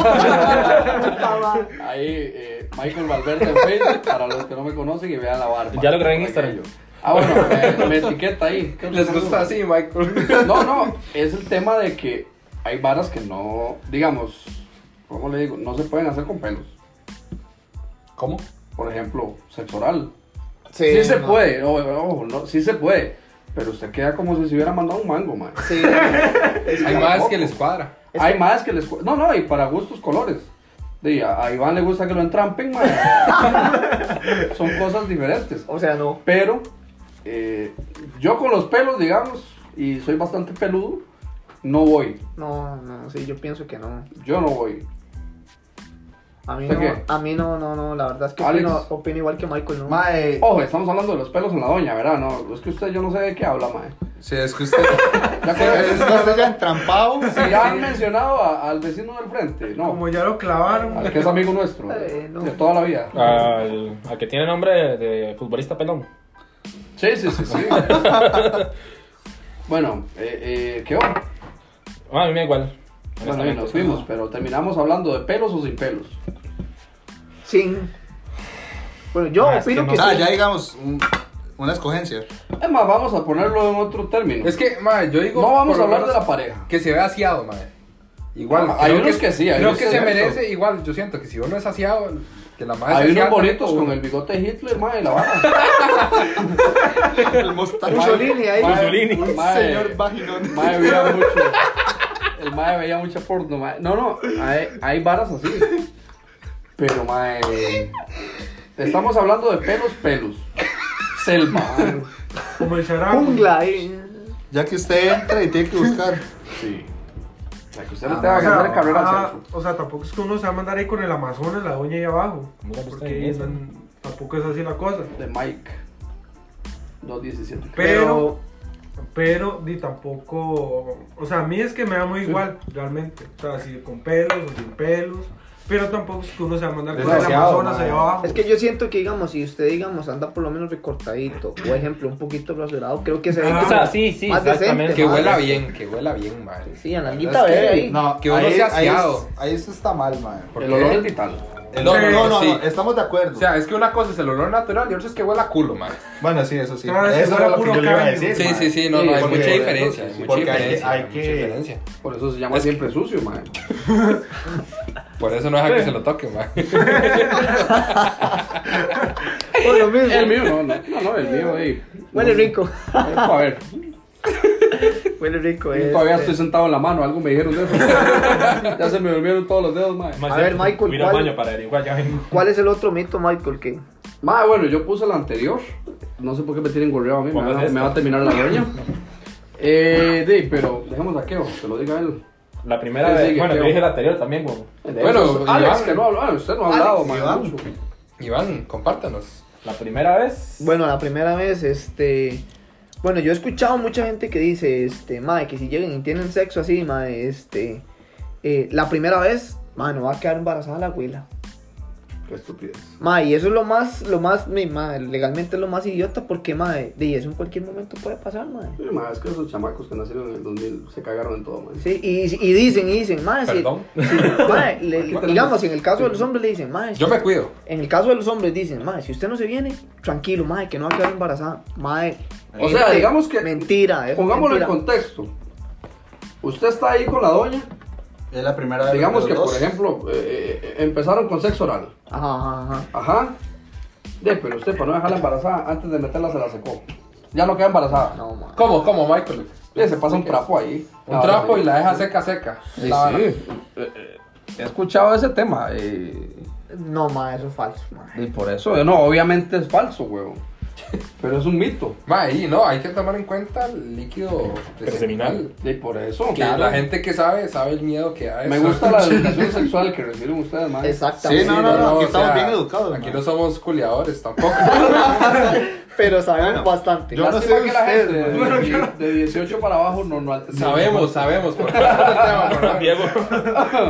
[SPEAKER 4] Ahí, eh, Michael Valverde en Facebook, para los que no me conocen y vean la barba.
[SPEAKER 1] Ya lo grabé en
[SPEAKER 4] Por
[SPEAKER 1] Instagram.
[SPEAKER 4] aquello. Ah, bueno, eh, me etiqueta ahí. ¿Qué
[SPEAKER 5] Les
[SPEAKER 4] otro
[SPEAKER 5] gusta
[SPEAKER 4] saludo?
[SPEAKER 5] así,
[SPEAKER 4] [laughs]
[SPEAKER 5] Michael.
[SPEAKER 4] No, no, es el tema de que hay varas que no, digamos, ¿cómo le digo? No se pueden hacer con pelos.
[SPEAKER 5] ¿Cómo?
[SPEAKER 4] Por ejemplo, sexo oral.
[SPEAKER 6] Sí,
[SPEAKER 4] Sí, se
[SPEAKER 6] no.
[SPEAKER 4] puede, no, ojo, no, sí se puede. Pero usted queda como si se hubiera mandado un mango, man.
[SPEAKER 6] Sí.
[SPEAKER 5] Hay más que les cuadra.
[SPEAKER 6] Es
[SPEAKER 4] hay
[SPEAKER 6] que-
[SPEAKER 4] más que les... cu- No, no, y para gustos colores. Di, a a Iván le gusta que lo entrampen,
[SPEAKER 6] [laughs]
[SPEAKER 4] man. Son cosas diferentes.
[SPEAKER 6] O sea, no.
[SPEAKER 4] Pero eh, yo con los pelos, digamos, y soy bastante peludo, no voy.
[SPEAKER 6] No, no, sí, yo pienso que no.
[SPEAKER 4] Yo no voy.
[SPEAKER 6] A mí
[SPEAKER 4] ¿Por
[SPEAKER 6] no,
[SPEAKER 4] qué?
[SPEAKER 6] a mí no, no, no, la verdad es que
[SPEAKER 4] Alex.
[SPEAKER 6] opino, opino igual que Michael, ¿no?
[SPEAKER 2] Mae.
[SPEAKER 4] Oh. Ojo, estamos hablando de los pelos en la doña, ¿verdad? No, es que usted yo no sé de qué habla, mae.
[SPEAKER 2] Sí, es que usted.
[SPEAKER 4] ¿Ya
[SPEAKER 6] [laughs]
[SPEAKER 2] es que usted ya entrampado.
[SPEAKER 4] Si ya han mencionado a- al vecino del frente, no,
[SPEAKER 7] Como ya lo clavaron.
[SPEAKER 4] al que es amigo nuestro,
[SPEAKER 6] Eh, no.
[SPEAKER 4] de toda la vida.
[SPEAKER 1] Al, al que tiene nombre de, de futbolista pelón.
[SPEAKER 4] Sí, sí, sí, sí. bueno, eh, eh, ¿qué onda?
[SPEAKER 1] Ah, a mí me da igual.
[SPEAKER 4] Bueno, bien, nos fuimos, pero terminamos hablando de pelos o sin pelos.
[SPEAKER 6] Sin. Bueno, yo
[SPEAKER 1] Ah, es
[SPEAKER 6] opino
[SPEAKER 1] que
[SPEAKER 6] que,
[SPEAKER 1] no-
[SPEAKER 2] Ah,
[SPEAKER 6] sí.
[SPEAKER 2] ya digamos, un- una escogencia.
[SPEAKER 4] Es más, vamos a ponerlo en otro término.
[SPEAKER 5] [laughs] Es que, mae, yo digo.
[SPEAKER 4] no vamos
[SPEAKER 5] por
[SPEAKER 4] a
[SPEAKER 5] lo
[SPEAKER 4] hablar de
[SPEAKER 5] menos
[SPEAKER 4] la pareja.
[SPEAKER 5] Que se vea aseado, mae. Igual.
[SPEAKER 4] Ah, hay
[SPEAKER 5] creo
[SPEAKER 4] unos que sí, hay
[SPEAKER 5] Creo
[SPEAKER 4] unos
[SPEAKER 5] que
[SPEAKER 4] que
[SPEAKER 5] se
[SPEAKER 4] sí.
[SPEAKER 5] merece igual. Yo siento que si uno es aseado, que la madre
[SPEAKER 4] Hay
[SPEAKER 5] sea
[SPEAKER 4] unos
[SPEAKER 5] aseada,
[SPEAKER 4] bonitos
[SPEAKER 5] o-
[SPEAKER 4] con el bigote de Hitler, madre, la vara.
[SPEAKER 2] El mostacho.
[SPEAKER 6] Mussolini ahí.
[SPEAKER 1] Mussolini.
[SPEAKER 4] Un
[SPEAKER 2] Señor vaginón.
[SPEAKER 4] Mae veía mucho. El mae veía mucha porno, mae. No, no, hay, hay varas así. Pero, mae. Estamos hablando de pelos, pelos. Selva. mae.
[SPEAKER 7] Como el characo.
[SPEAKER 6] Jungla eh. ahí.
[SPEAKER 2] Ya que usted entra y tiene que buscar.
[SPEAKER 4] Sí. O sea, que usted no
[SPEAKER 5] Ah,
[SPEAKER 4] tenga
[SPEAKER 7] O
[SPEAKER 4] que hacer
[SPEAKER 7] sea,
[SPEAKER 4] carrera al
[SPEAKER 7] ah,
[SPEAKER 4] centro.
[SPEAKER 7] o sea, tampoco es que uno se va a mandar ahí con el Amazonas, la doña ahí abajo.
[SPEAKER 1] Mira, pues, está
[SPEAKER 7] Porque
[SPEAKER 1] bien eso.
[SPEAKER 7] no- tampoco es así la cosa.
[SPEAKER 4] De Mike. 217.
[SPEAKER 7] Pero, pero, ni tampoco. O sea, a mí es que me da muy igual, realmente. O sea, si con pelos o sin pelos. Pero tampoco es que uno se va a mandar con el
[SPEAKER 5] Desgraciado,
[SPEAKER 7] Amazonas
[SPEAKER 5] mae.
[SPEAKER 7] allá abajo.
[SPEAKER 6] Es que yo siento que, digamos, si usted, digamos, anda por lo menos recortadito, por ejemplo, un poquito rasurado, creo que se ve
[SPEAKER 7] Ah,
[SPEAKER 6] como
[SPEAKER 7] o sea,
[SPEAKER 1] sí, sí,
[SPEAKER 6] más
[SPEAKER 1] exactamente.
[SPEAKER 6] decente.
[SPEAKER 5] Que
[SPEAKER 6] mae.
[SPEAKER 5] huela bien, que huela bien, madre.
[SPEAKER 6] Sí, en la
[SPEAKER 5] La
[SPEAKER 6] guita
[SPEAKER 5] verdad es
[SPEAKER 6] bebe
[SPEAKER 5] que-
[SPEAKER 6] ahí.
[SPEAKER 2] No,
[SPEAKER 5] Que uno
[SPEAKER 2] ahí-
[SPEAKER 5] sea
[SPEAKER 2] ahí
[SPEAKER 5] aseado.
[SPEAKER 2] es- Ahí eso está mal, man.
[SPEAKER 5] ¿Por
[SPEAKER 4] El
[SPEAKER 5] qué?
[SPEAKER 4] olor es vital.
[SPEAKER 2] No,
[SPEAKER 7] Sí,
[SPEAKER 2] no, no,
[SPEAKER 5] sí.
[SPEAKER 2] no, estamos de acuerdo.
[SPEAKER 5] O sea, es que una cosa es el olor natural y otra es que huela a culo, madre.
[SPEAKER 2] bueno, sí, eso sí.
[SPEAKER 7] Claro, es que
[SPEAKER 2] eso
[SPEAKER 7] huele
[SPEAKER 2] es lo
[SPEAKER 7] a
[SPEAKER 2] que
[SPEAKER 7] puro
[SPEAKER 2] yo le iba a
[SPEAKER 7] caño.
[SPEAKER 2] decir.
[SPEAKER 5] Sí,
[SPEAKER 2] mae.
[SPEAKER 5] sí, sí, no,
[SPEAKER 4] Sí,
[SPEAKER 5] no, hay
[SPEAKER 4] porque-
[SPEAKER 5] mucha diferencia. hay
[SPEAKER 2] sí,
[SPEAKER 5] mucha
[SPEAKER 2] porque hay que-
[SPEAKER 5] diferencia.
[SPEAKER 2] hay
[SPEAKER 5] mucha
[SPEAKER 2] que-
[SPEAKER 5] diferencia.
[SPEAKER 4] Por eso se llama
[SPEAKER 5] Es que-
[SPEAKER 4] siempre sucio, mae.
[SPEAKER 5] Por eso no deja que se lo toque, madre.
[SPEAKER 6] Por lo mismo.
[SPEAKER 4] El mío, no, no, no, no, el mío, ey.
[SPEAKER 6] Huele rico. [laughs]
[SPEAKER 4] Eh, A ver,
[SPEAKER 6] Huele rico,
[SPEAKER 4] yo
[SPEAKER 6] eh.
[SPEAKER 4] todavía estoy sentado en la mano, algo me dijeron de eso. [laughs] ya se me durmieron todos los dedos, mae.
[SPEAKER 1] Más
[SPEAKER 6] A
[SPEAKER 1] cierto,
[SPEAKER 6] ver, Michael,
[SPEAKER 1] voy a ir al
[SPEAKER 6] ¿cuál?
[SPEAKER 1] baño para averiguar, ya vengo.
[SPEAKER 6] ¿Cuál es el otro mito, Michael? Que
[SPEAKER 4] Ma, bueno, yo puse la anterior. No sé por qué me tienen gorreado a mí. Me
[SPEAKER 1] Pongas
[SPEAKER 4] va,
[SPEAKER 1] esta.
[SPEAKER 4] me va a terminar la dueña. eh, di, pero dejemos a Keo, que lo diga él.
[SPEAKER 1] La primera
[SPEAKER 4] Sí,
[SPEAKER 1] vez,
[SPEAKER 4] sigue,
[SPEAKER 1] bueno,
[SPEAKER 4] creo.
[SPEAKER 1] yo dije la anterior también, güey.
[SPEAKER 4] De
[SPEAKER 5] Bueno,
[SPEAKER 4] esos- Alex,
[SPEAKER 5] Iván.
[SPEAKER 4] que no ha hablado. Usted no ha hablado,
[SPEAKER 2] Alex,
[SPEAKER 4] ma.
[SPEAKER 2] Iván.
[SPEAKER 4] mucho.
[SPEAKER 5] Iván, compártanos.
[SPEAKER 1] La primera vez.
[SPEAKER 6] Bueno, la primera vez, este. Bueno, yo he escuchado mucha gente que dice, este, madre, que si llegan y tienen sexo así, madre, este. eh, la primera vez, mano, va a quedar embarazada la abuela.
[SPEAKER 4] Qué estupidez.
[SPEAKER 6] Madre, y eso es lo más, lo más, mi madre, legalmente es lo más idiota porque, madre, de eso en cualquier momento puede pasar, madre.
[SPEAKER 4] Sí, ma, es que esos chamacos que nacieron en el 2000 se cagaron en todo, ma.
[SPEAKER 6] Sí, y, y dicen, y dicen, madre, si-
[SPEAKER 5] Perdón.
[SPEAKER 6] si-
[SPEAKER 4] [laughs]
[SPEAKER 6] madre, le-
[SPEAKER 4] Aquí tenemos.
[SPEAKER 6] digamos, en el caso de los hombres le dicen, madre,
[SPEAKER 5] Yo me cuido.
[SPEAKER 6] en el caso de los hombres dicen, madre, si usted no se viene, tranquilo, madre, que no va a quedar embarazada, madre.
[SPEAKER 4] O sea, digamos que-
[SPEAKER 6] Mentira, es
[SPEAKER 4] Pongámoslo en
[SPEAKER 6] mentira.
[SPEAKER 4] contexto. Usted está ahí con la doña.
[SPEAKER 2] Es la primera vez.
[SPEAKER 4] Digamos
[SPEAKER 2] de
[SPEAKER 4] que,
[SPEAKER 2] los
[SPEAKER 4] por
[SPEAKER 2] dos.
[SPEAKER 4] ejemplo, eh, eh, empezaron con sexo oral.
[SPEAKER 6] Ajá, ajá, ajá.
[SPEAKER 4] Ajá. De, pero usted, para no dejarla embarazada, antes de meterla se la secó. Ya no queda embarazada.
[SPEAKER 6] No, ma.
[SPEAKER 5] ¿Cómo, cómo, Michael?
[SPEAKER 4] Sí, se pasa un trapo ahí.
[SPEAKER 5] Un trapo y la deja seca, seca.
[SPEAKER 4] Sí,
[SPEAKER 5] La vara.
[SPEAKER 4] sí. Eh, eh, He escuchado ese tema eh,
[SPEAKER 6] No, ma, eso es falso, ma.
[SPEAKER 4] y por eso, eh, no, obviamente es falso,
[SPEAKER 5] [laughs]
[SPEAKER 4] huevo. Pero es un mito.
[SPEAKER 5] Ma, y no, hay que tomar en cuenta el líquido
[SPEAKER 1] Preseminal.
[SPEAKER 5] preseminal.
[SPEAKER 4] Y por eso,
[SPEAKER 5] Que
[SPEAKER 4] claro.
[SPEAKER 5] la gente que sabe, sabe el miedo que hay.
[SPEAKER 4] Me gusta
[SPEAKER 5] [laughs]
[SPEAKER 4] la educación sexual que reciben ustedes, man.
[SPEAKER 6] Exactamente.
[SPEAKER 2] Sí, no, no, no,
[SPEAKER 5] o
[SPEAKER 2] aquí
[SPEAKER 5] sea,
[SPEAKER 2] estamos bien educados.
[SPEAKER 5] Aquí
[SPEAKER 2] mae.
[SPEAKER 5] no somos culiadores tampoco. [laughs]
[SPEAKER 6] Pero sabemos
[SPEAKER 2] Bueno,
[SPEAKER 6] bastante.
[SPEAKER 2] yo- no
[SPEAKER 4] Lástima
[SPEAKER 2] sé
[SPEAKER 4] que la
[SPEAKER 2] usted,
[SPEAKER 4] gente de, de- de 18 para abajo no, no
[SPEAKER 5] sabemos, sabemos. porque nosotros tenemos programa.
[SPEAKER 1] Diego.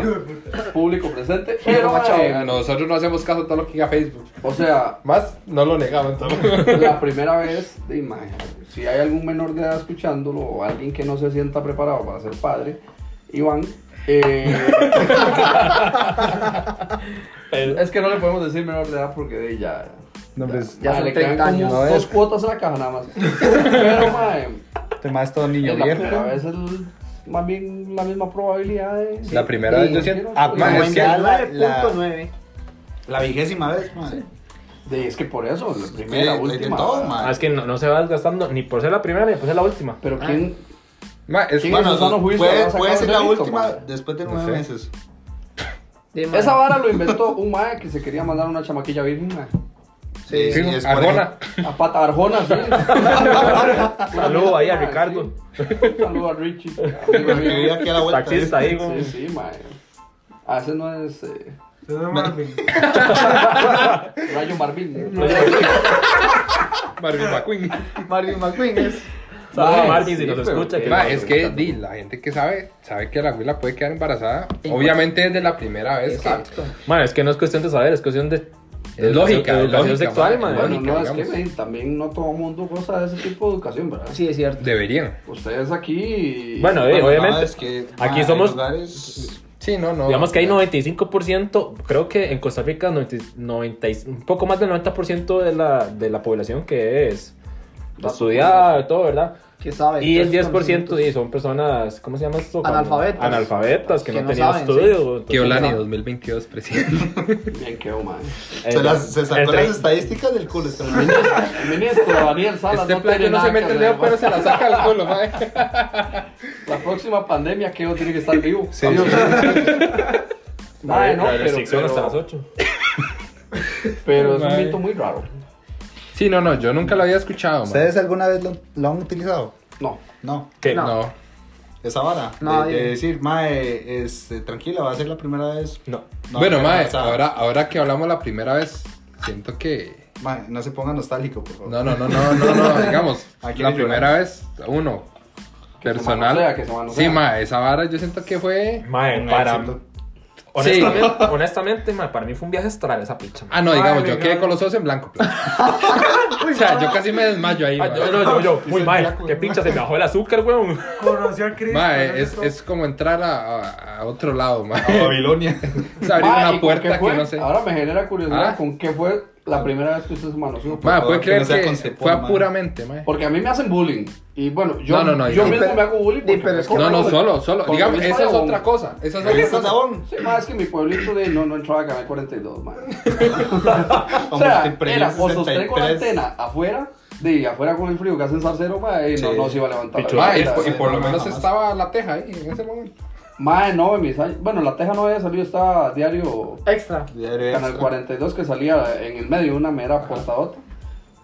[SPEAKER 4] público presente, pero eh,
[SPEAKER 5] A nosotros no hacemos caso a todo lo que diga Facebook.
[SPEAKER 4] o sea,
[SPEAKER 5] Más, no lo
[SPEAKER 4] [laughs]
[SPEAKER 5] negamos tampoco.
[SPEAKER 4] la primera vez, imagínate, si hay algún menor de edad escuchándolo o alguien que no se sienta preparado para ser padre, Iván, eh, [laughs] es que no le podemos decir menor de edad porque de, ya,
[SPEAKER 2] No, pues,
[SPEAKER 6] Ya
[SPEAKER 4] ma,
[SPEAKER 6] son
[SPEAKER 4] le quedan
[SPEAKER 6] 30 años,
[SPEAKER 4] como
[SPEAKER 2] ¿no?
[SPEAKER 4] dos cuotas a la caja nada más. Pero, mae,
[SPEAKER 2] te más todo niño
[SPEAKER 4] Este es la
[SPEAKER 2] mierda.
[SPEAKER 4] primera vez el, más bien la misma probabilidad de...
[SPEAKER 5] La primera vez yo siento.
[SPEAKER 4] Ah,
[SPEAKER 5] Ma, es que-
[SPEAKER 6] 99.9.
[SPEAKER 2] La vigésima vez, madre.
[SPEAKER 4] de- es que por eso, la primera,
[SPEAKER 2] de, de- de
[SPEAKER 4] última.
[SPEAKER 2] todo,
[SPEAKER 4] ¿verdad?
[SPEAKER 1] Ah,
[SPEAKER 2] madre.
[SPEAKER 1] es que no, no se va desgastando ni por ser la primera ni por ser la última.
[SPEAKER 4] Pero quién...
[SPEAKER 5] Ma, es-
[SPEAKER 4] ¿Quién
[SPEAKER 2] Bueno,
[SPEAKER 4] en su sano juicio
[SPEAKER 2] puede,
[SPEAKER 4] habrá
[SPEAKER 2] puede
[SPEAKER 4] sacado
[SPEAKER 2] ser
[SPEAKER 4] el
[SPEAKER 2] la
[SPEAKER 4] delito,
[SPEAKER 2] última
[SPEAKER 4] madre?
[SPEAKER 2] después de
[SPEAKER 5] No
[SPEAKER 2] nueve
[SPEAKER 5] sé.
[SPEAKER 2] meses.
[SPEAKER 6] Sí, ma.
[SPEAKER 4] Esa vara lo inventó un mae que se quería mandar una chamaquilla virgen. mae.
[SPEAKER 6] Sí.
[SPEAKER 5] sí,
[SPEAKER 2] y es por
[SPEAKER 5] Arjona.
[SPEAKER 4] A pata arjona,
[SPEAKER 5] [laughs]
[SPEAKER 4] sí. Ah,
[SPEAKER 1] Saludo ahí a Ricardo.
[SPEAKER 4] Saludo a
[SPEAKER 5] [laughs]
[SPEAKER 4] Richie.
[SPEAKER 2] Porque vive aquí a la vuelta.
[SPEAKER 1] Taxista ahí, güey.
[SPEAKER 4] Sí, sí, mae. Ah, ese no es eh,
[SPEAKER 7] Se llama Marvin.
[SPEAKER 4] Rayo Marvin. ¿no? [laughs]
[SPEAKER 5] Marvin McQueen.
[SPEAKER 4] Ah.
[SPEAKER 6] Marvin McQueen es.
[SPEAKER 3] Saludos,
[SPEAKER 4] Mae,
[SPEAKER 3] Marvin, si
[SPEAKER 4] sí,
[SPEAKER 3] nos
[SPEAKER 4] pero
[SPEAKER 3] escucha.
[SPEAKER 4] qué
[SPEAKER 3] que-
[SPEAKER 5] Ma, es que
[SPEAKER 4] Exacto.
[SPEAKER 5] di, la gente que sabe, sabe que la güila puede quedar embarazada. Obviamente desde la primera vez. ¿sabe?
[SPEAKER 6] Exacto.
[SPEAKER 3] Mae, es que no es cuestión de saber, es cuestión de.
[SPEAKER 5] Es lógica,
[SPEAKER 3] de educación
[SPEAKER 5] lógica,
[SPEAKER 3] sexual,
[SPEAKER 5] mae,
[SPEAKER 3] mae.
[SPEAKER 4] Bueno,
[SPEAKER 5] lógica,
[SPEAKER 4] no, es que
[SPEAKER 5] digamos.
[SPEAKER 4] men, también no todo mundo goza de ese tipo de educación, ¿verdad?
[SPEAKER 6] Sí, es cierto.
[SPEAKER 5] Deberían.
[SPEAKER 4] Ustedes aquí.
[SPEAKER 3] Bueno, eh, obviamente.
[SPEAKER 2] es que,
[SPEAKER 3] aquí
[SPEAKER 2] hay
[SPEAKER 3] somos-
[SPEAKER 2] lugares-
[SPEAKER 5] Sí, no, no.
[SPEAKER 3] Digamos que hay 95%, creo que en Costa Rica 90, 90 y- un poco más del 90% de la, de la población que es estudiada, todo, ¿verdad?
[SPEAKER 6] Que sabe.
[SPEAKER 3] Y el
[SPEAKER 6] Ah,
[SPEAKER 3] 10% y
[SPEAKER 6] entonces, conocimientos.
[SPEAKER 3] son personas, ¿cómo se llama esto? Cuando-
[SPEAKER 6] Analfabetas.
[SPEAKER 3] Analfabetas, que,
[SPEAKER 6] Que
[SPEAKER 3] no,
[SPEAKER 6] no
[SPEAKER 3] tenían
[SPEAKER 6] saben, sí.
[SPEAKER 3] estudios.
[SPEAKER 5] Que
[SPEAKER 3] entonces,
[SPEAKER 5] Olani 2022 presidente.
[SPEAKER 4] Bien, quedó, man.
[SPEAKER 3] el-
[SPEAKER 2] Se, las, se
[SPEAKER 3] el
[SPEAKER 2] sacó
[SPEAKER 3] tre-
[SPEAKER 2] las estadísticas del culo. este man.
[SPEAKER 4] El ministro Daniel Salas
[SPEAKER 5] Este
[SPEAKER 4] no
[SPEAKER 5] plan
[SPEAKER 4] tiene
[SPEAKER 5] que no
[SPEAKER 4] nada
[SPEAKER 5] se mete
[SPEAKER 4] que
[SPEAKER 5] el dedo,
[SPEAKER 4] hacer,
[SPEAKER 5] pero
[SPEAKER 4] man.
[SPEAKER 5] se la saca al culo, mae.
[SPEAKER 4] La próxima pandemia, Keo tiene que estar vivo.
[SPEAKER 2] Sí.
[SPEAKER 4] [laughs] Mae, no,
[SPEAKER 3] la
[SPEAKER 4] pero,
[SPEAKER 3] restricción hasta
[SPEAKER 4] pero-
[SPEAKER 3] las 8.
[SPEAKER 4] pero es un
[SPEAKER 5] Mae.
[SPEAKER 4] mito muy raro.
[SPEAKER 5] [laughs] Sí, no, no, yo nunca lo había escuchado,
[SPEAKER 2] [laughs]
[SPEAKER 5] mae.
[SPEAKER 2] ¿Ustedes alguna vez lo, lo han utilizado?
[SPEAKER 4] No.
[SPEAKER 2] No.
[SPEAKER 3] ¿Qué?
[SPEAKER 6] No.
[SPEAKER 5] No.
[SPEAKER 2] Esa vara.
[SPEAKER 6] No,
[SPEAKER 2] de, de
[SPEAKER 6] yo-
[SPEAKER 2] decir, mae, este, tranquila, va a ser la primera vez.
[SPEAKER 3] No.
[SPEAKER 2] No,
[SPEAKER 5] bueno,
[SPEAKER 2] no,
[SPEAKER 5] mae,
[SPEAKER 2] no,
[SPEAKER 5] ahora, ahora que hablamos la primera vez, siento que.
[SPEAKER 2] Mae, no se ponga nostálgico, por favor.
[SPEAKER 5] No, no, no, no, no, no, digamos,
[SPEAKER 2] Aquí
[SPEAKER 5] la
[SPEAKER 2] no llora.
[SPEAKER 5] primera vez, uno,
[SPEAKER 4] Que se
[SPEAKER 5] personal.
[SPEAKER 4] manosea, que se manosea.
[SPEAKER 5] sí, ma, esa vara yo siento que fue...
[SPEAKER 3] Mae,
[SPEAKER 2] Un
[SPEAKER 3] para.
[SPEAKER 2] éxito.
[SPEAKER 3] Honestamente, honestamente mae, para mí fue un viaje astral esa picha. mae.
[SPEAKER 5] Ah, no, digamos,
[SPEAKER 7] Ay,
[SPEAKER 5] yo
[SPEAKER 7] me
[SPEAKER 5] quedé
[SPEAKER 7] gano.
[SPEAKER 5] con los ojos en blanco. plan. o sea, yo casi me desmayo ahí,
[SPEAKER 3] Ah,
[SPEAKER 5] ma.
[SPEAKER 3] yo, yo, yo, yo, muy mal. Qué pincha, se me bajó el azúcar, weón.
[SPEAKER 7] Conoció a Cristo.
[SPEAKER 5] Ma,
[SPEAKER 7] ¿no?
[SPEAKER 5] es, es como entrar a, a- a otro lado, ma.
[SPEAKER 2] A
[SPEAKER 4] [laughs]
[SPEAKER 2] Babilonia.
[SPEAKER 5] O sea, abrir
[SPEAKER 4] Mae, ¿y
[SPEAKER 5] una
[SPEAKER 4] con
[SPEAKER 5] puerta
[SPEAKER 4] qué
[SPEAKER 5] que
[SPEAKER 4] fue?
[SPEAKER 5] no sé.
[SPEAKER 4] Ahora me genera curiosidad
[SPEAKER 5] Ah.
[SPEAKER 4] con qué fue la primera vez que usted se manoseó.
[SPEAKER 5] Ma,
[SPEAKER 2] favor,
[SPEAKER 5] puede
[SPEAKER 2] que
[SPEAKER 5] creer
[SPEAKER 2] no sea
[SPEAKER 5] que,
[SPEAKER 2] conceptual,
[SPEAKER 5] fue
[SPEAKER 2] ma.
[SPEAKER 5] puramente, ma.
[SPEAKER 4] Porque a mí me hacen bullying. Y bueno, yo,
[SPEAKER 5] No, no, no,
[SPEAKER 4] yo
[SPEAKER 5] y-
[SPEAKER 4] mismo
[SPEAKER 6] pero-
[SPEAKER 4] me hago bullying.
[SPEAKER 6] y
[SPEAKER 4] porque
[SPEAKER 6] pero
[SPEAKER 4] me
[SPEAKER 6] es que-
[SPEAKER 5] No,
[SPEAKER 4] cobran,
[SPEAKER 5] no,
[SPEAKER 4] güey.
[SPEAKER 5] solo, solo.
[SPEAKER 4] Porque
[SPEAKER 5] Digamos,
[SPEAKER 4] yo soy
[SPEAKER 5] esa es
[SPEAKER 4] huevón.
[SPEAKER 5] otra cosa. Esa
[SPEAKER 2] [laughs]
[SPEAKER 5] es otra
[SPEAKER 2] ¿Viste
[SPEAKER 5] cosa.
[SPEAKER 2] Sabón?
[SPEAKER 4] Sí, ma, es que mi pueblito de no, no entraba a Canal 42,
[SPEAKER 5] [laughs]
[SPEAKER 4] ma. o
[SPEAKER 2] Hombre,
[SPEAKER 4] sea,
[SPEAKER 2] te prendí
[SPEAKER 4] era o sostengo la
[SPEAKER 2] 63.
[SPEAKER 4] antena afuera, de afuera con el frío que hace en Sarcero, ma, y no,
[SPEAKER 2] Sí.
[SPEAKER 4] no se iba a levantar.
[SPEAKER 3] Picho,
[SPEAKER 5] Ma,
[SPEAKER 4] la
[SPEAKER 5] y,
[SPEAKER 4] ventana.
[SPEAKER 5] por- y por lo
[SPEAKER 2] No,
[SPEAKER 5] menos
[SPEAKER 2] jamás.
[SPEAKER 5] estaba la teja ahí en ese momento.
[SPEAKER 4] Ma, no, en mis años- Bueno, la teja no había salido, estaba diario
[SPEAKER 6] Extra.
[SPEAKER 2] Diario
[SPEAKER 4] Canal
[SPEAKER 2] extra.
[SPEAKER 4] 42 que salía en el medio, una mera portadota.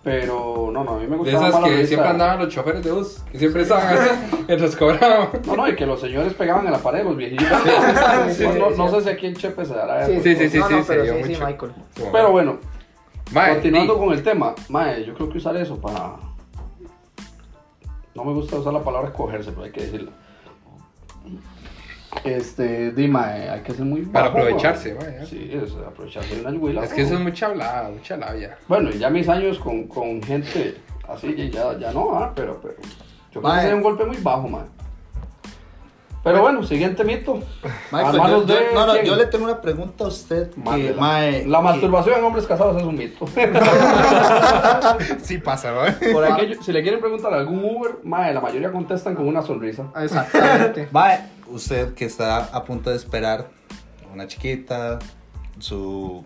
[SPEAKER 4] Pero no, no, a mí me
[SPEAKER 5] De
[SPEAKER 4] gustaba
[SPEAKER 5] esas
[SPEAKER 4] más la
[SPEAKER 5] que
[SPEAKER 4] revista-
[SPEAKER 5] siempre andaban los choferes de bus, que siempre estaban así, [laughs] mientras cobraban.
[SPEAKER 4] No, no, y que los señores pegaban en la pared, los viejitos. no, no- no sé si aquí en Chepe se dará eso.
[SPEAKER 5] Sí, sí, sí,
[SPEAKER 6] No,
[SPEAKER 5] sí,
[SPEAKER 6] no,
[SPEAKER 5] se
[SPEAKER 6] pero
[SPEAKER 5] dio
[SPEAKER 6] sí, sí,
[SPEAKER 5] mucho.
[SPEAKER 6] Michael.
[SPEAKER 4] Pero bueno,
[SPEAKER 5] Mae,
[SPEAKER 4] Continuando
[SPEAKER 5] di,
[SPEAKER 4] con el tema, mae, yo creo que usar eso para. No me gusta usar la palabra cogerse, pero hay que decirla. Este, di, mae, hay que ser muy.
[SPEAKER 5] Para
[SPEAKER 4] bajo,
[SPEAKER 5] aprovecharse,
[SPEAKER 4] mae.
[SPEAKER 5] mae.
[SPEAKER 4] Sí, es aprovecharse de una yuguila.
[SPEAKER 5] Es que eso es mucha hablada, mucha labia.
[SPEAKER 4] Bueno, y ya mis años con, con gente así, y ya, ya no, ah, pero, pero. Yo creo que
[SPEAKER 2] Mae.
[SPEAKER 4] sería un golpe muy bajo, mae. Pero bueno, siguiente mito.
[SPEAKER 2] Michael,
[SPEAKER 4] Hermanos
[SPEAKER 2] pues yo, yo-
[SPEAKER 4] de-
[SPEAKER 2] no, no,
[SPEAKER 4] ¿quién?
[SPEAKER 2] yo le tengo una pregunta a usted. que,
[SPEAKER 4] Mándela.
[SPEAKER 2] mae,
[SPEAKER 4] la
[SPEAKER 2] que-
[SPEAKER 4] masturbación en hombres casados es un
[SPEAKER 2] [laughs]
[SPEAKER 4] mito. [laughs]
[SPEAKER 5] Sí pasa, ¿no?
[SPEAKER 4] Por aquello, si le quieren preguntar a algún Uber, mae, la mayoría contestan con una sonrisa. [laughs]
[SPEAKER 6] Exactamente.
[SPEAKER 2] Mae, usted que está a punto de esperar a una chiquita, su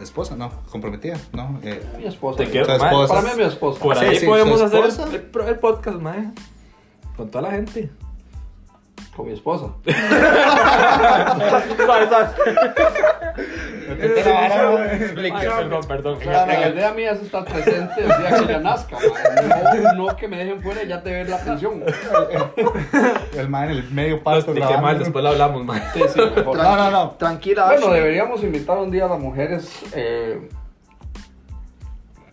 [SPEAKER 2] esposa, no, comprometida, no, eh,
[SPEAKER 4] Mi esposa.
[SPEAKER 3] Te quiero,
[SPEAKER 2] Su
[SPEAKER 3] mae. pues,
[SPEAKER 2] esposa.
[SPEAKER 4] Para mí es mi esposa.
[SPEAKER 3] Por
[SPEAKER 2] Sí,
[SPEAKER 3] ahí
[SPEAKER 2] sí,
[SPEAKER 3] podemos
[SPEAKER 2] su
[SPEAKER 3] hacer
[SPEAKER 2] esposa.
[SPEAKER 3] el, el- el podcast, mae. Con toda la gente.
[SPEAKER 4] Con
[SPEAKER 3] [laughs]
[SPEAKER 4] mi esposa.
[SPEAKER 3] Sabe, sabe. Ay,
[SPEAKER 5] Explica.
[SPEAKER 3] Perdón, perdón.
[SPEAKER 4] O sea, la idea mía es estar presente el día que ella nazca. mae. No, no que me dejen fuera y ya te ven
[SPEAKER 2] [laughs]
[SPEAKER 4] la pensión.
[SPEAKER 2] el mae en el medio
[SPEAKER 3] Lo
[SPEAKER 2] parto
[SPEAKER 3] expliqué mal,
[SPEAKER 2] grabando.
[SPEAKER 3] después lo hablamos, mae.
[SPEAKER 4] Sí, sí, mejor.
[SPEAKER 2] No, no, no.
[SPEAKER 6] Tranquila,
[SPEAKER 4] Bueno,
[SPEAKER 6] Ashley.
[SPEAKER 4] deberíamos invitar un día a las mujeres. eh,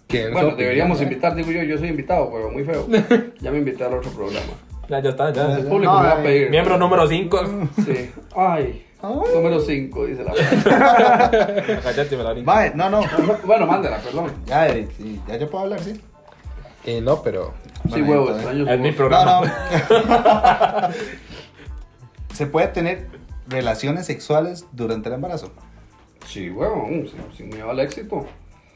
[SPEAKER 5] Que en su
[SPEAKER 4] bueno,
[SPEAKER 5] opinión,
[SPEAKER 4] deberíamos
[SPEAKER 5] ¿eh?
[SPEAKER 4] invitar, digo yo, yo soy invitado, pero muy feo. Ya me invité al otro programa.
[SPEAKER 3] Ya, ya está, ya.
[SPEAKER 4] El público me va a pedir.
[SPEAKER 3] Miembro número 5.
[SPEAKER 4] Sí. Ay, número 5, dice la.
[SPEAKER 3] Cállate, me la brinco.
[SPEAKER 2] Mae, no, no.
[SPEAKER 4] [laughs] Bueno, mándela, perdón.
[SPEAKER 2] Ya, eh, sí, ya yo puedo hablar, sí.
[SPEAKER 5] Eh, no, pero.
[SPEAKER 4] Sí,
[SPEAKER 2] Bueno,
[SPEAKER 4] huevo,
[SPEAKER 2] entonces-
[SPEAKER 4] extraño.
[SPEAKER 3] Es mi
[SPEAKER 4] tu voz.
[SPEAKER 2] No,
[SPEAKER 3] programa.
[SPEAKER 2] no. [laughs] ¿Se puede tener relaciones sexuales durante el embarazo?
[SPEAKER 4] Sí, huevo, mm, sin, sin miedo al éxito.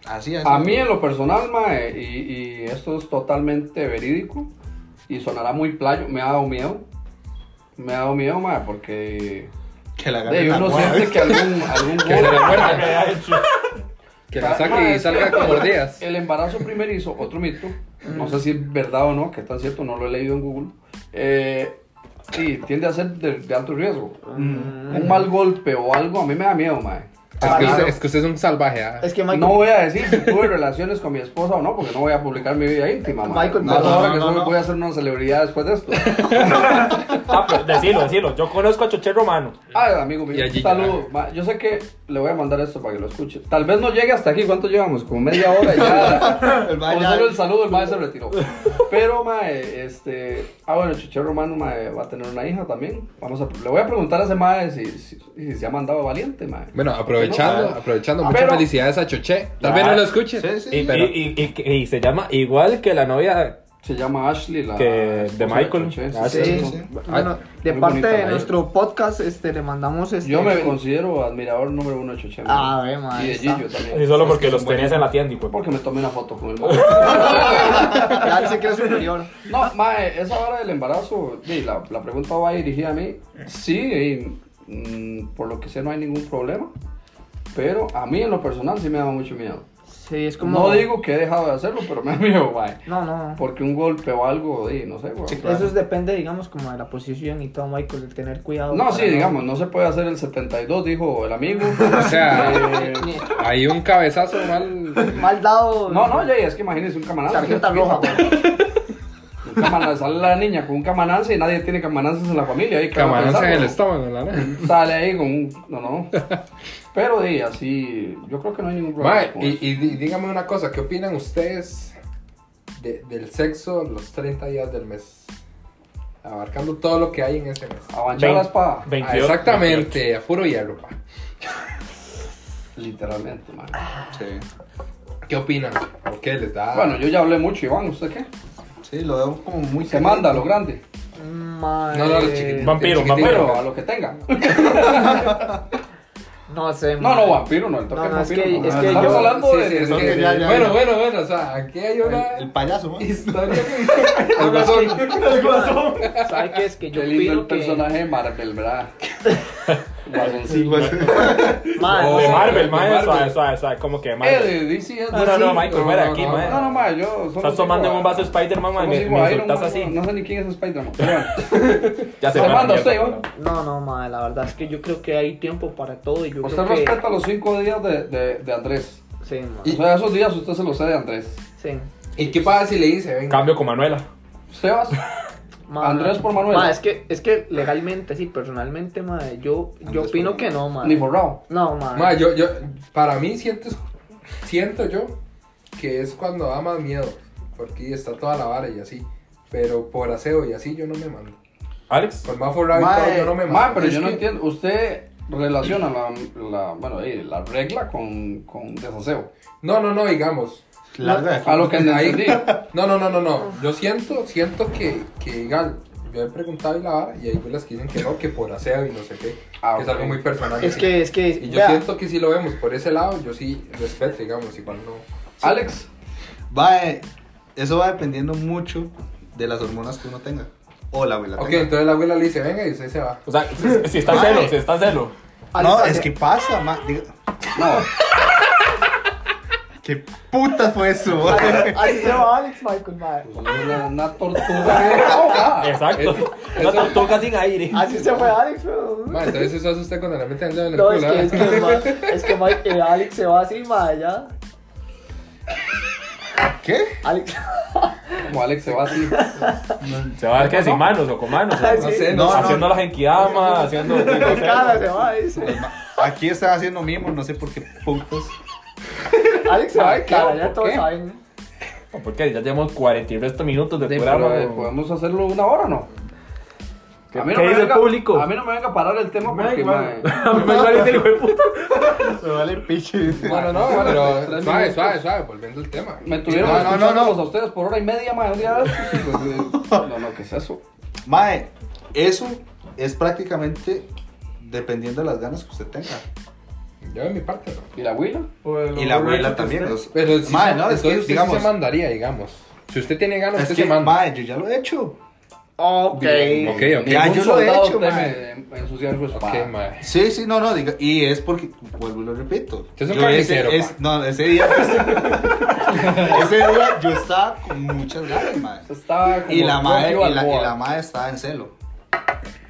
[SPEAKER 2] Así es.
[SPEAKER 4] A mí en lo personal, mae, y, y esto es totalmente verídico, y sonará muy playo, me ha dado miedo. Me ha dado miedo, mae, porque
[SPEAKER 2] Que la
[SPEAKER 4] de,
[SPEAKER 2] agarren la
[SPEAKER 4] uno
[SPEAKER 2] guava.
[SPEAKER 4] siente [laughs] que algún... algún
[SPEAKER 5] Que se le muerda,
[SPEAKER 3] Ay,
[SPEAKER 5] que
[SPEAKER 4] Ah,
[SPEAKER 5] la
[SPEAKER 4] ma,
[SPEAKER 5] saque y
[SPEAKER 4] es
[SPEAKER 5] salga
[SPEAKER 4] que-
[SPEAKER 5] con mordidas.
[SPEAKER 4] El embarazo primerizo, otro mito, no sé si es verdad o no, que es tan cierto, no lo he leído en Google, eh,
[SPEAKER 2] Mm.
[SPEAKER 4] y tiende a ser de, de alto riesgo. Un mal golpe o algo, a mí me da miedo, mae.
[SPEAKER 5] Es que,
[SPEAKER 4] Claro.
[SPEAKER 5] usted, es que usted es un salvaje. ¿ah?
[SPEAKER 6] Es que Michael.
[SPEAKER 4] No voy a decir si tuve relaciones con mi esposa o no, porque no voy a publicar mi vida íntima. ma.
[SPEAKER 6] Michael,
[SPEAKER 4] no,
[SPEAKER 6] por
[SPEAKER 4] no,
[SPEAKER 6] favor.
[SPEAKER 2] No,
[SPEAKER 4] porque eso
[SPEAKER 2] no, no.
[SPEAKER 4] voy a ser una celebridad después de esto.
[SPEAKER 3] Ah, pero decilo, decilo. Yo conozco a Choche Romano.
[SPEAKER 4] Ah, amigo mío,
[SPEAKER 5] Y allí
[SPEAKER 4] saludo. Ma, Yo sé que le voy a mandar esto para que lo escuche. Tal vez no llegue hasta aquí. ¿Cuánto llevamos? Como media hora y ya.
[SPEAKER 2] El
[SPEAKER 4] Con
[SPEAKER 2] vaya-
[SPEAKER 4] solo el saludo, el maestro se retiró. Pero, mae, este. Ah, bueno, Chichero Romano mae, va a tener una hija también. Vamos a, le voy a preguntar a ese mae si, si, si se ha mandado valiente, mae.
[SPEAKER 5] Bueno, aprovechando,
[SPEAKER 4] No, mae.
[SPEAKER 5] aprovechando,
[SPEAKER 4] Ah,
[SPEAKER 5] muchas
[SPEAKER 4] pero-
[SPEAKER 5] felicidades a Choché. Tal vez
[SPEAKER 3] Ah,
[SPEAKER 5] no lo escuche.
[SPEAKER 2] sí, sí.
[SPEAKER 3] Y,
[SPEAKER 5] pero-
[SPEAKER 3] y- y- y- y se llama igual que la novia.
[SPEAKER 4] Se llama Ashley, la.
[SPEAKER 3] Que-
[SPEAKER 4] esposa
[SPEAKER 3] de Michael.
[SPEAKER 4] Choché, sí,
[SPEAKER 3] Ashley.
[SPEAKER 4] ah, sí,
[SPEAKER 6] Ah, Sí,
[SPEAKER 4] sí.
[SPEAKER 6] Bueno, de
[SPEAKER 4] muy
[SPEAKER 6] parte
[SPEAKER 4] bonita,
[SPEAKER 6] de
[SPEAKER 4] mae.
[SPEAKER 6] nuestro podcast, este, le mandamos este.
[SPEAKER 4] Yo me considero admirador número uno de Choché. mae.
[SPEAKER 6] Ah, ve, mae,
[SPEAKER 4] Y de
[SPEAKER 6] está.
[SPEAKER 4] Gillo también.
[SPEAKER 3] Y solo porque los tenías en la tienda y pues.
[SPEAKER 4] Porque me tomé una foto con él.
[SPEAKER 6] [laughs] Ya se cree superior.
[SPEAKER 4] No, mae, esa hora del embarazo, di, la, la pregunta va dirigida a mí. Sí, y, mm, por lo que sé no hay ningún problema, pero a mí en lo personal sí me da mucho miedo.
[SPEAKER 6] Sí, es como.
[SPEAKER 4] No digo que he dejado de hacerlo, pero me da [laughs] miedo, mae.
[SPEAKER 6] No, no.
[SPEAKER 4] Porque un golpe o algo, di, no sé, güey.
[SPEAKER 6] Eso es- depende, digamos, como de la posición y todo, Michael, de tener cuidado.
[SPEAKER 4] No,
[SPEAKER 6] para
[SPEAKER 4] sí, digamos, no se puede hacer el 72, dijo el amigo.
[SPEAKER 5] [laughs] O sea,
[SPEAKER 4] Eh,
[SPEAKER 5] hay un cabezazo mal.
[SPEAKER 6] Mal dado.
[SPEAKER 4] no, no, ya, es que imagínense un camarada.
[SPEAKER 6] Tarjeta roja, güey.
[SPEAKER 4] Un camanazo, sale la niña con un camanance y nadie tiene camanances en la familia. ahí, ¿qué va a
[SPEAKER 5] Camarón
[SPEAKER 4] pensar,
[SPEAKER 5] en el
[SPEAKER 4] no?
[SPEAKER 5] estómago, la neta.
[SPEAKER 4] Sale ahí con un.
[SPEAKER 3] [laughs]
[SPEAKER 4] No, no. Pero di, así. Yo creo que no hay ningún problema.
[SPEAKER 5] Mae,
[SPEAKER 4] con
[SPEAKER 5] y,
[SPEAKER 4] eso.
[SPEAKER 5] y dí- dígame una cosa, ¿qué opinan ustedes de- del sexo los 30 días del mes? Abarcando todo lo que hay en ese mes.
[SPEAKER 4] Avanchar la espada.
[SPEAKER 3] 28,
[SPEAKER 5] Ah, exactamente, a puro hierro, pa.
[SPEAKER 4] Literalmente, man.
[SPEAKER 3] Ah.
[SPEAKER 2] Sí.
[SPEAKER 5] ¿Qué opinan? ¿O qué les da?
[SPEAKER 4] Bueno, yo ya hablé mucho, Iván. ¿Usted qué?
[SPEAKER 2] Sí, lo veo como muy
[SPEAKER 4] Se manda a lo grande.
[SPEAKER 6] Mae.
[SPEAKER 5] no, no, los chiquititos.
[SPEAKER 3] Vampiro,
[SPEAKER 5] chiquititos.
[SPEAKER 4] Pero a lo que
[SPEAKER 3] [laughs]
[SPEAKER 4] tenga.
[SPEAKER 6] No sé,
[SPEAKER 4] No, no, vampiro, no. El
[SPEAKER 6] No,
[SPEAKER 4] toque
[SPEAKER 6] no, es
[SPEAKER 4] vampiro.
[SPEAKER 6] que-
[SPEAKER 4] no.
[SPEAKER 6] es que
[SPEAKER 4] Estamos
[SPEAKER 6] yo-
[SPEAKER 4] hablando
[SPEAKER 5] Sí,
[SPEAKER 4] de.
[SPEAKER 5] sí, es
[SPEAKER 2] No,
[SPEAKER 5] que-
[SPEAKER 2] que ya, ya,
[SPEAKER 5] bueno,
[SPEAKER 2] ya.
[SPEAKER 5] bueno, bueno, o sea, aquí hay una
[SPEAKER 2] El, el payaso, ¿no?
[SPEAKER 3] [laughs]
[SPEAKER 5] historia que... El guasón.
[SPEAKER 6] ¿Sabes qué? Es que yo
[SPEAKER 4] Qué lindo el
[SPEAKER 6] opino que.
[SPEAKER 4] personaje de Marvel,
[SPEAKER 6] [laughs]
[SPEAKER 4] ¿verdad?
[SPEAKER 3] [laughs]
[SPEAKER 2] Sí,
[SPEAKER 4] Guasoncillo.
[SPEAKER 2] pues.
[SPEAKER 6] Mae,
[SPEAKER 3] De
[SPEAKER 5] Oh,
[SPEAKER 3] Marvel,
[SPEAKER 5] de
[SPEAKER 3] mae.
[SPEAKER 5] Marvel.
[SPEAKER 3] Suave, suave, suave. Como que
[SPEAKER 4] Eh,
[SPEAKER 3] Marvel.
[SPEAKER 4] de DC es
[SPEAKER 3] No, no, no, Michael,
[SPEAKER 5] no,
[SPEAKER 3] fuera de
[SPEAKER 5] no,
[SPEAKER 3] aquí,
[SPEAKER 5] no,
[SPEAKER 3] mae.
[SPEAKER 4] No, no, ma, yo. solo
[SPEAKER 3] Estás tomando
[SPEAKER 4] digo,
[SPEAKER 3] en un vaso
[SPEAKER 4] ah,
[SPEAKER 3] Spider-Man, mae.
[SPEAKER 4] solo
[SPEAKER 3] Me
[SPEAKER 4] digo
[SPEAKER 3] me
[SPEAKER 4] Iron
[SPEAKER 3] insultas
[SPEAKER 4] Man,
[SPEAKER 3] así.
[SPEAKER 4] No sé ni quién es Spider-Man. pero bueno.
[SPEAKER 3] [laughs] Ya
[SPEAKER 4] Se
[SPEAKER 3] fue la
[SPEAKER 4] manda
[SPEAKER 3] mierda,
[SPEAKER 4] usted,
[SPEAKER 3] weón.
[SPEAKER 6] No, no, mae, la verdad es que yo creo que hay tiempo para todo y yo
[SPEAKER 4] Usted
[SPEAKER 6] creo que.
[SPEAKER 4] respeta los cinco días de, de, de Andrés.
[SPEAKER 6] Sí, mae.
[SPEAKER 4] O sea, esos días usted se los cede a Andrés.
[SPEAKER 6] Sí.
[SPEAKER 5] ¿Y qué pasa si le dice, venga?
[SPEAKER 3] Cambio con Manuela.
[SPEAKER 4] Sebas,
[SPEAKER 6] Mae,
[SPEAKER 4] Andrés por Manuel.
[SPEAKER 6] Mae, es que, es que legalmente, sí, personalmente, mae, yo, yo
[SPEAKER 2] Andrés
[SPEAKER 6] opino
[SPEAKER 2] por
[SPEAKER 6] que no, mae.
[SPEAKER 4] ni borrado.
[SPEAKER 6] No, mae.
[SPEAKER 5] Ma, yo, yo, para mí siento, siento yo que es cuando da más miedo, porque está toda la vara y así, pero por aseo y así yo no me mando.
[SPEAKER 3] Alex.
[SPEAKER 5] Por más forrado y
[SPEAKER 2] Ma,
[SPEAKER 5] todo yo no me mando.
[SPEAKER 4] Ma, pero
[SPEAKER 5] Es
[SPEAKER 4] yo no
[SPEAKER 5] que-
[SPEAKER 4] entiendo. Usted relaciona la, la, bueno, eh, la regla con, con desaseo.
[SPEAKER 5] No, no, no, digamos.
[SPEAKER 2] Larga de aquí.
[SPEAKER 4] A lo que entendí.
[SPEAKER 5] [laughs] No, no, no, no, no. Yo siento, siento que, que digan, yo he preguntado y la vara y hay velas que dicen que no, que por aseo y no sé qué.
[SPEAKER 4] Ah,
[SPEAKER 5] que es
[SPEAKER 4] ok.
[SPEAKER 5] algo muy personal. y
[SPEAKER 6] Es
[SPEAKER 5] así.
[SPEAKER 6] que, es que.
[SPEAKER 5] Y yo
[SPEAKER 6] vea,
[SPEAKER 5] siento que si lo vemos por ese lado, yo sí respeto, digamos, igual no.
[SPEAKER 4] Alex,
[SPEAKER 2] Va, eh, eso va dependiendo mucho de las hormonas que uno tenga. O la abuela
[SPEAKER 5] Ok,
[SPEAKER 2] tenga.
[SPEAKER 5] entonces la abuela le dice, venga y usted se va.
[SPEAKER 3] O sea, si, si está en
[SPEAKER 2] Mae.
[SPEAKER 3] celo, si está en celo.
[SPEAKER 6] Alex,
[SPEAKER 2] No,
[SPEAKER 6] hace-
[SPEAKER 2] es que pasa, ma. Diga,
[SPEAKER 4] no.
[SPEAKER 2] ¿Qué puta fue eso? ma?
[SPEAKER 6] Así se va Alex Michael, mae.
[SPEAKER 4] Pues es una, una tortuga ahogada.
[SPEAKER 3] Exacto. Una tortuga sin aire.
[SPEAKER 1] Ah,
[SPEAKER 3] [laughs]
[SPEAKER 6] Así se fue Alex, weón.
[SPEAKER 5] Ma, entonces eso hace usted cuando le meten el dedo en el
[SPEAKER 6] No, es
[SPEAKER 5] culo.
[SPEAKER 6] que, es
[SPEAKER 5] ¿eh?
[SPEAKER 6] que, mae, es que mae, eh, Alex se va así, mae, ya.
[SPEAKER 2] ¿Qué?
[SPEAKER 6] Alex.
[SPEAKER 4] Como Alex se va así.
[SPEAKER 3] Se va a ver que sin manos o con manos.
[SPEAKER 1] Ah,
[SPEAKER 6] Ay,
[SPEAKER 3] o-
[SPEAKER 5] No
[SPEAKER 6] sí.
[SPEAKER 5] sé, Eh, no,
[SPEAKER 2] No,
[SPEAKER 5] sé.
[SPEAKER 3] Haciendo las enquidamas, haciendo.
[SPEAKER 6] Con cara se va, dice.
[SPEAKER 2] [laughs] Aquí están haciendo mimos, no sé por qué putos.
[SPEAKER 6] Alex se va de
[SPEAKER 4] Ay,
[SPEAKER 6] cara,
[SPEAKER 4] ¿qué?
[SPEAKER 6] ya
[SPEAKER 4] ¿Por
[SPEAKER 6] todos
[SPEAKER 4] qué?
[SPEAKER 6] saben.
[SPEAKER 3] Porque ya llevamos 40 y resto minutos de
[SPEAKER 4] Sí,
[SPEAKER 3] programa.
[SPEAKER 4] pero, eh,
[SPEAKER 3] weón.
[SPEAKER 4] podemos hacerlo una hora, ¿no?
[SPEAKER 3] ¿Qué-
[SPEAKER 4] A mí no
[SPEAKER 3] qué
[SPEAKER 4] me
[SPEAKER 3] dice el
[SPEAKER 4] venga-
[SPEAKER 3] público?
[SPEAKER 4] A mí no me venga a parar el tema
[SPEAKER 7] Me da
[SPEAKER 4] porque,
[SPEAKER 7] igual.
[SPEAKER 4] mae,
[SPEAKER 3] A mí me igual este hijo de puta.
[SPEAKER 2] Me vale piche.
[SPEAKER 5] [laughs] No,
[SPEAKER 4] [laughs]
[SPEAKER 5] no, no, pero suave, suave, suave, volviendo al tema.
[SPEAKER 4] me tuvieron
[SPEAKER 2] Ah, No, no, no, no.
[SPEAKER 4] escuchándolos a ustedes por hora y media, mae, un día de estos, y, pues, eh, No, no, ¿qué es eso?
[SPEAKER 2] Mae, eh, eso es prácticamente dependiendo de las ganas que usted tenga.
[SPEAKER 5] Yo de mi parte no.
[SPEAKER 4] ¿Y la huila?
[SPEAKER 2] Y la abuela también. los-
[SPEAKER 5] Pero si
[SPEAKER 2] Mae,
[SPEAKER 5] se,
[SPEAKER 2] no, es que
[SPEAKER 5] entonces usted sí
[SPEAKER 2] digamos.
[SPEAKER 5] se mandaría, digamos. Si usted tiene ganas,
[SPEAKER 2] Es
[SPEAKER 5] usted
[SPEAKER 2] que,
[SPEAKER 5] se manda.
[SPEAKER 2] mae, yo ya lo he hecho.
[SPEAKER 5] Ok,
[SPEAKER 6] Ok.
[SPEAKER 5] ok.
[SPEAKER 2] Ya,
[SPEAKER 4] Ningún
[SPEAKER 2] yo lo he
[SPEAKER 4] soldado
[SPEAKER 2] hecho,
[SPEAKER 4] teme
[SPEAKER 2] mae.
[SPEAKER 4] en- ensuciar su espada.
[SPEAKER 5] Ok, mae.
[SPEAKER 2] Sí, sí, no, no, diga, y es porque, vuelvo y lo repito.
[SPEAKER 5] Usted es un
[SPEAKER 2] Yo
[SPEAKER 5] carnicero,
[SPEAKER 2] ese, es-
[SPEAKER 5] pa.
[SPEAKER 2] No, ese día, pues, [laughs] ese día yo estaba con muchas ganas, madre.
[SPEAKER 4] Estaba como
[SPEAKER 2] Y la
[SPEAKER 4] Rocky
[SPEAKER 2] madre, y la, y
[SPEAKER 4] Balboa.
[SPEAKER 2] la madre estaba en celo.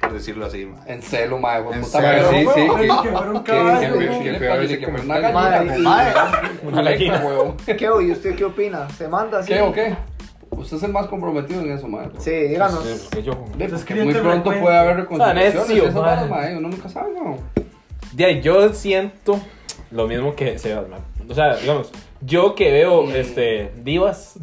[SPEAKER 2] por decirlo así, mae.
[SPEAKER 4] En celo, mae, güey.
[SPEAKER 2] En
[SPEAKER 4] puta,
[SPEAKER 2] celo,
[SPEAKER 4] pero-
[SPEAKER 5] sí,
[SPEAKER 7] Pero,
[SPEAKER 5] sí,
[SPEAKER 7] weón,
[SPEAKER 5] [laughs] que-
[SPEAKER 7] que fuera un
[SPEAKER 4] Qué
[SPEAKER 7] caballo,
[SPEAKER 5] que-
[SPEAKER 7] weón.
[SPEAKER 5] que-
[SPEAKER 4] peor que fuera una
[SPEAKER 6] Mae, y-
[SPEAKER 4] gallina. Una gallina, huevón.
[SPEAKER 6] ¿Qué hoy? ¿Y usted qué opina? ¿Se manda así?
[SPEAKER 4] ¿Qué o qué? Usted es el más comprometido en eso, madre.
[SPEAKER 6] Sí, díganos.
[SPEAKER 1] Porque yo,
[SPEAKER 4] De-
[SPEAKER 7] Es
[SPEAKER 4] porque
[SPEAKER 7] que
[SPEAKER 4] muy
[SPEAKER 7] te
[SPEAKER 4] pronto
[SPEAKER 7] recuento.
[SPEAKER 4] puede haber
[SPEAKER 1] Ah, necio,
[SPEAKER 4] reconciliaciones. y esas
[SPEAKER 1] madre.
[SPEAKER 4] varas, madre, Uno nunca sabe, weón.
[SPEAKER 1] De ahí, yo siento lo mismo que Sebas, man. O sea, digamos, yo que veo este, divas.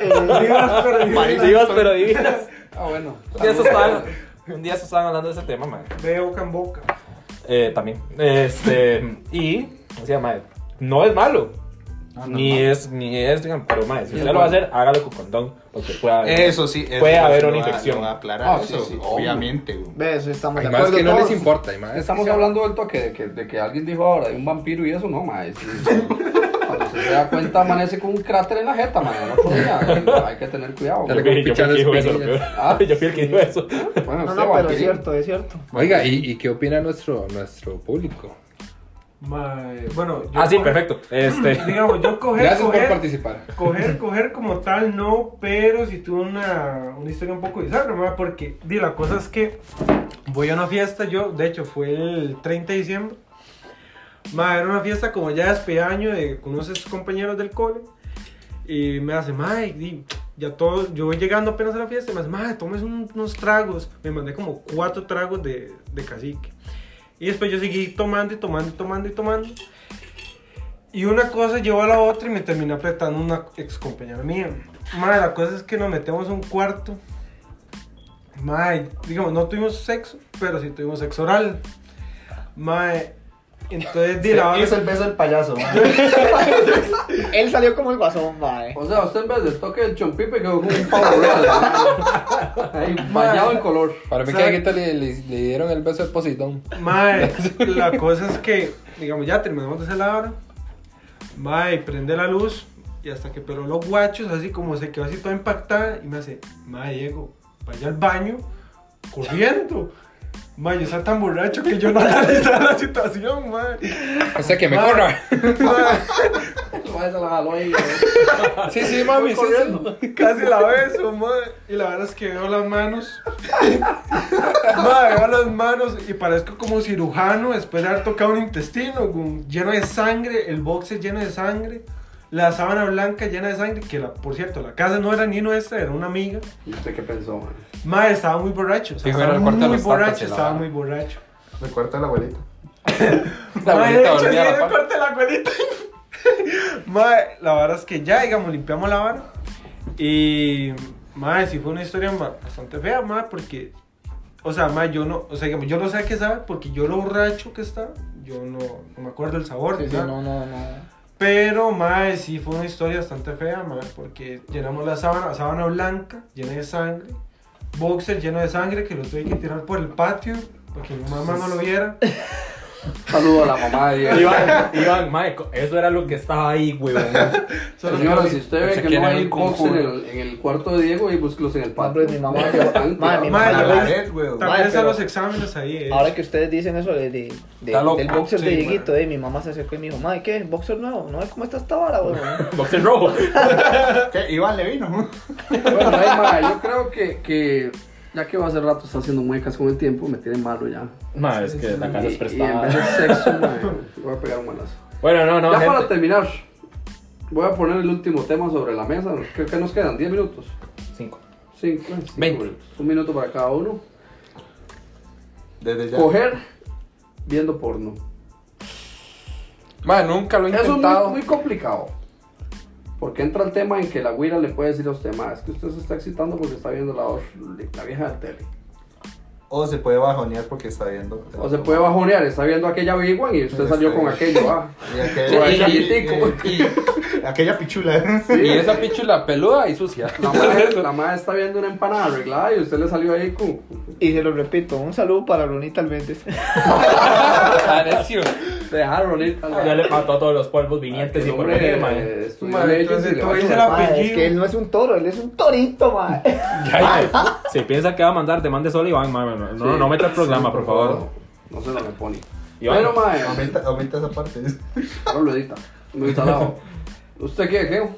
[SPEAKER 6] Eh,
[SPEAKER 7] Divas, pero
[SPEAKER 1] [laughs]
[SPEAKER 7] divinas.
[SPEAKER 1] divas, pero divinas.
[SPEAKER 4] Ah, bueno.
[SPEAKER 1] Un día estos estaban, un día estos estaban hablando de ese tema, man.
[SPEAKER 7] De boca en boca.
[SPEAKER 1] Eh, también.
[SPEAKER 4] [laughs]
[SPEAKER 1] Este, y, o sea, madre, no es malo.
[SPEAKER 4] Ah,
[SPEAKER 1] ni, es, ni es, digamos, pero madre, si
[SPEAKER 4] Ni es
[SPEAKER 1] usted lo va a
[SPEAKER 4] malo.
[SPEAKER 1] hacer, hágalo con condón. Porque puede haber. [laughs]
[SPEAKER 2] Eso sí, eso
[SPEAKER 1] Puede
[SPEAKER 2] sí
[SPEAKER 1] haber
[SPEAKER 2] lo
[SPEAKER 1] una
[SPEAKER 2] va-
[SPEAKER 1] infección.
[SPEAKER 2] lo va a aclarar,
[SPEAKER 4] Ah,
[SPEAKER 2] eso
[SPEAKER 4] sí,
[SPEAKER 2] sí,
[SPEAKER 4] sí.
[SPEAKER 2] obviamente, güey.
[SPEAKER 6] ve, eso estamos
[SPEAKER 5] Hay
[SPEAKER 6] de
[SPEAKER 5] más
[SPEAKER 6] acuerdo
[SPEAKER 5] que no les
[SPEAKER 6] todos.
[SPEAKER 5] importa, hay más.
[SPEAKER 4] Estamos hablando del toque de que, de que alguien dijo ahora de un vampiro y eso, no, mae. sí, sí. Cuando usted se da cuenta, amanece con un cráter en la jeta, mae. No podía, eh, hay que tener
[SPEAKER 1] Yo
[SPEAKER 4] cuidado.
[SPEAKER 5] Dale,
[SPEAKER 4] güey.
[SPEAKER 1] fui, yo fui el que dijo
[SPEAKER 5] Pichadas
[SPEAKER 1] eso, lo peor.
[SPEAKER 4] Ah.
[SPEAKER 1] Yo fui el que dijo
[SPEAKER 4] [laughs]
[SPEAKER 1] eso.
[SPEAKER 4] Bueno, usted,
[SPEAKER 6] No, no, pero es
[SPEAKER 4] vampiro.
[SPEAKER 6] cierto, es cierto.
[SPEAKER 5] Oiga, ¿y, y qué opina nuestro, nuestro público?
[SPEAKER 7] Mae, bueno, yo
[SPEAKER 1] Ah, sí,
[SPEAKER 7] co-
[SPEAKER 1] perfecto. Este.
[SPEAKER 7] [laughs]
[SPEAKER 4] [laughs]
[SPEAKER 7] Digamos, yo coger,
[SPEAKER 5] Gracias por
[SPEAKER 7] coger,
[SPEAKER 5] participar.
[SPEAKER 7] coger, coger como tal, no, pero si tuve una, una historia un poco bizarra, mae, porque di, la cosa es que voy a una fiesta, yo, de hecho, fue el 30 de diciembre. Mae, era una fiesta como ya de despedida de año de, con unos compañeros del cole. Y me hace, mae, di, ya todo, yo voy llegando apenas a la fiesta, y me hace, mae, tomes un- unos tragos. Me mandé como cuatro tragos de, de cacique. Y después yo seguí tomando y tomando y tomando y tomando. Y una cosa llevó a la otra y me terminó apretando una ex compañera mía. Madre, la cosa es que nos metemos a un cuarto. Madre, digamos, no tuvimos sexo, pero sí tuvimos sexo oral. Madre, entonces di la
[SPEAKER 2] Hizo
[SPEAKER 7] hora.
[SPEAKER 2] el beso del payaso, mae.
[SPEAKER 6] Él salió como el guasón, eh. mae.
[SPEAKER 4] O sea, usted en vez del toque del chompipe quedó como un pavo real. mae. Ahí, bañado en color.
[SPEAKER 5] Para mí que
[SPEAKER 7] ¿Sabe?
[SPEAKER 5] a Guita le, le, le dieron el beso de Poseidón.
[SPEAKER 7] Mae, la cosa es que, digamos, ya terminamos de hacer la hora. Mae, prende la luz y hasta que peló los guachos, así como se quedó así toda impactada y me hace, Mae, Diego, vaya al baño corriendo. Mae, yo estaba tan borracho que yo no [laughs] analizaba la situación, mae.
[SPEAKER 5] O sea, que me
[SPEAKER 7] Mae.
[SPEAKER 5] corra. [laughs]
[SPEAKER 4] Mae, se la jaló ahí, güey.
[SPEAKER 5] Sí, sí, mami, sí, sí.
[SPEAKER 7] [laughs] Casi la beso, mae. Y la verdad es que veo las [laughs] manos. Mae, veo las manos y parezco como cirujano después de haber tocado un intestino con- lleno de sangre, el boxe lleno de sangre, la sábana blanca llena de sangre, que la, por cierto, la casa no era ni nuestra, era una amiga.
[SPEAKER 4] ¿Y usted qué pensó, mae?
[SPEAKER 7] Mae, estaba muy borracho. o sea,
[SPEAKER 5] Dijo,
[SPEAKER 7] estaba
[SPEAKER 5] era el cuarto de
[SPEAKER 7] muy
[SPEAKER 5] los tatas
[SPEAKER 7] borracho,
[SPEAKER 5] y la
[SPEAKER 7] estaba
[SPEAKER 5] vara.
[SPEAKER 7] muy borracho.
[SPEAKER 2] Recuerda a la
[SPEAKER 7] [laughs]
[SPEAKER 2] abuelita.
[SPEAKER 5] La
[SPEAKER 7] Mae, de
[SPEAKER 5] abuelita
[SPEAKER 7] hecho, sí,
[SPEAKER 5] dormía a
[SPEAKER 7] era
[SPEAKER 5] la
[SPEAKER 7] el
[SPEAKER 5] par.
[SPEAKER 7] corte de la abuelita. [laughs] Mae, la verdad es que ya, digamos, limpiamos la vara. Y, mae, sí fue una historia ba- bastante fea, mae, porque, o sea, mae, yo no, o sea, digamos, yo no sé a qué sabe, porque yo lo borracho que está, yo no, no me acuerdo el sabor, ni nada.
[SPEAKER 6] no, no.
[SPEAKER 7] Pero, mae, sí fue una historia bastante fea, mae, porque llenamos la sábana, sábana blanca, llena de sangre, boxer lleno de sangre, que lo tuve que tirar por el patio, para que mi mamá no lo viera.
[SPEAKER 4] Saludo a la mamá de Diego.
[SPEAKER 1] Iván, Iván, mae, co- eso era lo que estaba ahí, güey.
[SPEAKER 4] [laughs]
[SPEAKER 7] Solo que-
[SPEAKER 4] Señora, si usted
[SPEAKER 1] Pensé
[SPEAKER 4] ve
[SPEAKER 1] que
[SPEAKER 4] que no
[SPEAKER 1] era
[SPEAKER 4] hay
[SPEAKER 1] un
[SPEAKER 4] box en
[SPEAKER 1] concurso.
[SPEAKER 4] el, en el cuarto de Diego, y búsquelos en el patio.
[SPEAKER 6] Hombre, mi mamá-
[SPEAKER 4] Bastante,
[SPEAKER 6] Mae,
[SPEAKER 4] mae.
[SPEAKER 6] mi
[SPEAKER 7] Mae,
[SPEAKER 2] A
[SPEAKER 7] yo-
[SPEAKER 2] la red, güey.
[SPEAKER 7] Tal
[SPEAKER 6] Mae,
[SPEAKER 7] vez a
[SPEAKER 6] pero-
[SPEAKER 7] los exámenes ahí. eh.
[SPEAKER 6] Ahora que ustedes dicen eso de, de- de-
[SPEAKER 1] Está loco,
[SPEAKER 6] del boxer
[SPEAKER 1] sí,
[SPEAKER 6] de
[SPEAKER 1] mae.
[SPEAKER 6] Dieguito, eh, mi mamá se acercó y me dijo, madre, ¿qué? ¿El boxer nuevo? ¿No es como está esta
[SPEAKER 3] [laughs]
[SPEAKER 6] vara, weón?
[SPEAKER 1] Boxer rojo.
[SPEAKER 2] ¿Qué? Iván le vino.
[SPEAKER 4] Bueno, ahí, mae, yo creo que, que ya que va a hacer rato está haciendo muecas con el tiempo, me tiene malo ya.
[SPEAKER 1] Mae, es que la casa es
[SPEAKER 4] Y- Y en vez de
[SPEAKER 1] prestada. [laughs]
[SPEAKER 4] sexo, mae, voy a pegar un balazo.
[SPEAKER 1] Bueno, no, no,
[SPEAKER 4] ya
[SPEAKER 1] gente.
[SPEAKER 4] para terminar, voy a poner el último tema sobre la mesa. Creo que nos quedan 10 minutos.
[SPEAKER 1] Cinco.
[SPEAKER 4] 5, 5
[SPEAKER 1] Veinte.
[SPEAKER 4] minutos. Un minuto para cada uno.
[SPEAKER 2] Desde ya.
[SPEAKER 4] Coger viendo porno.
[SPEAKER 5] Ma, nunca lo he
[SPEAKER 4] Eso es muy,
[SPEAKER 5] intentado.
[SPEAKER 4] muy complicado. Porque entra el tema en que la güira le puede decir a usted, "Ma, es que usted se está excitando porque está viendo la, or- la vieja de la tele.
[SPEAKER 2] O se puede bajonear porque está viendo.
[SPEAKER 4] O se puede bajonear, está viendo aquella Big One y
[SPEAKER 1] Este.
[SPEAKER 4] usted salió con aquello, ah.
[SPEAKER 1] [laughs]
[SPEAKER 2] Y aquella,
[SPEAKER 4] Sí,
[SPEAKER 2] aquella,
[SPEAKER 4] y-
[SPEAKER 2] y- y- [laughs] aquella pichula.
[SPEAKER 5] Y esa pichula peluda y sucia.
[SPEAKER 4] La madre, la madre está viendo una empanada arreglada y usted le salió ahí con...
[SPEAKER 6] Y se lo repito, un saludo para Lunita Alvendes.
[SPEAKER 5] Pareció.
[SPEAKER 4] Dejaron ir a la-
[SPEAKER 1] Ya le mató a todos los polvos vinientes
[SPEAKER 4] El
[SPEAKER 1] y por
[SPEAKER 4] hombre,
[SPEAKER 1] venir,
[SPEAKER 4] eh,
[SPEAKER 1] mae.
[SPEAKER 4] estudió
[SPEAKER 7] Madre,
[SPEAKER 4] leyes y
[SPEAKER 7] entonces,
[SPEAKER 4] le
[SPEAKER 7] todo
[SPEAKER 4] va a
[SPEAKER 7] dice
[SPEAKER 4] llorar.
[SPEAKER 7] la-
[SPEAKER 6] Mae, es
[SPEAKER 7] apellido.
[SPEAKER 6] que él no es un toro, él es un torito, madre.
[SPEAKER 1] Si piensa que va a mandar, demande solo a Iván, mae. mae, mae. No, no,
[SPEAKER 4] Sí.
[SPEAKER 1] no meta el programa, por favor.
[SPEAKER 4] No se lo me pone.
[SPEAKER 1] Iván.
[SPEAKER 4] Pero, mae,
[SPEAKER 2] Aumenta, aumenta esa parte.
[SPEAKER 4] ahora lo edita. Lo edita al
[SPEAKER 1] [laughs]
[SPEAKER 4] lado. ¿Usted qué, Geo?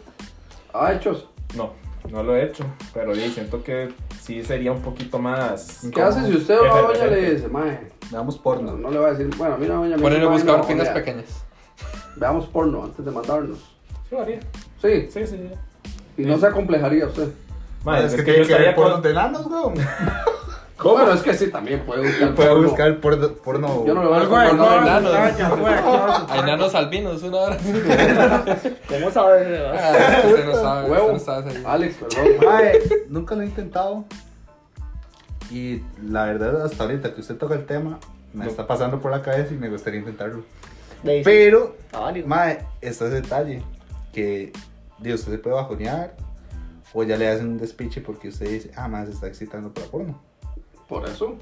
[SPEAKER 4] Ah, hechos.
[SPEAKER 1] No, no lo he hecho, pero sí, siento que sí sería un poquito más.
[SPEAKER 4] ¿Qué hace si usted a una doña le dice, mae?
[SPEAKER 2] Damos
[SPEAKER 4] No,
[SPEAKER 2] porno.
[SPEAKER 4] no le va a decir, bueno, mira, doña.
[SPEAKER 5] Ponerle
[SPEAKER 4] mira,
[SPEAKER 5] a buscar
[SPEAKER 4] no,
[SPEAKER 5] pingas
[SPEAKER 4] vea,
[SPEAKER 5] pequeñas.
[SPEAKER 4] Veamos porno antes de mandarnos.
[SPEAKER 1] Sí, varía.
[SPEAKER 4] Sí,
[SPEAKER 1] Sí, sí, sí.
[SPEAKER 4] y no se acomplejaría usted.
[SPEAKER 1] Madre,
[SPEAKER 2] es, que, tiene
[SPEAKER 1] yo
[SPEAKER 2] que ver
[SPEAKER 1] estaría
[SPEAKER 2] porno
[SPEAKER 1] con.
[SPEAKER 2] de
[SPEAKER 1] [laughs]
[SPEAKER 2] enanos, weón.
[SPEAKER 4] Bueno, es que sí, también puede
[SPEAKER 2] [laughs]
[SPEAKER 4] buscar
[SPEAKER 2] Puedo
[SPEAKER 4] porno.
[SPEAKER 2] buscar porno. porno-
[SPEAKER 4] Yo no le voy a
[SPEAKER 7] Algo de
[SPEAKER 4] buscar porno.
[SPEAKER 5] enanos.
[SPEAKER 7] España, algo de cosas.
[SPEAKER 5] A enanos albinos, una hora.
[SPEAKER 6] ¿Cómo sabes?
[SPEAKER 5] [laughs] Ah, usted no sabe, usted
[SPEAKER 4] Huevo.
[SPEAKER 5] no sabe ese-
[SPEAKER 4] Alex,
[SPEAKER 2] [laughs]
[SPEAKER 4] perdón. [laughs]
[SPEAKER 2] Mae, nunca lo he intentado. Y la verdad, hasta ahorita que usted toca el tema, me está pasando por la cabeza y me gustaría intentarlo. Pero,
[SPEAKER 6] "Ah,
[SPEAKER 2] mae, está ese detalle que de usted se puede bajonear o ya le hacen un despiche porque usted dice, ah, mae, se está excitando por la porno.
[SPEAKER 4] Por eso.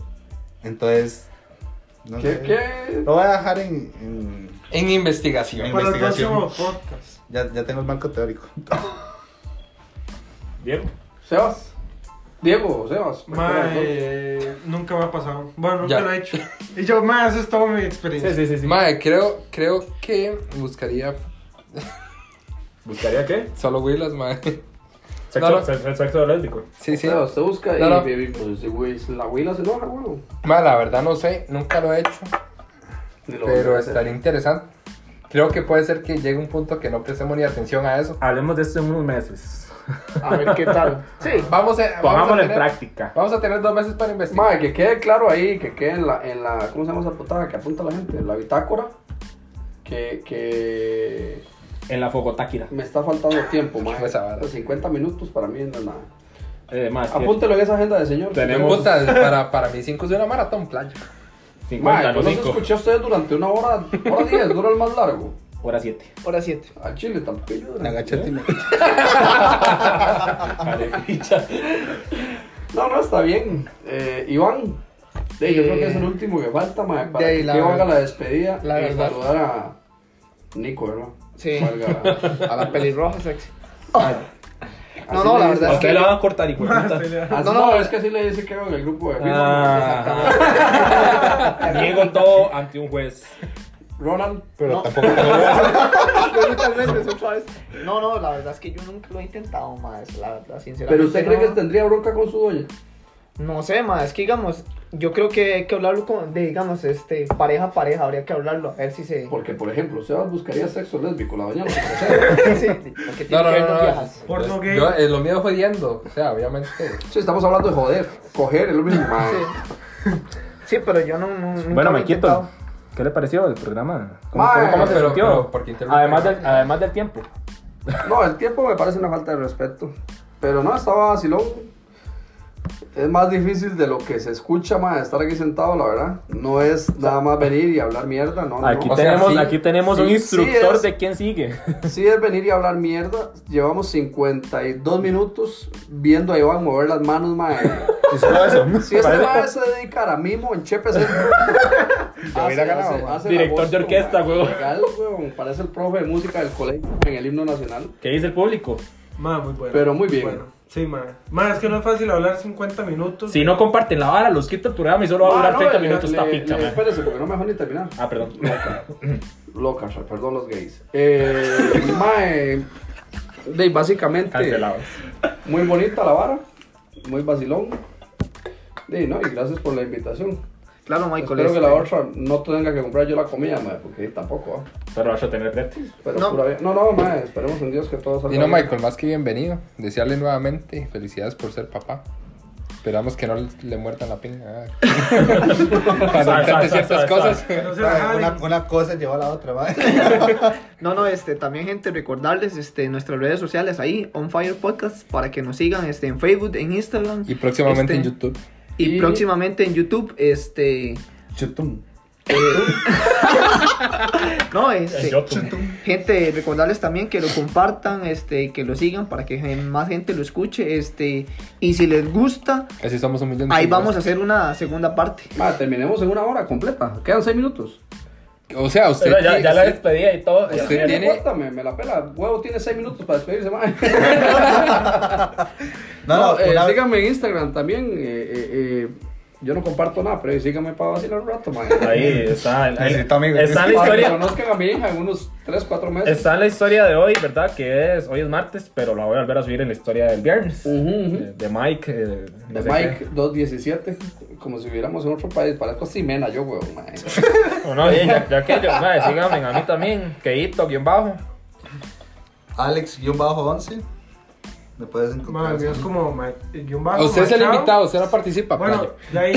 [SPEAKER 2] Entonces, no
[SPEAKER 4] ¿Qué?
[SPEAKER 2] sé.
[SPEAKER 4] ¿Qué?
[SPEAKER 2] Lo voy a dejar en. en-
[SPEAKER 5] En investigación.
[SPEAKER 7] Para el
[SPEAKER 2] investigación.
[SPEAKER 7] próximo podcast.
[SPEAKER 2] [laughs] ya, ya tengo el marco teórico.
[SPEAKER 1] Bien.
[SPEAKER 4] Sebas. Diego o Sebas.
[SPEAKER 7] Mae, eh, nunca me ha pasado. Bueno, nunca
[SPEAKER 5] Ya.
[SPEAKER 7] lo he hecho. Y yo, mae, eso es toda mi experiencia.
[SPEAKER 1] Sí,
[SPEAKER 7] [laughs]
[SPEAKER 1] sí, sí. sí.
[SPEAKER 5] Mae, creo, creo que buscaría
[SPEAKER 1] ¿Buscaría qué?
[SPEAKER 5] solo Willas, mae.
[SPEAKER 1] Sexo,
[SPEAKER 5] No, no.
[SPEAKER 1] se- sexo lésbico.
[SPEAKER 5] Sí, sí.
[SPEAKER 4] Sebas, te busca
[SPEAKER 5] No,
[SPEAKER 4] y
[SPEAKER 5] no.
[SPEAKER 4] baby, pues, ese güey, la huila se enoja, güey.
[SPEAKER 5] Mae, la verdad no sé, nunca lo he hecho,
[SPEAKER 4] Ni lo voy
[SPEAKER 5] pero
[SPEAKER 4] a hacer.
[SPEAKER 5] estaría interesante. Creo que puede ser que llegue un punto que no prestemos ni atención a eso.
[SPEAKER 1] Hablemos de esto en unos meses.
[SPEAKER 6] A ver qué tal. Sí.
[SPEAKER 5] Vamos a, vamos a
[SPEAKER 1] Pongámoslo en
[SPEAKER 5] tener,
[SPEAKER 1] práctica.
[SPEAKER 5] vamos a tener dos meses para investigar.
[SPEAKER 4] Mae, que quede claro ahí, que quede en la, en la ¿cómo se llama esa putada que apunta la gente? La bitácora. Que, que
[SPEAKER 1] En la Fogotáquira.
[SPEAKER 4] me está
[SPEAKER 1] Ah,
[SPEAKER 4] faltando tiempo, mae.
[SPEAKER 5] Fue esa vara.
[SPEAKER 4] Pues 50 minutos para mí no es nada.
[SPEAKER 1] Eh, más. que
[SPEAKER 4] Apúntelo en esa agenda de señor.
[SPEAKER 1] Tenemos-
[SPEAKER 5] Puta, para, para mí 5 es una maratón playa.
[SPEAKER 1] 50,
[SPEAKER 4] Mae, pues, yo
[SPEAKER 1] no
[SPEAKER 4] los
[SPEAKER 1] 5.
[SPEAKER 4] escuché a ustedes durante una hora, hora 10, dura el más largo.
[SPEAKER 1] Hora 7.
[SPEAKER 6] [laughs] Hora 7.
[SPEAKER 4] Al Chile tampoco. yo-
[SPEAKER 2] Agáchate y me- [laughs]
[SPEAKER 4] No, no, está bien. Eh, Iván, de, yo creo que es el último que falta, mae, para
[SPEAKER 6] de,
[SPEAKER 4] que
[SPEAKER 6] la
[SPEAKER 4] Iván haga
[SPEAKER 6] verdad-
[SPEAKER 4] la despedida
[SPEAKER 5] la
[SPEAKER 4] y
[SPEAKER 5] verdad.
[SPEAKER 4] saludar a Nico, ¿verdad?
[SPEAKER 6] Sí. [laughs]
[SPEAKER 4] Valga-
[SPEAKER 6] A la [laughs] pelirroja sexy. No, no,
[SPEAKER 4] Así
[SPEAKER 6] la
[SPEAKER 4] le
[SPEAKER 6] verdad es
[SPEAKER 1] Ustedes
[SPEAKER 6] que.
[SPEAKER 1] la van a cortar, hijo de puta.
[SPEAKER 4] Ah,
[SPEAKER 6] No,
[SPEAKER 4] No,
[SPEAKER 6] no,
[SPEAKER 4] es que así le dice creo en el grupo de Facebook.
[SPEAKER 1] Ah, niego todo ante un juez.
[SPEAKER 4] Ronald,
[SPEAKER 2] Pero
[SPEAKER 6] No.
[SPEAKER 2] tampoco.
[SPEAKER 6] Totalmente, son suaves. No, no, la verdad es que yo nunca lo he intentado, más, la verdad, sinceramente.
[SPEAKER 4] ¿pero usted cree
[SPEAKER 6] no.
[SPEAKER 4] que este- tendría bronca con su doña?
[SPEAKER 6] No sé, más, es que digamos, yo creo que hay que hablarlo con, de, digamos, este, pareja a pareja, habría que hablarlo, a ver si se... [laughs]
[SPEAKER 4] Porque, por ejemplo, Sebas buscaría sexo lésbico, la doña lo conoce.
[SPEAKER 6] sí, porque tiene
[SPEAKER 5] No, no,
[SPEAKER 6] que ver
[SPEAKER 5] no,
[SPEAKER 6] con
[SPEAKER 5] no.
[SPEAKER 6] viejas.
[SPEAKER 7] Porno gay.
[SPEAKER 5] Yo, eh, lo mío es jodiendo, o sea, obviamente.
[SPEAKER 4] [laughs]
[SPEAKER 1] Ah,
[SPEAKER 4] Sí, estamos hablando de joder, coger, es lo mismo. Mae.
[SPEAKER 6] Sí, pero yo no, no nunca
[SPEAKER 1] Bueno,
[SPEAKER 6] lo he
[SPEAKER 1] Maquito,
[SPEAKER 6] intentado.
[SPEAKER 1] ¿qué le pareció el programa? ¿Cómo,
[SPEAKER 4] Mae,
[SPEAKER 1] cómo- cómo se
[SPEAKER 5] pero-
[SPEAKER 1] sintió?
[SPEAKER 5] pero, ¿por qué interrumpe?
[SPEAKER 1] además, del, además del tiempo.
[SPEAKER 4] No, el tiempo me parece una falta de respeto. Pero no, estaba vacilón. Es más difícil de lo que se escucha, mae, estar aquí sentado, la verdad. No es nada más venir y hablar mierda, no, no.
[SPEAKER 1] Aquí
[SPEAKER 5] o sea,
[SPEAKER 1] tenemos,
[SPEAKER 5] sí,
[SPEAKER 1] aquí tenemos
[SPEAKER 4] sí,
[SPEAKER 1] un
[SPEAKER 4] sí
[SPEAKER 1] instructor
[SPEAKER 4] es.
[SPEAKER 1] de quién sigue.
[SPEAKER 4] Sí es venir y hablar mierda. Llevamos 52 minutos viendo a Iván mover las manos, mae.
[SPEAKER 2] [laughs] Y solo eso.
[SPEAKER 4] Si este mae se dedicara a mimo en
[SPEAKER 2] [laughs]
[SPEAKER 4] Chepe Centro, hace-
[SPEAKER 2] hubiera ganado,
[SPEAKER 4] hace-
[SPEAKER 2] mae.
[SPEAKER 4] hace la
[SPEAKER 1] Director
[SPEAKER 4] voz
[SPEAKER 1] de orquesta,
[SPEAKER 4] como
[SPEAKER 1] huevón.
[SPEAKER 4] legal, huevón. Parece el profe de música del colegio en el himno nacional.
[SPEAKER 1] ¿Qué dice el público?
[SPEAKER 7] Mae, muy bueno.
[SPEAKER 4] Pero muy bien.
[SPEAKER 7] Bueno, sí, mae. Mae, es que no es fácil hablar 50 minutos.
[SPEAKER 1] Si no comparten la vara, los quita el programa y solo va a durar
[SPEAKER 4] Ah, no,
[SPEAKER 1] 30
[SPEAKER 4] le-
[SPEAKER 1] minutos
[SPEAKER 4] le-
[SPEAKER 1] esta
[SPEAKER 4] le-
[SPEAKER 1] picha, man.
[SPEAKER 4] Espérese, porque no me dejó ni terminar.
[SPEAKER 1] Ah, perdón.
[SPEAKER 4] Locas, perdón los gays. Eh, [laughs] mae, de, básicamente,
[SPEAKER 1] Cancelados.
[SPEAKER 4] muy bonita la vara, muy vacilón. De, no, y gracias por la invitación.
[SPEAKER 6] Claro, Michael,
[SPEAKER 4] Espero que la
[SPEAKER 6] este,
[SPEAKER 4] otra no tenga que comprar yo la comida, mae, porque tampoco, ah.
[SPEAKER 1] Pero vas a tener brete.
[SPEAKER 4] Pero
[SPEAKER 6] No.
[SPEAKER 4] pura vida- no, no, mae, esperemos en Dios que todo salga
[SPEAKER 5] Y no,
[SPEAKER 4] bien.
[SPEAKER 5] Michael, más que bienvenido. Desearle nuevamente felicidades por ser papá. Esperamos que no le muerdan
[SPEAKER 1] [laughs]
[SPEAKER 5] la pinga. Ah. Cuando
[SPEAKER 1] Suave, suave,
[SPEAKER 5] intente ciertas
[SPEAKER 1] suave,
[SPEAKER 5] cosas.
[SPEAKER 7] Que no se
[SPEAKER 2] Mae, Una,
[SPEAKER 7] jalen.
[SPEAKER 2] una cosa lleva a la otra,
[SPEAKER 7] [laughs]
[SPEAKER 2] mae.
[SPEAKER 6] No, no, este, también gente, recordarles, este, nuestras redes sociales ahí, On Fire Podcast, para que nos sigan, este, en Facebook, en Instagram,
[SPEAKER 5] Y próximamente en
[SPEAKER 6] Este-
[SPEAKER 5] YouTube.
[SPEAKER 6] y,
[SPEAKER 4] y-
[SPEAKER 6] próximamente en YouTube, este, eh,
[SPEAKER 2] Chutum.
[SPEAKER 6] [laughs] no, este,
[SPEAKER 1] Yo, tú.
[SPEAKER 6] gente, recordarles también que lo compartan, este, que lo sigan para que gen- más gente lo escuche, este, y si les gusta,
[SPEAKER 5] Así somos un millón de
[SPEAKER 6] ahí
[SPEAKER 5] seguidores.
[SPEAKER 6] vamos a hacer una segunda parte.
[SPEAKER 4] Mae, terminemos en una hora completa, quedan seis minutos.
[SPEAKER 5] O sea, usted.
[SPEAKER 1] Pero ya,
[SPEAKER 5] tiene-
[SPEAKER 1] ya la
[SPEAKER 5] usted-
[SPEAKER 1] despedía y todo.
[SPEAKER 5] usted
[SPEAKER 4] No
[SPEAKER 5] tiene.
[SPEAKER 4] importa, me, me la pela, huevo tiene seis minutos para despedirse,
[SPEAKER 5] [laughs]
[SPEAKER 4] mae.
[SPEAKER 2] No, no,
[SPEAKER 4] eh,
[SPEAKER 2] una-
[SPEAKER 4] síganme en Instagram también. eh, eh, eh, Yo no comparto nada, pero síganme para vacilar un rato, mae.
[SPEAKER 1] Ahí está. ahí-
[SPEAKER 5] Necesito amigos.
[SPEAKER 1] Está la
[SPEAKER 4] Para que
[SPEAKER 1] historia.
[SPEAKER 4] conozcan a mi hija en unos 3, 4 meses.
[SPEAKER 1] Está la historia de hoy, ¿verdad? Que es, hoy es martes, pero la voy a volver a subir en la historia del viernes.
[SPEAKER 4] Ujú, ujú.
[SPEAKER 1] De, de Mike. eh, no
[SPEAKER 4] De
[SPEAKER 1] sé
[SPEAKER 4] Mike 217, como si viviéramos en otro país. Parezco Simena, yo, weón, mae.
[SPEAKER 1] qué. O no, sí, ya, ya que
[SPEAKER 4] [laughs]
[SPEAKER 1] yo, madre, síganme a mí también. Keito, guión bajo.
[SPEAKER 2] Alex-11. Me puedes encontrar.
[SPEAKER 7] Madre mía, es como ma- guión bajo.
[SPEAKER 5] Usted es el
[SPEAKER 7] Machado.
[SPEAKER 5] invitado, usted no participa.
[SPEAKER 7] Bueno,
[SPEAKER 5] playo.
[SPEAKER 7] ya [laughs] ahí.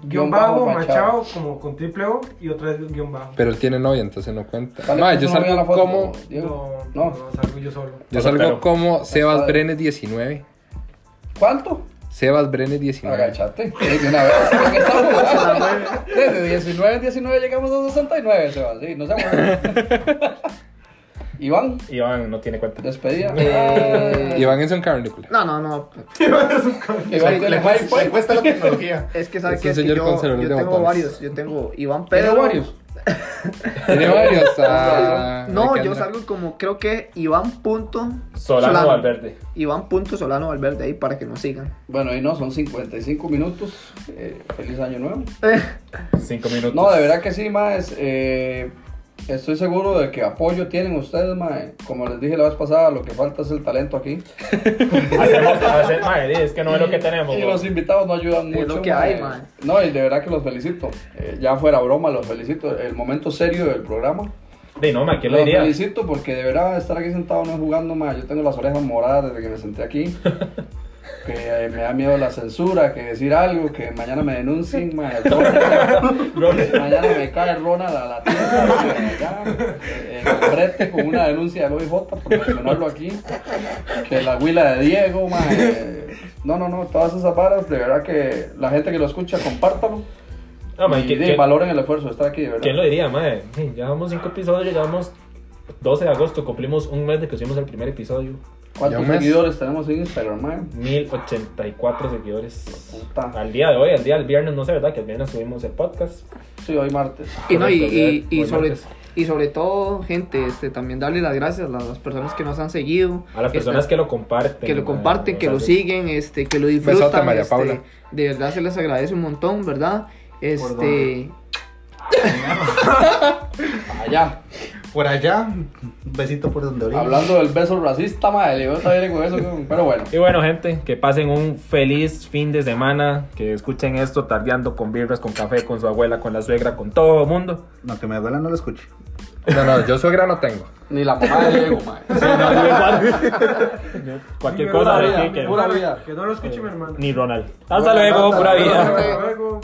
[SPEAKER 4] Guión
[SPEAKER 7] Guión
[SPEAKER 4] bajo,
[SPEAKER 7] bajo,
[SPEAKER 4] Machado.
[SPEAKER 7] machado, como con triple O y otra vez guión bajo.
[SPEAKER 5] Pero él tiene novia, entonces no cuenta.
[SPEAKER 4] Dale,
[SPEAKER 5] Ma,
[SPEAKER 4] pues,
[SPEAKER 5] yo
[SPEAKER 4] no veo la
[SPEAKER 5] salgo
[SPEAKER 4] foto,
[SPEAKER 5] como.
[SPEAKER 4] Diego.
[SPEAKER 7] No,
[SPEAKER 4] No.
[SPEAKER 7] no, salgo yo solo.
[SPEAKER 5] Yo
[SPEAKER 1] Soltero.
[SPEAKER 5] salgo como Sebas
[SPEAKER 4] Está-
[SPEAKER 5] Brenes 19.
[SPEAKER 4] ¿Cuánto?
[SPEAKER 5] Sebas Brenes 19.
[SPEAKER 4] Agachate. Sí, de una vez. ¿con qué estamos? Desde 19 en 19 llegamos a 69, se va. Sí, no se mueve.
[SPEAKER 1] [laughs]
[SPEAKER 4] Iván,
[SPEAKER 1] Iván no tiene cuenta.
[SPEAKER 4] despedida.
[SPEAKER 1] Eh,
[SPEAKER 5] Y van en San Carlos.
[SPEAKER 6] No, no, no.
[SPEAKER 4] Iván tiene
[SPEAKER 2] Le
[SPEAKER 4] Wi-Fi.
[SPEAKER 2] cuesta la tecnología.
[SPEAKER 6] Es que
[SPEAKER 5] Es
[SPEAKER 6] sabes
[SPEAKER 5] un
[SPEAKER 6] que,
[SPEAKER 5] señor con
[SPEAKER 6] yo,
[SPEAKER 5] celular de
[SPEAKER 6] yo tengo
[SPEAKER 5] botones.
[SPEAKER 6] varios. Yo tengo Iván
[SPEAKER 4] Pero
[SPEAKER 6] Pedro.
[SPEAKER 4] varios.
[SPEAKER 5] Tiene
[SPEAKER 6] [laughs]
[SPEAKER 5] varios. ah,
[SPEAKER 6] No,
[SPEAKER 5] hay que
[SPEAKER 6] yo
[SPEAKER 5] andar.
[SPEAKER 6] salgo como creo que Iván punto
[SPEAKER 1] Solano Valverde.
[SPEAKER 6] Iván punto Solano Valverde ahí para que nos sigan.
[SPEAKER 4] Bueno, y no, son 55 minutos. Eh, feliz año nuevo.
[SPEAKER 1] Cinco minutos.
[SPEAKER 4] No, de verdad que sí, más. estoy seguro de que apoyo tienen ustedes, mae. Como les dije la vez pasada, lo que falta es el talento aquí.
[SPEAKER 1] Hacemos, hacer, madre, es que no es lo que tenemos.
[SPEAKER 4] Y
[SPEAKER 1] bo.
[SPEAKER 4] los invitados no ayudan
[SPEAKER 6] Es
[SPEAKER 4] mucho.
[SPEAKER 6] lo que hay,
[SPEAKER 4] mae.
[SPEAKER 6] mae.
[SPEAKER 4] No, y de verdad que los felicito. Eh, ya fuera broma, los felicito. El momento serio del programa.
[SPEAKER 1] Di, no, ma, ¿quién lo
[SPEAKER 4] Los
[SPEAKER 1] diría?
[SPEAKER 4] felicito porque de verdad estar aquí sentado no es jugando, más. Yo tengo las orejas moradas desde que me
[SPEAKER 1] [laughs]
[SPEAKER 4] senté aquí. Que eh, me da miedo la censura, que decir algo, que mañana me denuncien, mae, todo. mañana me cae Ronald a la tienda, mae, allá, eh, en el frente con una denuncia del OIJ por mencionarlo aquí, que la huila de Diego, mae, eh, no, no, no, todas esas varas, de verdad que la gente que lo escucha, compártalo,
[SPEAKER 1] No, ma,
[SPEAKER 4] y,
[SPEAKER 1] ¿quién-
[SPEAKER 4] de-
[SPEAKER 1] quién-
[SPEAKER 4] valoren el esfuerzo de estar aquí, de verdad.
[SPEAKER 1] ¿Quién lo diría, madre? Sí, Llevamos cinco episodios, llevamos 12 de agosto, cumplimos un mes de que hicimos el primer episodio.
[SPEAKER 4] ¿Cuántos
[SPEAKER 5] Ya ves.
[SPEAKER 4] seguidores tenemos en Instagram, mae?
[SPEAKER 1] 1084 seguidores.
[SPEAKER 4] Puta.
[SPEAKER 1] Al día de hoy, al día del viernes, no sé, ¿verdad? Que el viernes subimos el podcast.
[SPEAKER 4] Sí, hoy martes.
[SPEAKER 6] Y no, y, y-
[SPEAKER 1] Correcto,
[SPEAKER 6] y
[SPEAKER 1] muy
[SPEAKER 6] sobre
[SPEAKER 1] martes.
[SPEAKER 6] y sobre todo, gente, este también darle las gracias a las personas que nos han seguido.
[SPEAKER 1] A las personas
[SPEAKER 6] este,
[SPEAKER 1] que lo comparten.
[SPEAKER 6] que lo
[SPEAKER 1] ma,
[SPEAKER 6] comparten,
[SPEAKER 1] o
[SPEAKER 6] que
[SPEAKER 1] sea,
[SPEAKER 6] lo
[SPEAKER 1] sí.
[SPEAKER 6] siguen, este, que lo disfrutan.
[SPEAKER 5] Besote, María
[SPEAKER 6] este,
[SPEAKER 5] Paula.
[SPEAKER 6] De verdad se les agradece un montón, ¿verdad? Este,
[SPEAKER 4] Allá.
[SPEAKER 2] Por allá, un besito por donde orilla.
[SPEAKER 4] Hablando del beso racista, madre, yo también con eso, weón. pero bueno.
[SPEAKER 1] Y bueno, gente, que pasen un feliz fin de semana. Que escuchen esto tardeando con birras, con café, con su abuela, con la suegra, con todo el mundo.
[SPEAKER 2] No, que me duela, no lo escucho.
[SPEAKER 5] No, no, yo suegra no tengo.
[SPEAKER 4] Ni la mamá de Diego, madre.
[SPEAKER 1] Cualquier
[SPEAKER 7] Sí,
[SPEAKER 1] cosa,
[SPEAKER 7] pura
[SPEAKER 1] de
[SPEAKER 4] vida,
[SPEAKER 1] aquí que-
[SPEAKER 4] pura vida.
[SPEAKER 7] Que no lo escuche mi hermano.
[SPEAKER 1] ni Ronald. Hasta luego, pura vida.
[SPEAKER 7] Hasta luego.